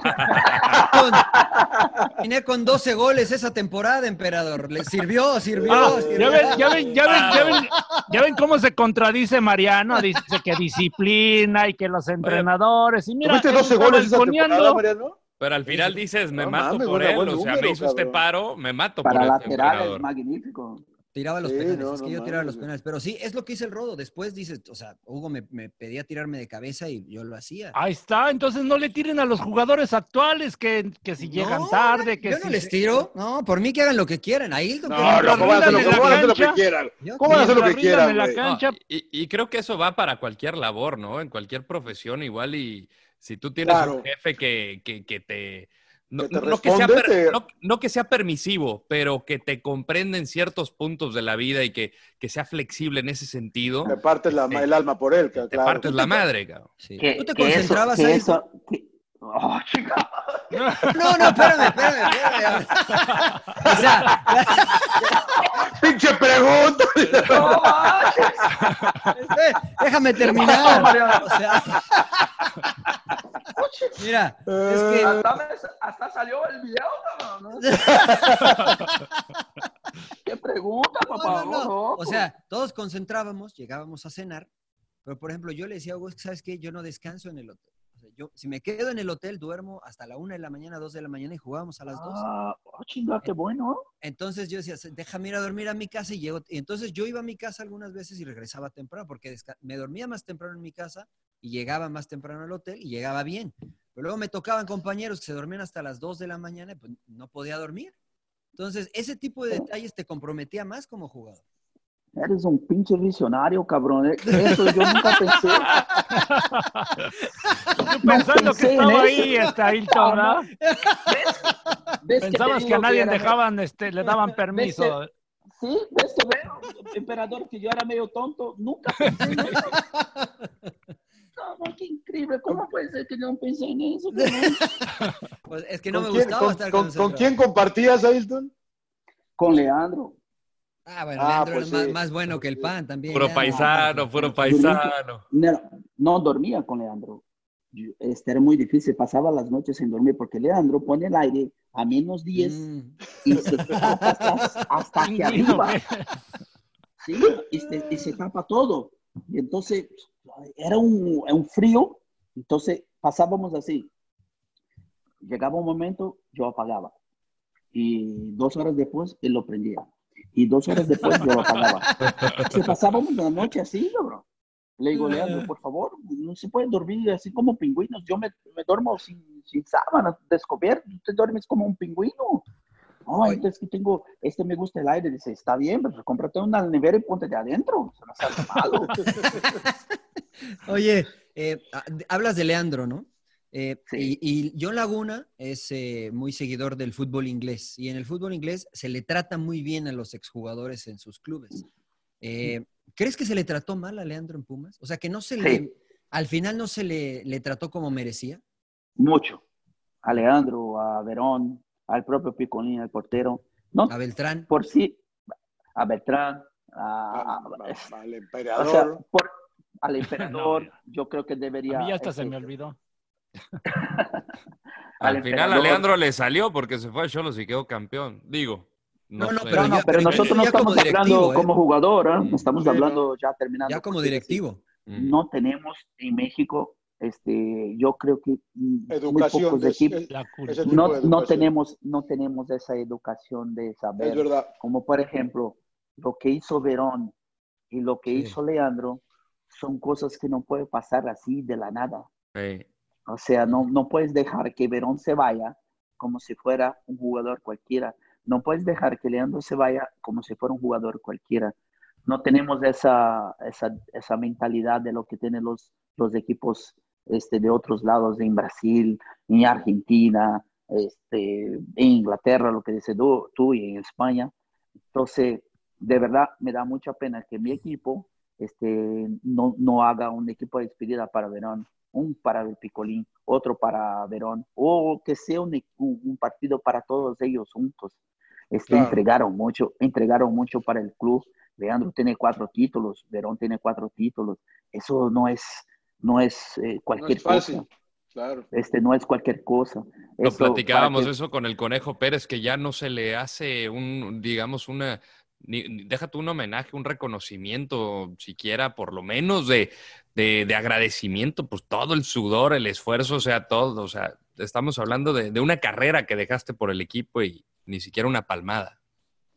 [SPEAKER 2] Vine con 12 goles esa temporada, emperador. ¿Le sirvió? ¿Sirvió?
[SPEAKER 1] Ah,
[SPEAKER 2] sirvió.
[SPEAKER 1] ya ven, ya ven, ya ven, ya ven, ya ven cómo se contradice Mariano. Dice que disciplina y que los entrenadores. Y mira,
[SPEAKER 3] ¿Tuviste
[SPEAKER 1] él
[SPEAKER 3] 12
[SPEAKER 1] estaba
[SPEAKER 3] goles esa
[SPEAKER 1] balconeando.
[SPEAKER 3] temporada, Mariano?
[SPEAKER 4] Pero al final dices, me
[SPEAKER 3] No
[SPEAKER 4] mato
[SPEAKER 3] mames,
[SPEAKER 4] por
[SPEAKER 3] bueno,
[SPEAKER 4] él,
[SPEAKER 3] buen
[SPEAKER 4] o sea,
[SPEAKER 3] número,
[SPEAKER 4] me hizo este
[SPEAKER 3] cabrón.
[SPEAKER 4] paro, me mato
[SPEAKER 5] Para
[SPEAKER 4] por el
[SPEAKER 5] laterales,
[SPEAKER 4] emperador.
[SPEAKER 5] magnífico.
[SPEAKER 2] Tiraba los
[SPEAKER 5] Sí,
[SPEAKER 2] penales,
[SPEAKER 5] no,
[SPEAKER 2] es que
[SPEAKER 5] no
[SPEAKER 2] yo tiraba los
[SPEAKER 5] mames.
[SPEAKER 2] penales. Pero sí, es lo que hice el rodo. Después dices, o sea, Hugo me, me pedía tirarme de cabeza y yo lo hacía.
[SPEAKER 1] Ahí está, entonces no le tiren a los jugadores actuales que, que si llegan
[SPEAKER 2] No,
[SPEAKER 1] tarde, que
[SPEAKER 2] yo
[SPEAKER 1] si
[SPEAKER 2] no les tiro. No, por mí que hagan lo que quieran. Ahí lo
[SPEAKER 3] No,
[SPEAKER 2] que-
[SPEAKER 3] no, ¿cómo van a hacer lo- cómo van a hacer lo que quieran? ¿Cómo van a hacer lo que quieran, güey?
[SPEAKER 4] No, y, y creo que eso va para cualquier labor, ¿no? En cualquier profesión, igual y si tú tienes
[SPEAKER 3] Claro.
[SPEAKER 4] un jefe que, que- que te... No,
[SPEAKER 3] Que te
[SPEAKER 4] no que sea
[SPEAKER 3] responde,
[SPEAKER 4] per-
[SPEAKER 3] te-
[SPEAKER 4] no- no que sea permisivo, pero que te comprenda en ciertos puntos de la vida y que, que sea flexible en ese sentido.
[SPEAKER 3] Te partes la- el alma por él, ca-
[SPEAKER 4] Te
[SPEAKER 3] claro.
[SPEAKER 4] partes la madre, cabrón.
[SPEAKER 5] Que-
[SPEAKER 2] ¿Tú te
[SPEAKER 5] que eso-
[SPEAKER 2] concentrabas
[SPEAKER 5] que
[SPEAKER 2] ahí?
[SPEAKER 5] eso- que- Oh, chica.
[SPEAKER 2] No, no, espérame, espérame. espérame. O sea,
[SPEAKER 3] ¡Pinche pregunta!
[SPEAKER 5] No manches.
[SPEAKER 2] eh, déjame terminar. O sea, mira, es que
[SPEAKER 5] hasta, me- hasta salió el video, cabrón. ¿Qué pregunta,
[SPEAKER 2] No,
[SPEAKER 5] papá?
[SPEAKER 2] no, no.
[SPEAKER 5] No,
[SPEAKER 2] O sea, todos concentrábamos, llegábamos a cenar, pero por ejemplo, yo le decía a Hugo, "Es que, ¿sabes qué? Yo no descanso en el hotel. O sea, yo, si me quedo en el hotel, duermo hasta la una de la mañana, dos de la mañana y jugábamos a las dos.
[SPEAKER 5] Ah, oh, chinga, qué bueno.
[SPEAKER 2] Entonces yo decía, "Se- déjame ir a dormir a mi casa y llego. Y entonces yo iba a mi casa algunas veces y regresaba temprano, porque desca- me dormía más temprano en mi casa y llegaba más temprano al hotel y llegaba bien. Pero luego me tocaban compañeros que se dormían hasta las 2 de la mañana y pues no podía dormir. Entonces, ese tipo
[SPEAKER 5] Oh.
[SPEAKER 2] de detalles te comprometía más como jugador.
[SPEAKER 5] Eres un pinche visionario, cabrón. Eh, Eso yo nunca pensé.
[SPEAKER 1] Yo pensando
[SPEAKER 5] pensé en
[SPEAKER 1] que estaba
[SPEAKER 5] eso.
[SPEAKER 1] ahí esta Hilton, ¿verdad?
[SPEAKER 5] ¿Ves te
[SPEAKER 1] Pensabas que
[SPEAKER 5] digo
[SPEAKER 1] a nadie
[SPEAKER 5] era-
[SPEAKER 1] dejaban, este, le daban
[SPEAKER 5] ¿Ves que-
[SPEAKER 1] permiso.
[SPEAKER 5] Sí, ves que veo, emperador, que yo era medio tonto. Nunca pensé en eso. Cabrón, qué increíble. ¿Cómo puede ser que yo no pensé en eso? cabrón?
[SPEAKER 2] Pues, es que no me
[SPEAKER 3] ¿Con quién-
[SPEAKER 2] gustaba
[SPEAKER 3] con-
[SPEAKER 2] estar
[SPEAKER 3] con-
[SPEAKER 2] concentrado.
[SPEAKER 3] ¿Con quién compartías, Ailton?
[SPEAKER 5] Con Leandro.
[SPEAKER 2] Ah, bueno,
[SPEAKER 3] Ah,
[SPEAKER 2] Leandro
[SPEAKER 3] pues
[SPEAKER 2] era más,
[SPEAKER 3] sí.
[SPEAKER 2] más bueno que el pan también.
[SPEAKER 4] Puro
[SPEAKER 2] ya,
[SPEAKER 4] paisano, puro paisano.
[SPEAKER 5] No, no dormía con Leandro. Yo- Este era muy difícil, pasaba las noches sin dormir porque Leandro pone el aire a menos 10
[SPEAKER 1] Mm.
[SPEAKER 5] y se tapa hasta, hasta aquí
[SPEAKER 1] Pingüino,
[SPEAKER 5] arriba.
[SPEAKER 1] ¿qué?
[SPEAKER 5] Sí, y se, y se tapa todo. Y entonces era un, un frío, entonces pasábamos así. Llegaba un momento, yo apagaba. Y dos horas después, él lo prendía. Y dos horas después, yo lo apagaba. Se pasábamos la noche así, bro. Le digo, Leandro, por favor, no se puede dormir así como pingüinos. Yo me, me duermo sin, sin sábanas, descubierto. Usted duermes como un pingüino. No, entonces que tengo, este me gusta el aire. Dice, está bien, pero cómprate una nevera y ponte de adentro. Eso no está malo.
[SPEAKER 2] Oye, eh, ah, de- hablas de Leandro, ¿no? Eh,
[SPEAKER 5] Sí.
[SPEAKER 2] y, y John Laguna es eh, muy seguidor del fútbol inglés. Y en el fútbol inglés se le trata muy bien a los exjugadores en sus clubes. Eh, ¿Crees que se le trató mal a Leandro en Pumas? O sea, que no se le.
[SPEAKER 5] Sí.
[SPEAKER 2] Al final no se le, le trató como merecía.
[SPEAKER 5] Mucho. A Leandro, a Verón, al propio Picolín, al portero. No,
[SPEAKER 2] A Beltrán.
[SPEAKER 5] por sí, a Beltrán,
[SPEAKER 3] Ah,
[SPEAKER 5] a, a-
[SPEAKER 3] Al
[SPEAKER 5] O sea,
[SPEAKER 3] emperador.
[SPEAKER 5] por- al emperador, yo creo que debería.
[SPEAKER 1] A mí ya hasta se
[SPEAKER 5] este,
[SPEAKER 1] me olvidó.
[SPEAKER 4] Al final a
[SPEAKER 5] al emperador.
[SPEAKER 4] Leandro le salió porque se fue a Cholos y quedó campeón. Digo, no,
[SPEAKER 2] No, no,
[SPEAKER 4] sé.
[SPEAKER 2] pero
[SPEAKER 5] No,
[SPEAKER 2] ya-
[SPEAKER 5] pero
[SPEAKER 2] ya-
[SPEAKER 5] nosotros no
[SPEAKER 2] ya como
[SPEAKER 5] estamos hablando
[SPEAKER 2] directivo, ¿eh?
[SPEAKER 5] como jugador, ¿eh?
[SPEAKER 4] Mm.
[SPEAKER 5] estamos
[SPEAKER 3] Sí,
[SPEAKER 5] hablando ya terminando.
[SPEAKER 2] Ya como
[SPEAKER 5] porque
[SPEAKER 2] directivo.
[SPEAKER 5] sí, No tenemos en México, este, yo creo que mm, muy
[SPEAKER 3] Educación.
[SPEAKER 5] pocos
[SPEAKER 3] de-
[SPEAKER 5] equipos-
[SPEAKER 3] es-
[SPEAKER 1] La culpa.
[SPEAKER 3] ese tipo de
[SPEAKER 5] no, no
[SPEAKER 3] educación.
[SPEAKER 5] tenemos, no tenemos esa educación de
[SPEAKER 3] Es
[SPEAKER 5] saber,
[SPEAKER 3] verdad.
[SPEAKER 5] como por ejemplo, lo que hizo Verón y lo que
[SPEAKER 2] Sí.
[SPEAKER 5] hizo Leandro son cosas que no puede pasar así de la nada.
[SPEAKER 4] Sí.
[SPEAKER 5] O sea, no, no puedes dejar que Verón se vaya como si fuera un jugador cualquiera. No puedes dejar que Leandro se vaya como si fuera un jugador cualquiera. No tenemos esa, esa, esa mentalidad de lo que tienen los, los equipos este, de otros lados, en Brasil, en Argentina, este, en Inglaterra, lo que dices tú, tú y en España. Entonces, de verdad, me da mucha pena que mi equipo este, no, no haga un equipo de despedida para Verón, un para el Picolín, otro para Verón, o que sea un, un- un partido para todos ellos juntos. Este,
[SPEAKER 9] Claro.
[SPEAKER 5] Entregaron mucho, entregaron mucho para el club. Leandro tiene cuatro títulos, Verón tiene cuatro títulos. Eso no es, no es eh, cualquier
[SPEAKER 3] fácil.
[SPEAKER 5] cosa.
[SPEAKER 3] Claro.
[SPEAKER 5] Este no es cualquier cosa.
[SPEAKER 4] Lo
[SPEAKER 5] Eso, para
[SPEAKER 4] platicábamos
[SPEAKER 5] que-
[SPEAKER 4] eso con el Conejo Pérez, que ya no se le hace un, digamos, una, ni- ni- deja tú un homenaje, un reconocimiento, siquiera por lo menos de, de, de agradecimiento, pues todo el sudor, el esfuerzo, o sea, todo, o sea, estamos hablando de, de una carrera que dejaste por el equipo y ni siquiera una palmada.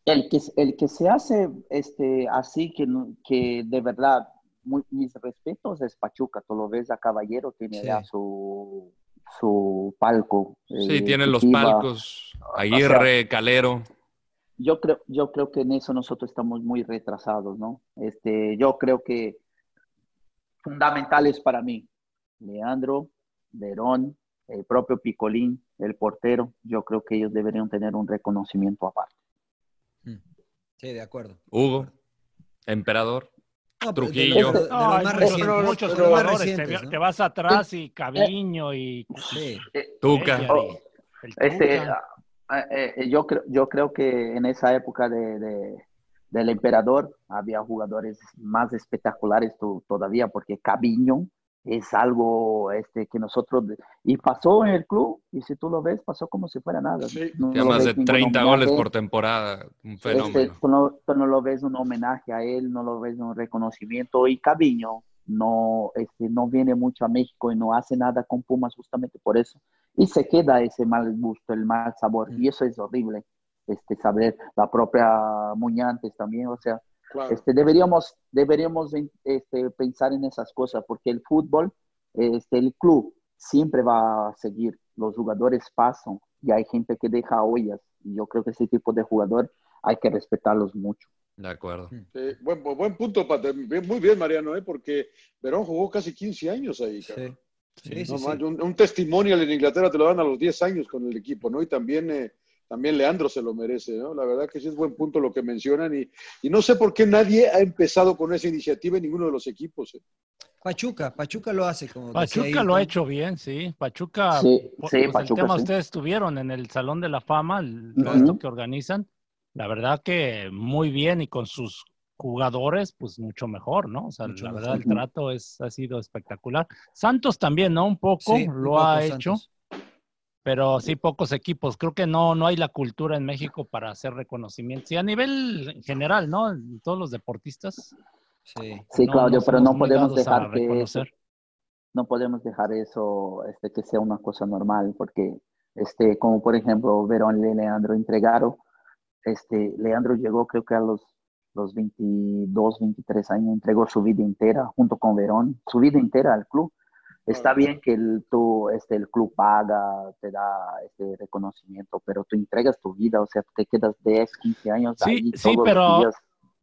[SPEAKER 5] El que, el que se hace este, así, que, no- que de verdad, muy- mis respetos es Pachuca. Tú lo ves a Caballero, tiene
[SPEAKER 4] Sí.
[SPEAKER 5] ya su, su palco.
[SPEAKER 4] Sí,
[SPEAKER 5] eh,
[SPEAKER 4] tienen los
[SPEAKER 5] Chitiva.
[SPEAKER 4] palcos, Aguirre, Calero.
[SPEAKER 5] Yo creo, yo creo que en eso nosotros estamos muy retrasados, ¿no? Este, yo creo que fundamentales para mí, Leandro, Verón, el propio Picolín, el portero, yo creo que ellos deberían tener un reconocimiento aparte.
[SPEAKER 2] Sí, de acuerdo.
[SPEAKER 4] Hugo, Emperador,
[SPEAKER 2] No, pues, de los-
[SPEAKER 4] Trujillo.
[SPEAKER 2] de los más
[SPEAKER 1] pero-
[SPEAKER 2] recientes,
[SPEAKER 1] pero
[SPEAKER 2] de
[SPEAKER 1] muchos
[SPEAKER 2] los más
[SPEAKER 1] jugadores,
[SPEAKER 2] recientes,
[SPEAKER 1] te,
[SPEAKER 2] ¿no?
[SPEAKER 1] te vas atrás y Caviño y...
[SPEAKER 4] Tuca.
[SPEAKER 1] Ella,
[SPEAKER 5] Oh,
[SPEAKER 1] el
[SPEAKER 5] este,
[SPEAKER 1] Tuca.
[SPEAKER 5] ah, eh, eh, yo, creo, yo creo que en esa época de, de- del emperador había jugadores más espectaculares to- todavía, porque Cabiño es algo este, que nosotros... Y pasó en el club, y si tú lo ves, pasó como si fuera nada. No-
[SPEAKER 4] Ya
[SPEAKER 5] no lo
[SPEAKER 4] más
[SPEAKER 5] ves
[SPEAKER 4] de
[SPEAKER 5] ningún
[SPEAKER 4] 30
[SPEAKER 5] homenaje.
[SPEAKER 4] goles por temporada, un
[SPEAKER 5] Este,
[SPEAKER 4] fenómeno.
[SPEAKER 5] tú, no, tú no lo ves un homenaje a él, no lo ves un reconocimiento. Y Cabiño no, este, no viene mucho a México y no hace nada con Pumas justamente por eso. Y se queda ese mal gusto, el mal sabor.
[SPEAKER 4] Mm.
[SPEAKER 5] Y eso es horrible, este, saber la propia Muñantes también. O sea,
[SPEAKER 3] Claro.
[SPEAKER 5] este, deberíamos, deberíamos en- este, pensar en esas cosas porque el fútbol, este, el club siempre va a seguir. Los jugadores pasan y hay gente que deja ollas. Y yo creo que ese tipo de jugador hay que respetarlos mucho.
[SPEAKER 4] De acuerdo.
[SPEAKER 3] Eh, buen, bu- buen punto, Pat. eh, Bien- Muy bien, Mariano, ¿eh? porque Verón jugó casi 15 años ahí. cabrón.
[SPEAKER 2] Sí, sí,
[SPEAKER 3] No
[SPEAKER 2] sí.
[SPEAKER 3] manches, Un, un testimonial en Inglaterra te lo dan a los 10 años con el equipo, ¿no? Y también, eh, también Leandro se lo merece, ¿no? La verdad que sí es buen punto lo que mencionan y, y no sé por qué nadie ha empezado con esa iniciativa en ninguno de los equipos. ¿eh?
[SPEAKER 2] Pachuca, Pachuca lo hace como decía
[SPEAKER 1] Pachuca
[SPEAKER 2] Ayrton.
[SPEAKER 1] lo ha hecho bien, sí. Pachuca,
[SPEAKER 2] Sí,
[SPEAKER 1] po-
[SPEAKER 2] sí,
[SPEAKER 1] pues
[SPEAKER 2] Pachuca,
[SPEAKER 1] el tema
[SPEAKER 2] sí.
[SPEAKER 1] ustedes tuvieron en el Salón de la Fama, el
[SPEAKER 2] Ujú.
[SPEAKER 1] evento que organizan, la verdad que muy bien y con sus jugadores, pues mucho mejor, ¿no? O sea,
[SPEAKER 2] Mucho
[SPEAKER 1] la
[SPEAKER 2] mejor.
[SPEAKER 1] verdad el trato es, ha sido espectacular. Santos también, ¿no? Un poco
[SPEAKER 2] Sí,
[SPEAKER 1] lo
[SPEAKER 2] un
[SPEAKER 1] ha
[SPEAKER 2] poco,
[SPEAKER 1] hecho, pero sí pocos equipos. Creo que no, no hay la cultura en México para hacer reconocimiento. Sí, a nivel general, ¿no? En Todos los deportistas.
[SPEAKER 2] Sí,
[SPEAKER 5] Sí, Claudio, pero no podemos
[SPEAKER 1] dejar
[SPEAKER 5] dejar que eso- no podemos dejar eso este, que sea una cosa normal, porque este, como por ejemplo Verón y Leandro entregaron, este, Leandro llegó creo que a los, los 22, 23 años, entregó su vida entera junto con Verón, su vida entera al club. Está bien que el, tú, este, el club paga, te da este reconocimiento, pero tú entregas tu vida, o sea, te quedas 10, 15 años
[SPEAKER 1] Sí,
[SPEAKER 5] ahí
[SPEAKER 1] sí,
[SPEAKER 5] todos los
[SPEAKER 1] pero,
[SPEAKER 5] días.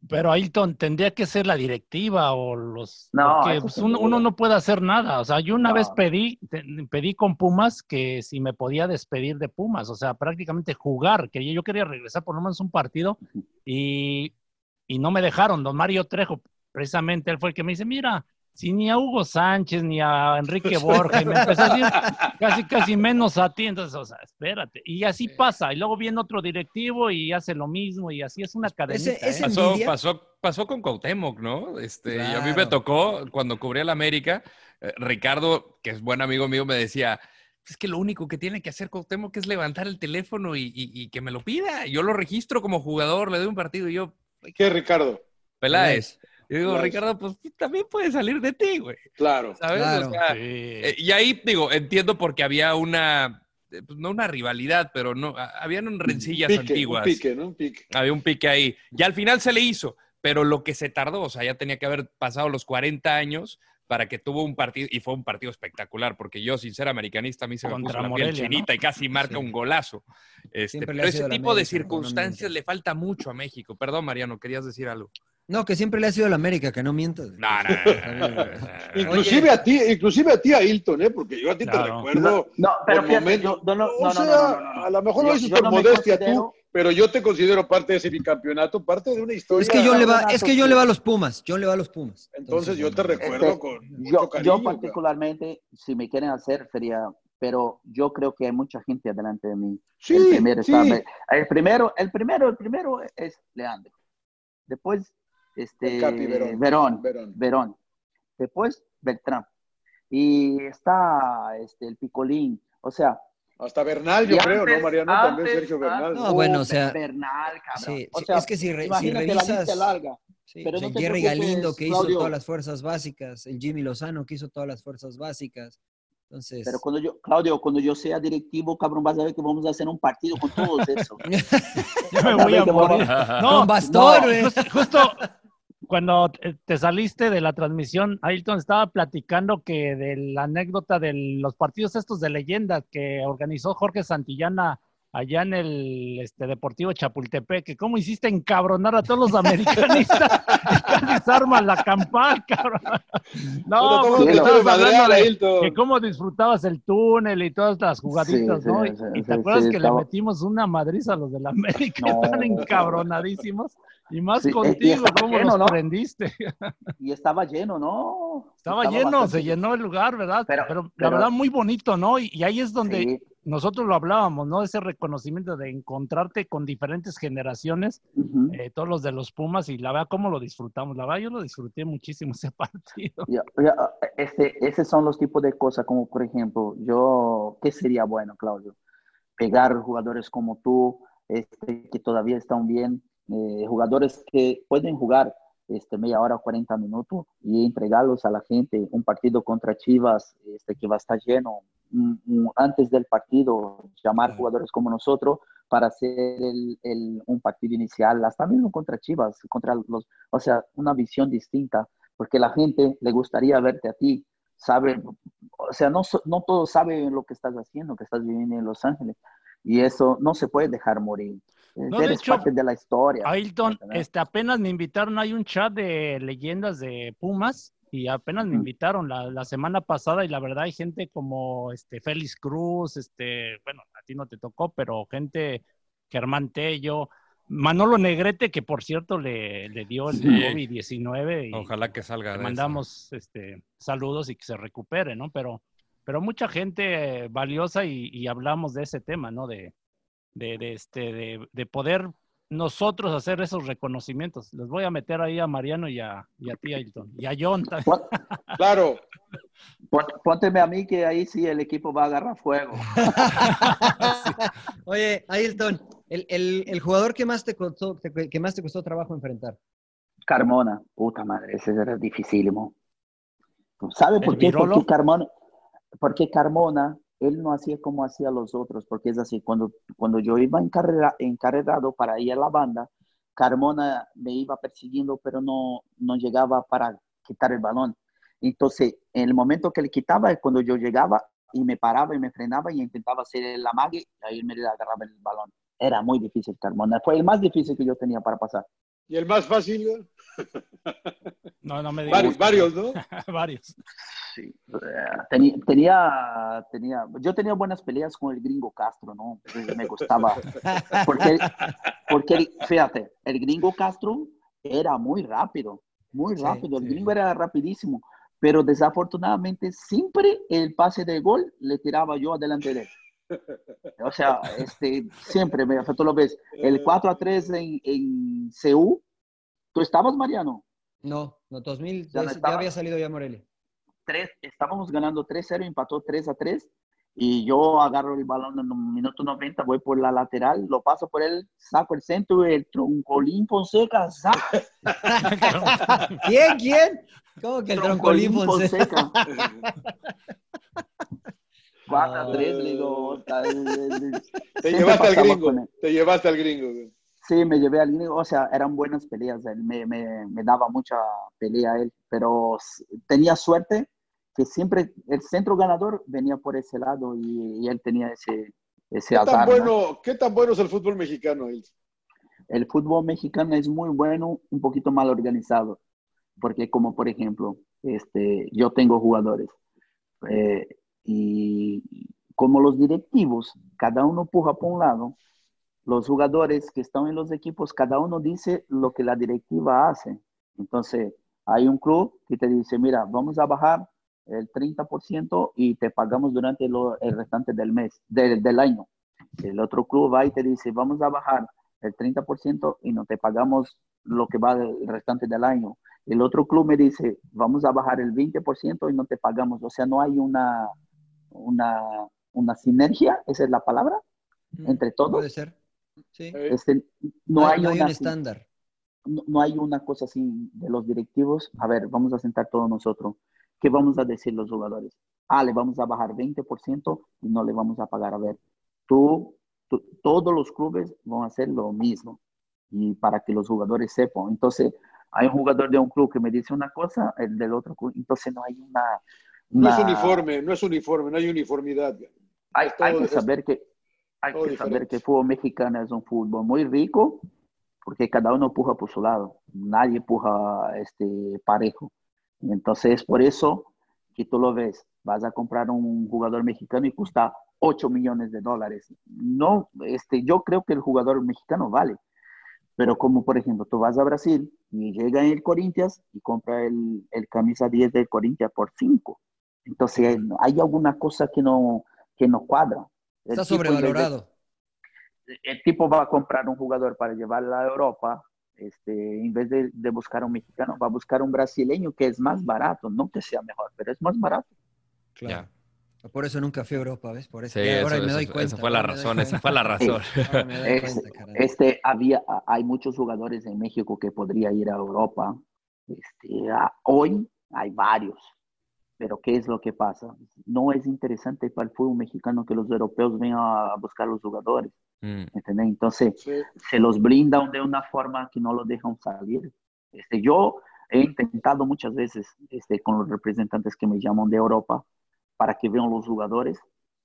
[SPEAKER 1] pero Ailton tendría que ser la directiva o los.
[SPEAKER 5] No,
[SPEAKER 1] porque
[SPEAKER 5] eso
[SPEAKER 1] pues,
[SPEAKER 5] sin
[SPEAKER 1] uno,
[SPEAKER 5] duda.
[SPEAKER 1] uno no puede hacer nada. O sea, yo una vez pedí, te- pedí con Pumas que si me podía despedir de Pumas, o sea, prácticamente jugar, que yo quería regresar por lo menos un partido y, y no me dejaron. Don Mario Trejo, precisamente, él fue el que me dice: Mira. Si ni a Hugo Sánchez ni a Enrique Borges, me empezó a decir casi, casi menos a ti, entonces, o sea, espérate. Y así pasa, y luego viene otro directivo y hace lo mismo, y así es una cadenita. ¿eh?
[SPEAKER 4] pasó, pasó, pasó con Cuauhtémoc, ¿no? Este, y a mí me
[SPEAKER 1] Claro.
[SPEAKER 4] tocó cuando cubría la América, eh, Ricardo, que es buen amigo mío, me decía, "Pues es que lo único que tiene que hacer Cuauhtémoc es levantar el teléfono y, y- y que me lo pida. Yo lo registro como jugador, le doy un partido y yo,
[SPEAKER 3] ¿Qué, Ricardo?
[SPEAKER 4] Peláez. Yo digo,
[SPEAKER 3] Peláez.
[SPEAKER 4] Ricardo, pues tú también puede salir de ti, güey.
[SPEAKER 3] Claro.
[SPEAKER 4] ¿Sabes? O sea, eh, y ahí, digo, entiendo porque había una, eh, pues, no una rivalidad, pero no, a- habían un rencillas
[SPEAKER 3] Pique,
[SPEAKER 4] antiguas.
[SPEAKER 3] Un pique, ¿no? Un pique.
[SPEAKER 4] Había un pique ahí. Y al final se le hizo, pero lo que se tardó, o sea, ya tenía que haber pasado los 40 años para que tuvo un partido, y fue un partido espectacular, porque yo, sin ser americanista, a mí se me
[SPEAKER 1] Contra
[SPEAKER 4] puso la piel
[SPEAKER 1] Morelia, ¿no?
[SPEAKER 4] chinita y casi marca un golazo. Este,
[SPEAKER 2] Siempre le
[SPEAKER 4] pero
[SPEAKER 2] ha
[SPEAKER 4] ese
[SPEAKER 2] sido la
[SPEAKER 4] tipo de
[SPEAKER 2] América, no, no
[SPEAKER 4] circunstancias le falta mucho a México. Perdón, Mariano, querías decir algo.
[SPEAKER 2] No, que siempre le ha sido la América, que no mientas.
[SPEAKER 4] No, no, no, no, no, no.
[SPEAKER 3] Inclusive a ti, inclusive a ti, a Hilton, ¿eh? porque yo a ti te
[SPEAKER 4] Claro.
[SPEAKER 3] recuerdo
[SPEAKER 5] No, pero
[SPEAKER 3] por
[SPEAKER 5] fíjate,
[SPEAKER 3] momentos.
[SPEAKER 5] yo- yo no-
[SPEAKER 3] O
[SPEAKER 5] no, no,
[SPEAKER 3] sea,
[SPEAKER 5] no, no, no, no.
[SPEAKER 3] a lo mejor lo
[SPEAKER 5] Yo-
[SPEAKER 3] dices
[SPEAKER 5] yo
[SPEAKER 3] por
[SPEAKER 5] no me
[SPEAKER 3] modestia tú,
[SPEAKER 5] considero-
[SPEAKER 3] pero yo te considero parte de ese bicampeonato, parte de una historia.
[SPEAKER 2] Es que yo le va, es que yo le va a los Pumas, yo le va a los Pumas.
[SPEAKER 3] Entonces, yo te recuerdo
[SPEAKER 5] Este,
[SPEAKER 3] con mucho
[SPEAKER 5] yo,
[SPEAKER 3] cariño.
[SPEAKER 5] yo particularmente, si me quieren hacer, sería, pero yo creo que hay mucha gente delante de mí.
[SPEAKER 3] Sí,
[SPEAKER 5] el, primero está-
[SPEAKER 3] sí.
[SPEAKER 5] el primero, el primero, el primero es Leandro. Después, este,
[SPEAKER 3] El Capi Verón.
[SPEAKER 5] Verón,
[SPEAKER 3] Verón.
[SPEAKER 5] Verón. Después, Beltrán. Y está este, el Picolín. O sea,
[SPEAKER 3] Hasta Bernal, yo
[SPEAKER 5] Y
[SPEAKER 3] creo,
[SPEAKER 5] antes-
[SPEAKER 3] ¿no, Mariano? También
[SPEAKER 5] antes-
[SPEAKER 3] Sergio Bernal.
[SPEAKER 2] No, bueno, o sea,
[SPEAKER 5] Bernal, cabrón.
[SPEAKER 2] sí,
[SPEAKER 5] O
[SPEAKER 2] sí,
[SPEAKER 5] sea,
[SPEAKER 2] es que si, re- si
[SPEAKER 5] imagínate la lista
[SPEAKER 2] revisas,
[SPEAKER 5] larga.
[SPEAKER 2] sí,
[SPEAKER 5] Pero
[SPEAKER 2] o sea,
[SPEAKER 5] no te
[SPEAKER 2] Jerry
[SPEAKER 5] preocupes,
[SPEAKER 2] Galindo que hizo
[SPEAKER 5] Claudio.
[SPEAKER 2] todas las fuerzas básicas, el Jimmy Lozano que hizo todas las fuerzas básicas. Entonces,
[SPEAKER 5] Pero cuando yo, Claudio, cuando yo sea directivo, cabrón, vas a ver que vamos a hacer un partido con todos esos.
[SPEAKER 1] Yo me voy a morir. No,
[SPEAKER 2] Con bastón,
[SPEAKER 1] no,
[SPEAKER 2] güey.
[SPEAKER 1] justo, justo cuando te- te saliste de la transmisión, Ailton estaba platicando que de la anécdota de los partidos estos de leyenda que organizó Jorge Santillana allá en el este, Deportivo Chapultepec, que cómo hiciste encabronar a todos los americanistas y casi se arma la campal, cabrón. No,
[SPEAKER 3] Bueno, ¿cómo
[SPEAKER 1] porque
[SPEAKER 3] te
[SPEAKER 1] estabas
[SPEAKER 3] madrear,
[SPEAKER 1] hablando de
[SPEAKER 3] Ailton?
[SPEAKER 1] que cómo disfrutabas el túnel y todas las jugaditas,
[SPEAKER 5] Sí,
[SPEAKER 1] ¿no?
[SPEAKER 5] sí,
[SPEAKER 1] Y-
[SPEAKER 5] sí,
[SPEAKER 1] y te
[SPEAKER 5] sí,
[SPEAKER 1] acuerdas
[SPEAKER 5] sí,
[SPEAKER 1] que
[SPEAKER 5] estaba-
[SPEAKER 1] le metimos una madriz a los de la América,
[SPEAKER 5] No.
[SPEAKER 1] están encabronadísimos. Y más
[SPEAKER 5] Sí, eh, y
[SPEAKER 1] contigo,
[SPEAKER 5] estaba
[SPEAKER 1] ¿cómo
[SPEAKER 5] lleno,
[SPEAKER 1] los
[SPEAKER 5] ¿no?
[SPEAKER 1] prendiste?
[SPEAKER 5] Y estaba lleno, ¿no?
[SPEAKER 1] Estaba lleno, se llenó el lugar, ¿verdad? Pero, la
[SPEAKER 5] pero-
[SPEAKER 1] verdad, muy bonito, ¿no? Y, y ahí es donde
[SPEAKER 5] Sí.
[SPEAKER 1] nosotros lo hablábamos, ¿no? Ese reconocimiento de encontrarte con diferentes generaciones, eh, todos los de los Pumas, y la verdad, cómo lo disfrutamos. La verdad, yo lo disfruté muchísimo ese partido.
[SPEAKER 5] Ya, ya, este, esos son los tipos de cosas como, por ejemplo, yo, ¿qué sería bueno, Claudio? Pegar jugadores como tú, este, que todavía están bien, eh, jugadores que pueden jugar este, media hora, 40 minutos y entregarlos a la gente. Un partido contra Chivas este, que va a estar lleno. Un- un- antes del partido, llamar jugadores como nosotros para hacer el- el- un partido inicial, hasta mismo contra Chivas, contra los, o sea, una visión distinta porque la gente le gustaría verte a ti, sabe, o sea, no, so- no todos saben lo que estás haciendo, que estás viviendo en Los Ángeles, y eso no se puede dejar morir.
[SPEAKER 1] No, de
[SPEAKER 5] Eres
[SPEAKER 1] hecho,
[SPEAKER 5] parte de la historia.
[SPEAKER 1] Ailton,
[SPEAKER 5] ¿verdad?
[SPEAKER 1] este, apenas me invitaron, hay un chat de leyendas de Pumas y apenas me invitaron la, la semana pasada y la verdad hay gente como este Félix Cruz, este, bueno, a ti no te tocó, pero gente Germán Tello, Manolo Negrete, que por cierto le, le dio el
[SPEAKER 4] Sí.
[SPEAKER 1] COVID-19 y
[SPEAKER 4] Ojalá que salga de
[SPEAKER 1] le
[SPEAKER 4] eso.
[SPEAKER 1] mandamos este, saludos y que se recupere, ¿no? Pero, pero mucha gente eh, valiosa y, y hablamos de ese tema, ¿no? De, de, de este, de, de poder nosotros hacer esos reconocimientos. Les voy a meter ahí a Mariano y a, y a ti, Ailton. Y a John también.
[SPEAKER 3] Claro.
[SPEAKER 5] Pon- Pónteme a mí que ahí sí el equipo va a agarrar fuego.
[SPEAKER 2] oye, Ailton, el, el, el jugador que más te costó, te- que más te costó trabajo enfrentar.
[SPEAKER 5] Carmona, puta madre, ese era dificilísimo. ¿Sabe
[SPEAKER 1] ¿El
[SPEAKER 5] por qué?
[SPEAKER 1] Virolo?
[SPEAKER 5] Porque Carmona, porque Carmona, él no hacía como hacía los otros, porque es así, cuando, cuando yo iba encarrera- encarregado para ir a la banda, Carmona me iba persiguiendo, pero no, no llegaba para quitar el balón. Entonces, en el momento que le quitaba es cuando yo llegaba y me paraba y me frenaba y intentaba hacer el amague, ahí él me agarraba el balón. Era muy difícil Carmona, fue el más difícil que yo tenía para pasar.
[SPEAKER 3] Y el más fácil, ¿no?
[SPEAKER 1] No, no me
[SPEAKER 3] varios,
[SPEAKER 1] digas.
[SPEAKER 3] varios, ¿no?
[SPEAKER 1] Varios.
[SPEAKER 5] Sí. Tenía, tenía, tenía, yo tenía buenas peleas con el gringo Castro, ¿no? Me gustaba. Porque, porque el- fíjate, el gringo Castro era muy rápido, muy
[SPEAKER 2] Sí,
[SPEAKER 5] rápido, el gringo era rapidísimo, pero desafortunadamente siempre el pase de gol le tiraba yo adelante de él. O sea, este, siempre me afectó lo ves. El 4 a 3 en, en CU, ¿tú estabas, Mariano?
[SPEAKER 2] No, no, 2000,
[SPEAKER 5] Ya no
[SPEAKER 2] ya,
[SPEAKER 5] estaba.
[SPEAKER 2] había salido ya Morelia.
[SPEAKER 5] tres, estábamos ganando 3-0, empató 3-3 y yo agarro el balón en un minuto 90, voy por la lateral, lo paso por él, saco el centro, el troncolín Fonseca, saca
[SPEAKER 2] ¿Quién, quién? ¿Cómo que el troncolín Fonseca?
[SPEAKER 5] Fonseca. 4-3, le digo, "Ota, eh, eh,
[SPEAKER 3] Te
[SPEAKER 5] siempre
[SPEAKER 3] llevaste al
[SPEAKER 5] pasaba
[SPEAKER 3] gringo.
[SPEAKER 5] con él.
[SPEAKER 3] Te llevaste al gringo. güey.
[SPEAKER 5] Sí, me llevé al gringo, o sea, eran buenas peleas, él me, me- me daba mucha pelea él, pero s- tenía suerte que siempre el centro ganador venía por ese lado y, y él tenía ese, ese
[SPEAKER 3] ¿Qué tan,
[SPEAKER 5] azar, ¿no?
[SPEAKER 3] bueno, ¿Qué tan bueno es el fútbol mexicano, Ailton?
[SPEAKER 5] el fútbol mexicano es muy bueno, un poquito mal organizado, porque como por ejemplo, este, yo tengo jugadores eh, y como los directivos, cada uno puja por un lado, los jugadores que están en los equipos, cada uno dice lo que la directiva hace. Entonces, hay un club que te dice, mira, vamos a bajar el 30% y te pagamos durante lo- el restante del mes, del- del año. El otro club va y te dice, vamos a bajar el 30% y no te pagamos lo que va del restante del año. El otro club me dice, vamos a bajar el 20% y no te pagamos. O sea, no hay una, una, una sinergia, esa es la palabra, entre todos.
[SPEAKER 2] Puede ser. Sí.
[SPEAKER 5] Este, no, hay,
[SPEAKER 2] Eh, no hay
[SPEAKER 5] una-
[SPEAKER 2] un estándar.
[SPEAKER 5] No, no hay una cosa así de los directivos. A ver, vamos a sentar todos nosotros. ¿Qué vamos a decir los jugadores? Ah, le vamos a bajar 20% y no le vamos a pagar. A ver, tú, tú- todos los clubes van a hacer lo mismo y para que los jugadores sepan. Entonces, hay un jugador de un club que me dice una cosa, el del otro club. Entonces, no hay una.
[SPEAKER 10] No es
[SPEAKER 5] una-
[SPEAKER 10] uniforme, no es uniforme, no hay uniformidad.
[SPEAKER 5] hay,
[SPEAKER 10] Todo
[SPEAKER 5] hay que
[SPEAKER 10] es-
[SPEAKER 5] saber que hay
[SPEAKER 10] todo
[SPEAKER 5] que saber
[SPEAKER 10] diferente.
[SPEAKER 5] que el fútbol mexicano es un fútbol muy rico porque cada uno puja por su lado, nadie puja este parejo. Y entonces por eso que tú lo ves, vas a comprar un jugador mexicano y cuesta 8 millones de dólares. No, este yo creo que el jugador mexicano vale, pero como por ejemplo, tú vas a Brasil y llega el Corinthians y compra el, el camisa 10 del Corinthians por 5. Entonces hay, hay alguna cosa que no, que no cuadra. El
[SPEAKER 2] Está
[SPEAKER 5] tipo, en vez de-
[SPEAKER 2] sobrevalorado.
[SPEAKER 5] el tipo va a comprar un jugador para llevarlo a Europa, este, en vez de, de buscar un mexicano, va a buscar un brasileño que es más barato, no que sea mejor, pero es más barato.
[SPEAKER 2] Claro. Por eso nunca fui a Europa, ¿ves? Por eso.
[SPEAKER 4] Sí,
[SPEAKER 2] Ya, ahora
[SPEAKER 4] eso-
[SPEAKER 2] me
[SPEAKER 4] eso-
[SPEAKER 2] doy
[SPEAKER 4] esa
[SPEAKER 2] cuenta.
[SPEAKER 4] fue la
[SPEAKER 2] ahora me doy
[SPEAKER 4] razón, esa
[SPEAKER 2] cuenta.
[SPEAKER 4] fue la razón.
[SPEAKER 2] Ahora me doy
[SPEAKER 5] Es-
[SPEAKER 2] cuenta, caray.
[SPEAKER 5] este, había, a- hay muchos jugadores en México que podría ir a Europa. Este, a- hoy hay varios, pero ¿qué es lo que pasa? No es interesante para el fútbol mexicano que los europeos vengan a buscar los jugadores,
[SPEAKER 4] Mm,
[SPEAKER 5] ¿entendés? Entonces, se los blindan de una forma que no los dejan salir. Este, yo he intentado muchas veces este, con los representantes que me llaman de Europa para que vean los jugadores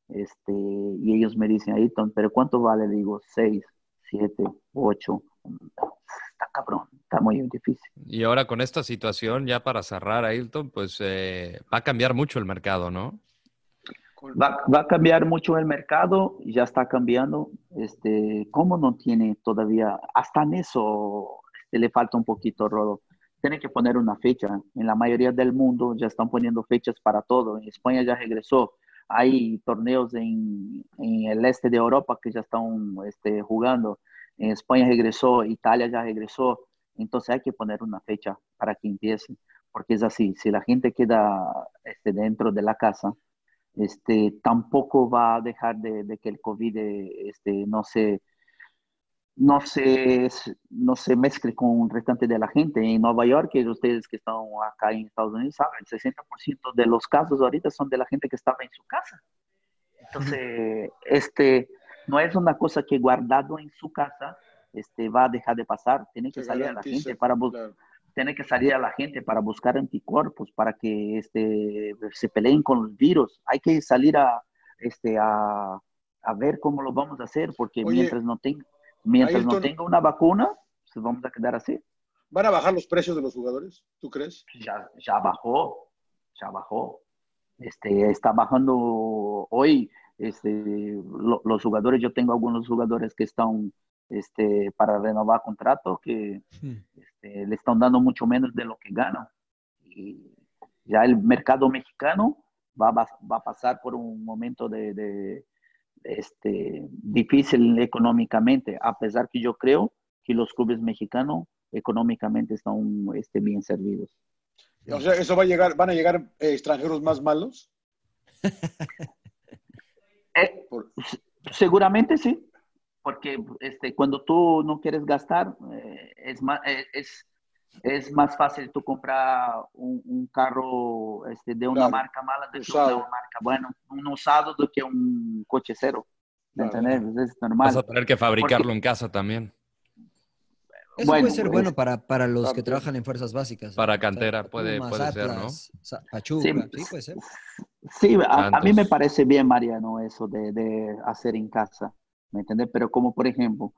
[SPEAKER 5] este, y ellos me dicen, Ayrton, ¿pero cuánto vale? Le digo, 6, 7, 8. Está cabrón, está muy difícil.
[SPEAKER 4] Y ahora con esta situación, ya para cerrar, Ailton, pues eh, va a cambiar mucho el mercado, ¿no?
[SPEAKER 5] Va, va a cambiar mucho el mercado, ya está cambiando. Este, ¿Cómo no tiene todavía? Hasta en eso este, le falta un poquito, Rodo. Tiene que poner una fecha. En la mayoría del mundo ya están poniendo fechas para todo. En España ya regresó. Hay torneos en, en el este de Europa que ya están este, jugando. En España regresó, Italia ya regresó. Entonces hay que poner una fecha para que empiece. Porque es así, si la gente queda este, dentro de la casa, este, tampoco va a dejar de, de que el COVID eh, este, no se, no se, no se mezcle con el restante de la gente. En Nueva York, que ustedes que están acá en Estados Unidos saben, el 60% de los casos ahorita son de la gente que estaba en su casa. Entonces, este, no es una cosa que guardado en su casa este, va a dejar de pasar. Tiene que
[SPEAKER 10] Se
[SPEAKER 5] salir a la
[SPEAKER 10] garantiza,
[SPEAKER 5] gente para bus-
[SPEAKER 10] claro.
[SPEAKER 5] tiene que salir a la gente para buscar anticuerpos, para que este, se peleen con los virus. Hay que salir a, este, a, a ver cómo lo vamos a hacer, porque
[SPEAKER 10] Oye,
[SPEAKER 5] mientras no tenga mientras no
[SPEAKER 10] Ayrton.
[SPEAKER 5] tenga una vacuna, pues vamos a quedar así. Pues
[SPEAKER 10] ¿Van a bajar los precios de los jugadores? ¿Tú crees?
[SPEAKER 5] Ya, ya bajó, ya bajó. Este, está bajando hoy. Este, lo- los jugadores, yo tengo algunos jugadores que están este, para renovar contrato, que
[SPEAKER 2] Hmm.
[SPEAKER 5] este, le están dando mucho menos de lo que ganan. Y ya el mercado mexicano va, a bas- va a pasar por un momento de, de- de, este, difícil económicamente, a pesar que yo creo que los clubes mexicanos económicamente están este, bien servidos.
[SPEAKER 10] O sea, ¿eso va a llegar, van a llegar eh, extranjeros más malos?
[SPEAKER 5] Eh, Seguramente sí, porque este, cuando tú no quieres gastar, eh, es, más, es, es más fácil tú comprar un, un carro este, de una
[SPEAKER 10] Claro.
[SPEAKER 5] marca mala de que
[SPEAKER 10] Usado.
[SPEAKER 5] una marca buena, un usado de que un coche cero. ¿me
[SPEAKER 4] Claro.
[SPEAKER 5] entendés? Es
[SPEAKER 4] Vas
[SPEAKER 5] normal.
[SPEAKER 4] a tener que fabricarlo en casa también,
[SPEAKER 2] Eso
[SPEAKER 5] Bueno,
[SPEAKER 2] puede ser bueno
[SPEAKER 5] es-
[SPEAKER 2] para, para los que
[SPEAKER 5] También.
[SPEAKER 2] trabajan en fuerzas básicas.
[SPEAKER 4] para
[SPEAKER 2] O
[SPEAKER 4] cantera,
[SPEAKER 2] sea,
[SPEAKER 4] puede,
[SPEAKER 2] Pumas,
[SPEAKER 4] puede ser, ¿no?
[SPEAKER 2] Atlas, Sa- Pachuca,
[SPEAKER 5] Sí,
[SPEAKER 2] sí, puede ser.
[SPEAKER 5] Sí, a, a mí
[SPEAKER 4] Santos.
[SPEAKER 5] me parece bien, Mariano, eso de, de hacer en casa, ¿me entiendes? Pero como por ejemplo,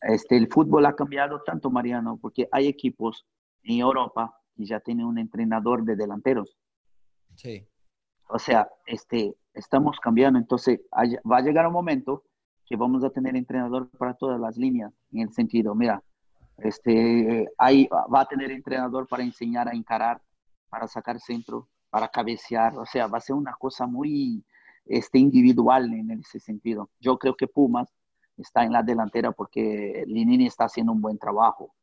[SPEAKER 5] este, el fútbol ha cambiado tanto, Mariano, porque hay equipos en Europa que ya tienen un entrenador de delanteros.
[SPEAKER 2] Sí.
[SPEAKER 5] O sea, este, estamos cambiando, entonces hay- va a llegar un momento que vamos a tener entrenador para todas las líneas, en el sentido, mira, este, ahí va a tener entrenador para enseñar a encarar, para sacar centro, para cabecear, o sea, va a ser una cosa muy este, individual en ese sentido. Yo creo que Pumas está en la delantera porque Linini está haciendo un buen trabajo,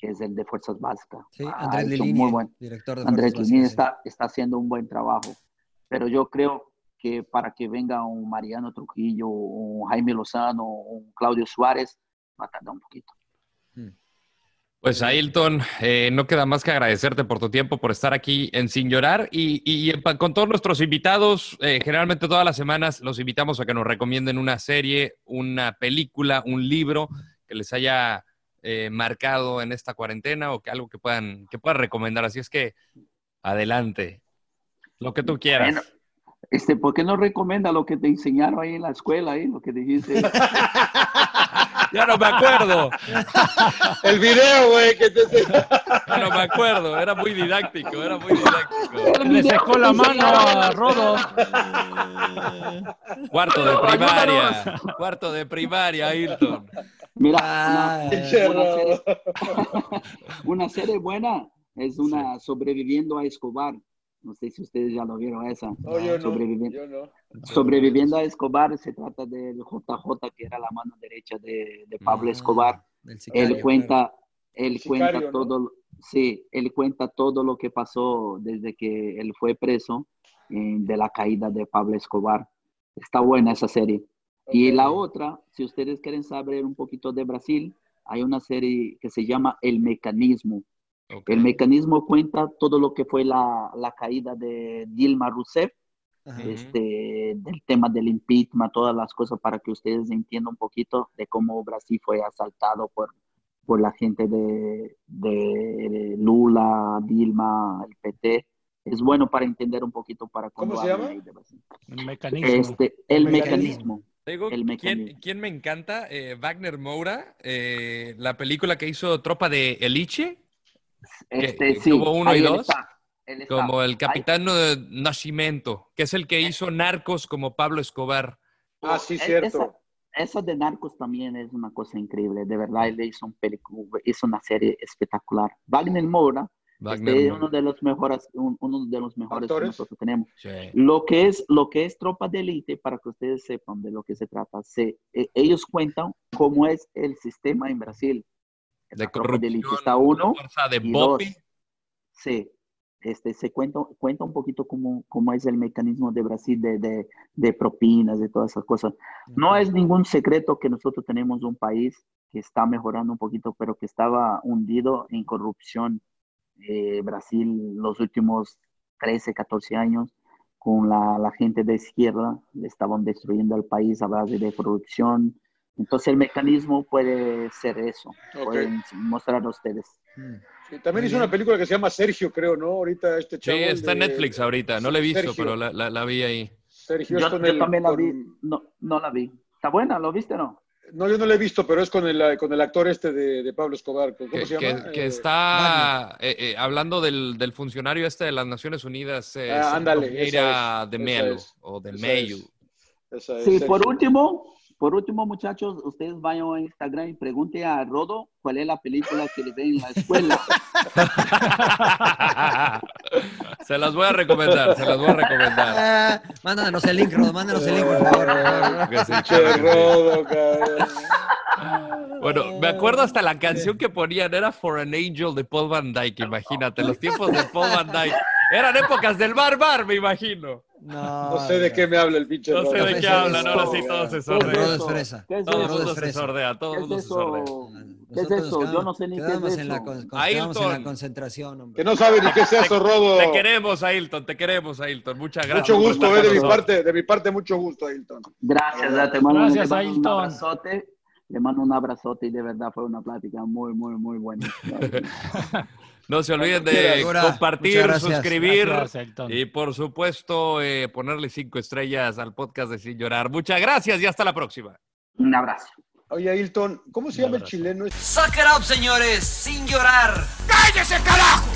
[SPEAKER 5] que es el de Fuerzas Básicas.
[SPEAKER 2] Sí, Andrés ah, Lilini, muy buen. director de
[SPEAKER 5] Andrés
[SPEAKER 2] Fuerzas
[SPEAKER 5] Lilini
[SPEAKER 2] Básicas,
[SPEAKER 5] está, está haciendo un buen trabajo, pero yo creo que para que venga un Mariano Trujillo, un Jaime Lozano, un Claudio Suárez, va a tardar un poquito.
[SPEAKER 4] Pues Ailton, eh, no queda más que agradecerte por tu tiempo, por estar aquí en Sin Llorar y, y en pa- con todos nuestros invitados, eh, generalmente todas las semanas los invitamos a que nos recomienden una serie, una película, un libro que les haya eh, marcado en esta cuarentena o que algo que puedan que puedan recomendar. Así es que adelante, lo que tú quieras.
[SPEAKER 5] Bueno, este, ¿Por qué no recomienda lo que te enseñaron ahí en la escuela, ahí, lo que dijiste?
[SPEAKER 4] Ya no me acuerdo.
[SPEAKER 3] El video, güey, que te
[SPEAKER 4] Ya no me acuerdo. Era muy didáctico, era muy didáctico.
[SPEAKER 1] Le secó la mano a Rodo.
[SPEAKER 4] Cuarto de primaria. Cuarto de primaria, Ailton.
[SPEAKER 5] Mira,
[SPEAKER 4] Ah,
[SPEAKER 5] una,
[SPEAKER 4] pinche
[SPEAKER 5] una
[SPEAKER 4] Rodo.
[SPEAKER 5] serie, una serie buena es una sobreviviendo a Escobar. No sé si ustedes ya lo vieron esa.
[SPEAKER 3] No, yo no,
[SPEAKER 5] Sobrevivi-
[SPEAKER 3] yo no.
[SPEAKER 5] Sobreviviendo a Escobar se trata del JJ, que era la mano derecha de, de Pablo
[SPEAKER 2] Ah,
[SPEAKER 5] Escobar.
[SPEAKER 2] del sicario,
[SPEAKER 5] Él cuenta, él
[SPEAKER 2] Sicario,
[SPEAKER 5] cuenta
[SPEAKER 2] ¿no?
[SPEAKER 5] todo, lo- sí, él cuenta todo lo que pasó desde que él fue preso eh, de la caída de Pablo Escobar. Está buena esa serie. Y la otra, si ustedes quieren saber un poquito de Brasil, hay una serie que se llama El Mecanismo. El Mecanismo cuenta todo lo que fue la, la caída de Dilma Rousseff,
[SPEAKER 2] Ajá.
[SPEAKER 5] este, del tema del impeachment, todas las cosas para que ustedes entiendan un poquito de cómo Brasil fue asaltado por, por la gente de, de Lula, Dilma, el PT. Es bueno para entender un poquito para
[SPEAKER 3] ¿Cómo
[SPEAKER 5] cuando
[SPEAKER 3] se
[SPEAKER 5] hablen
[SPEAKER 3] llama?
[SPEAKER 5] ahí de Brasil.
[SPEAKER 1] El mecanismo.
[SPEAKER 5] Este, el mecanismo.
[SPEAKER 4] Te digo,
[SPEAKER 5] El
[SPEAKER 4] ¿quién,
[SPEAKER 5] mecanismo.
[SPEAKER 4] quién me encanta? Eh, Wagner Moura, eh, la película que hizo Tropa de Eliche, que-
[SPEAKER 5] Este,
[SPEAKER 4] que
[SPEAKER 5] sí,
[SPEAKER 4] hubo uno y
[SPEAKER 5] ahí él
[SPEAKER 4] dos,
[SPEAKER 5] está, él está.
[SPEAKER 4] como el
[SPEAKER 5] Ahí-
[SPEAKER 4] capitán de Nascimento, que es el que hizo Narcos como Pablo Escobar.
[SPEAKER 3] Ah, sí,
[SPEAKER 5] Es-
[SPEAKER 3] cierto.
[SPEAKER 5] E-, Esa, esa de Narcos también es una cosa increíble, de verdad, él hizo, un pelicu- hizo una serie espectacular. Wagner Moura
[SPEAKER 4] Wagner
[SPEAKER 5] este, es
[SPEAKER 4] Moura.
[SPEAKER 5] uno de los mejores, un- uno de los mejores que
[SPEAKER 3] Actores.
[SPEAKER 5] nosotros tenemos.
[SPEAKER 4] Sí.
[SPEAKER 5] Lo que es, lo que es tropa de élite, para que ustedes sepan de lo que se trata, se- eh, ellos cuentan cómo es el sistema en Brasil.
[SPEAKER 4] De
[SPEAKER 5] Tropa de élite
[SPEAKER 4] corrupción,
[SPEAKER 5] está uno
[SPEAKER 4] fuerza de
[SPEAKER 5] y
[SPEAKER 4] Bopi.
[SPEAKER 5] dos. Sí, este, se cuenta, cuenta un poquito cómo, cómo es el mecanismo de Brasil de, de- de propinas, de todas esas cosas. No es ningún secreto que nosotros tenemos un país que está mejorando un poquito, pero que estaba hundido en corrupción. eh, Brasil los últimos 13, 14 años con la, la gente de izquierda, le estaban destruyendo al país a base de corrupción. Entonces el mecanismo puede ser eso,
[SPEAKER 3] Ok.
[SPEAKER 5] pueden mostrar a ustedes.
[SPEAKER 3] Sí, también hizo una película que se llama Sergio, creo, ¿no? Ahorita este
[SPEAKER 4] Sí,
[SPEAKER 3] chavo. el
[SPEAKER 4] está en
[SPEAKER 3] de-
[SPEAKER 4] Netflix ahorita. No la he visto,
[SPEAKER 3] Sergio.
[SPEAKER 4] pero la, la- la vi ahí.
[SPEAKER 3] Sergio
[SPEAKER 5] Yo,
[SPEAKER 3] es con
[SPEAKER 5] yo
[SPEAKER 3] el-
[SPEAKER 5] también la vi,
[SPEAKER 3] con-
[SPEAKER 5] no, no la vi. ¿Está buena? ¿Lo viste o no?
[SPEAKER 3] No, yo no la he visto, pero es con el, con el actor este de, de Pablo Escobar. ¿Cómo
[SPEAKER 4] Que,
[SPEAKER 3] se
[SPEAKER 4] que-
[SPEAKER 3] llama?
[SPEAKER 4] que
[SPEAKER 3] Eh,
[SPEAKER 4] está eh, eh, hablando del, del funcionario este de las Naciones Unidas, eh,
[SPEAKER 3] Ah,
[SPEAKER 4] Santos
[SPEAKER 3] ándale, esa
[SPEAKER 4] Vieira
[SPEAKER 3] es,
[SPEAKER 4] de
[SPEAKER 3] esa
[SPEAKER 4] Melo
[SPEAKER 3] es,
[SPEAKER 4] o de
[SPEAKER 3] esa
[SPEAKER 4] Meyu.
[SPEAKER 3] es. esa es
[SPEAKER 5] Sí,
[SPEAKER 3] Sergio.
[SPEAKER 5] por último, por último, muchachos, ustedes vayan a Instagram y pregunten a Rodo cuál es la película que le ven en la escuela.
[SPEAKER 4] se las voy a recomendar, se las voy a recomendar.
[SPEAKER 2] Ah, mándanos el link, Rodo, mándanos el link, por favor. por favor.
[SPEAKER 4] Claro que sí, claro
[SPEAKER 3] Che,
[SPEAKER 4] que sí.
[SPEAKER 3] Rodo, cabrón.
[SPEAKER 4] Bueno, me acuerdo hasta la canción que ponían, era For an Angel de Paul Van Dyke, imagínate, los tiempos de Paul Van Dyke. Eran épocas del bar bar, me imagino.
[SPEAKER 2] No,
[SPEAKER 3] No sé de qué me habla el pinche
[SPEAKER 4] No sé
[SPEAKER 3] Rodo.
[SPEAKER 4] de qué hablan, ahora sí todo se
[SPEAKER 5] ¿Qué
[SPEAKER 2] Rodo
[SPEAKER 4] sordea.
[SPEAKER 2] es fresa.
[SPEAKER 5] ¿Qué es
[SPEAKER 4] Todo el
[SPEAKER 5] eso?
[SPEAKER 4] mundo se sordea, todo
[SPEAKER 5] ¿Qué
[SPEAKER 4] el
[SPEAKER 5] es
[SPEAKER 4] mundo se sordea.
[SPEAKER 5] eso? ¿Qué es
[SPEAKER 2] Nosotros nos
[SPEAKER 5] eso? Yo
[SPEAKER 2] quedamos-
[SPEAKER 5] no sé ni qué
[SPEAKER 2] quedamos
[SPEAKER 5] es
[SPEAKER 2] en la, con-
[SPEAKER 5] eso.
[SPEAKER 2] con- quedamos en la
[SPEAKER 4] Ailton.
[SPEAKER 2] concentración, hombre.
[SPEAKER 3] Que no sabe ni qué es eso, Rodo.
[SPEAKER 4] Te queremos, Ailton, te queremos, Ailton. Muchas gracias.
[SPEAKER 3] Mucho
[SPEAKER 4] por
[SPEAKER 3] gusto,
[SPEAKER 4] estar
[SPEAKER 3] eh, de
[SPEAKER 4] con
[SPEAKER 3] mi
[SPEAKER 4] nosotros.
[SPEAKER 3] parte, de mi parte, mucho gusto, Ailton.
[SPEAKER 5] Gracias, te mando, le
[SPEAKER 1] Gracias,
[SPEAKER 5] mando un
[SPEAKER 1] Ailton.
[SPEAKER 5] abrazote. Le mando un abrazote y de verdad fue una plática muy, muy, muy buena.
[SPEAKER 4] No se olviden de
[SPEAKER 2] quieras, Dora.
[SPEAKER 4] compartir,
[SPEAKER 2] Muchas gracias.
[SPEAKER 4] suscribir
[SPEAKER 1] Gracias, Ailton.
[SPEAKER 4] y por supuesto eh, ponerle cinco estrellas al podcast de Sin Llorar. Muchas gracias y hasta la próxima.
[SPEAKER 5] Un abrazo.
[SPEAKER 3] Oye, Ailton, ¿cómo se llama el chileno?
[SPEAKER 11] Suck it up, señores, sin llorar.
[SPEAKER 12] ¡Cállese, carajo!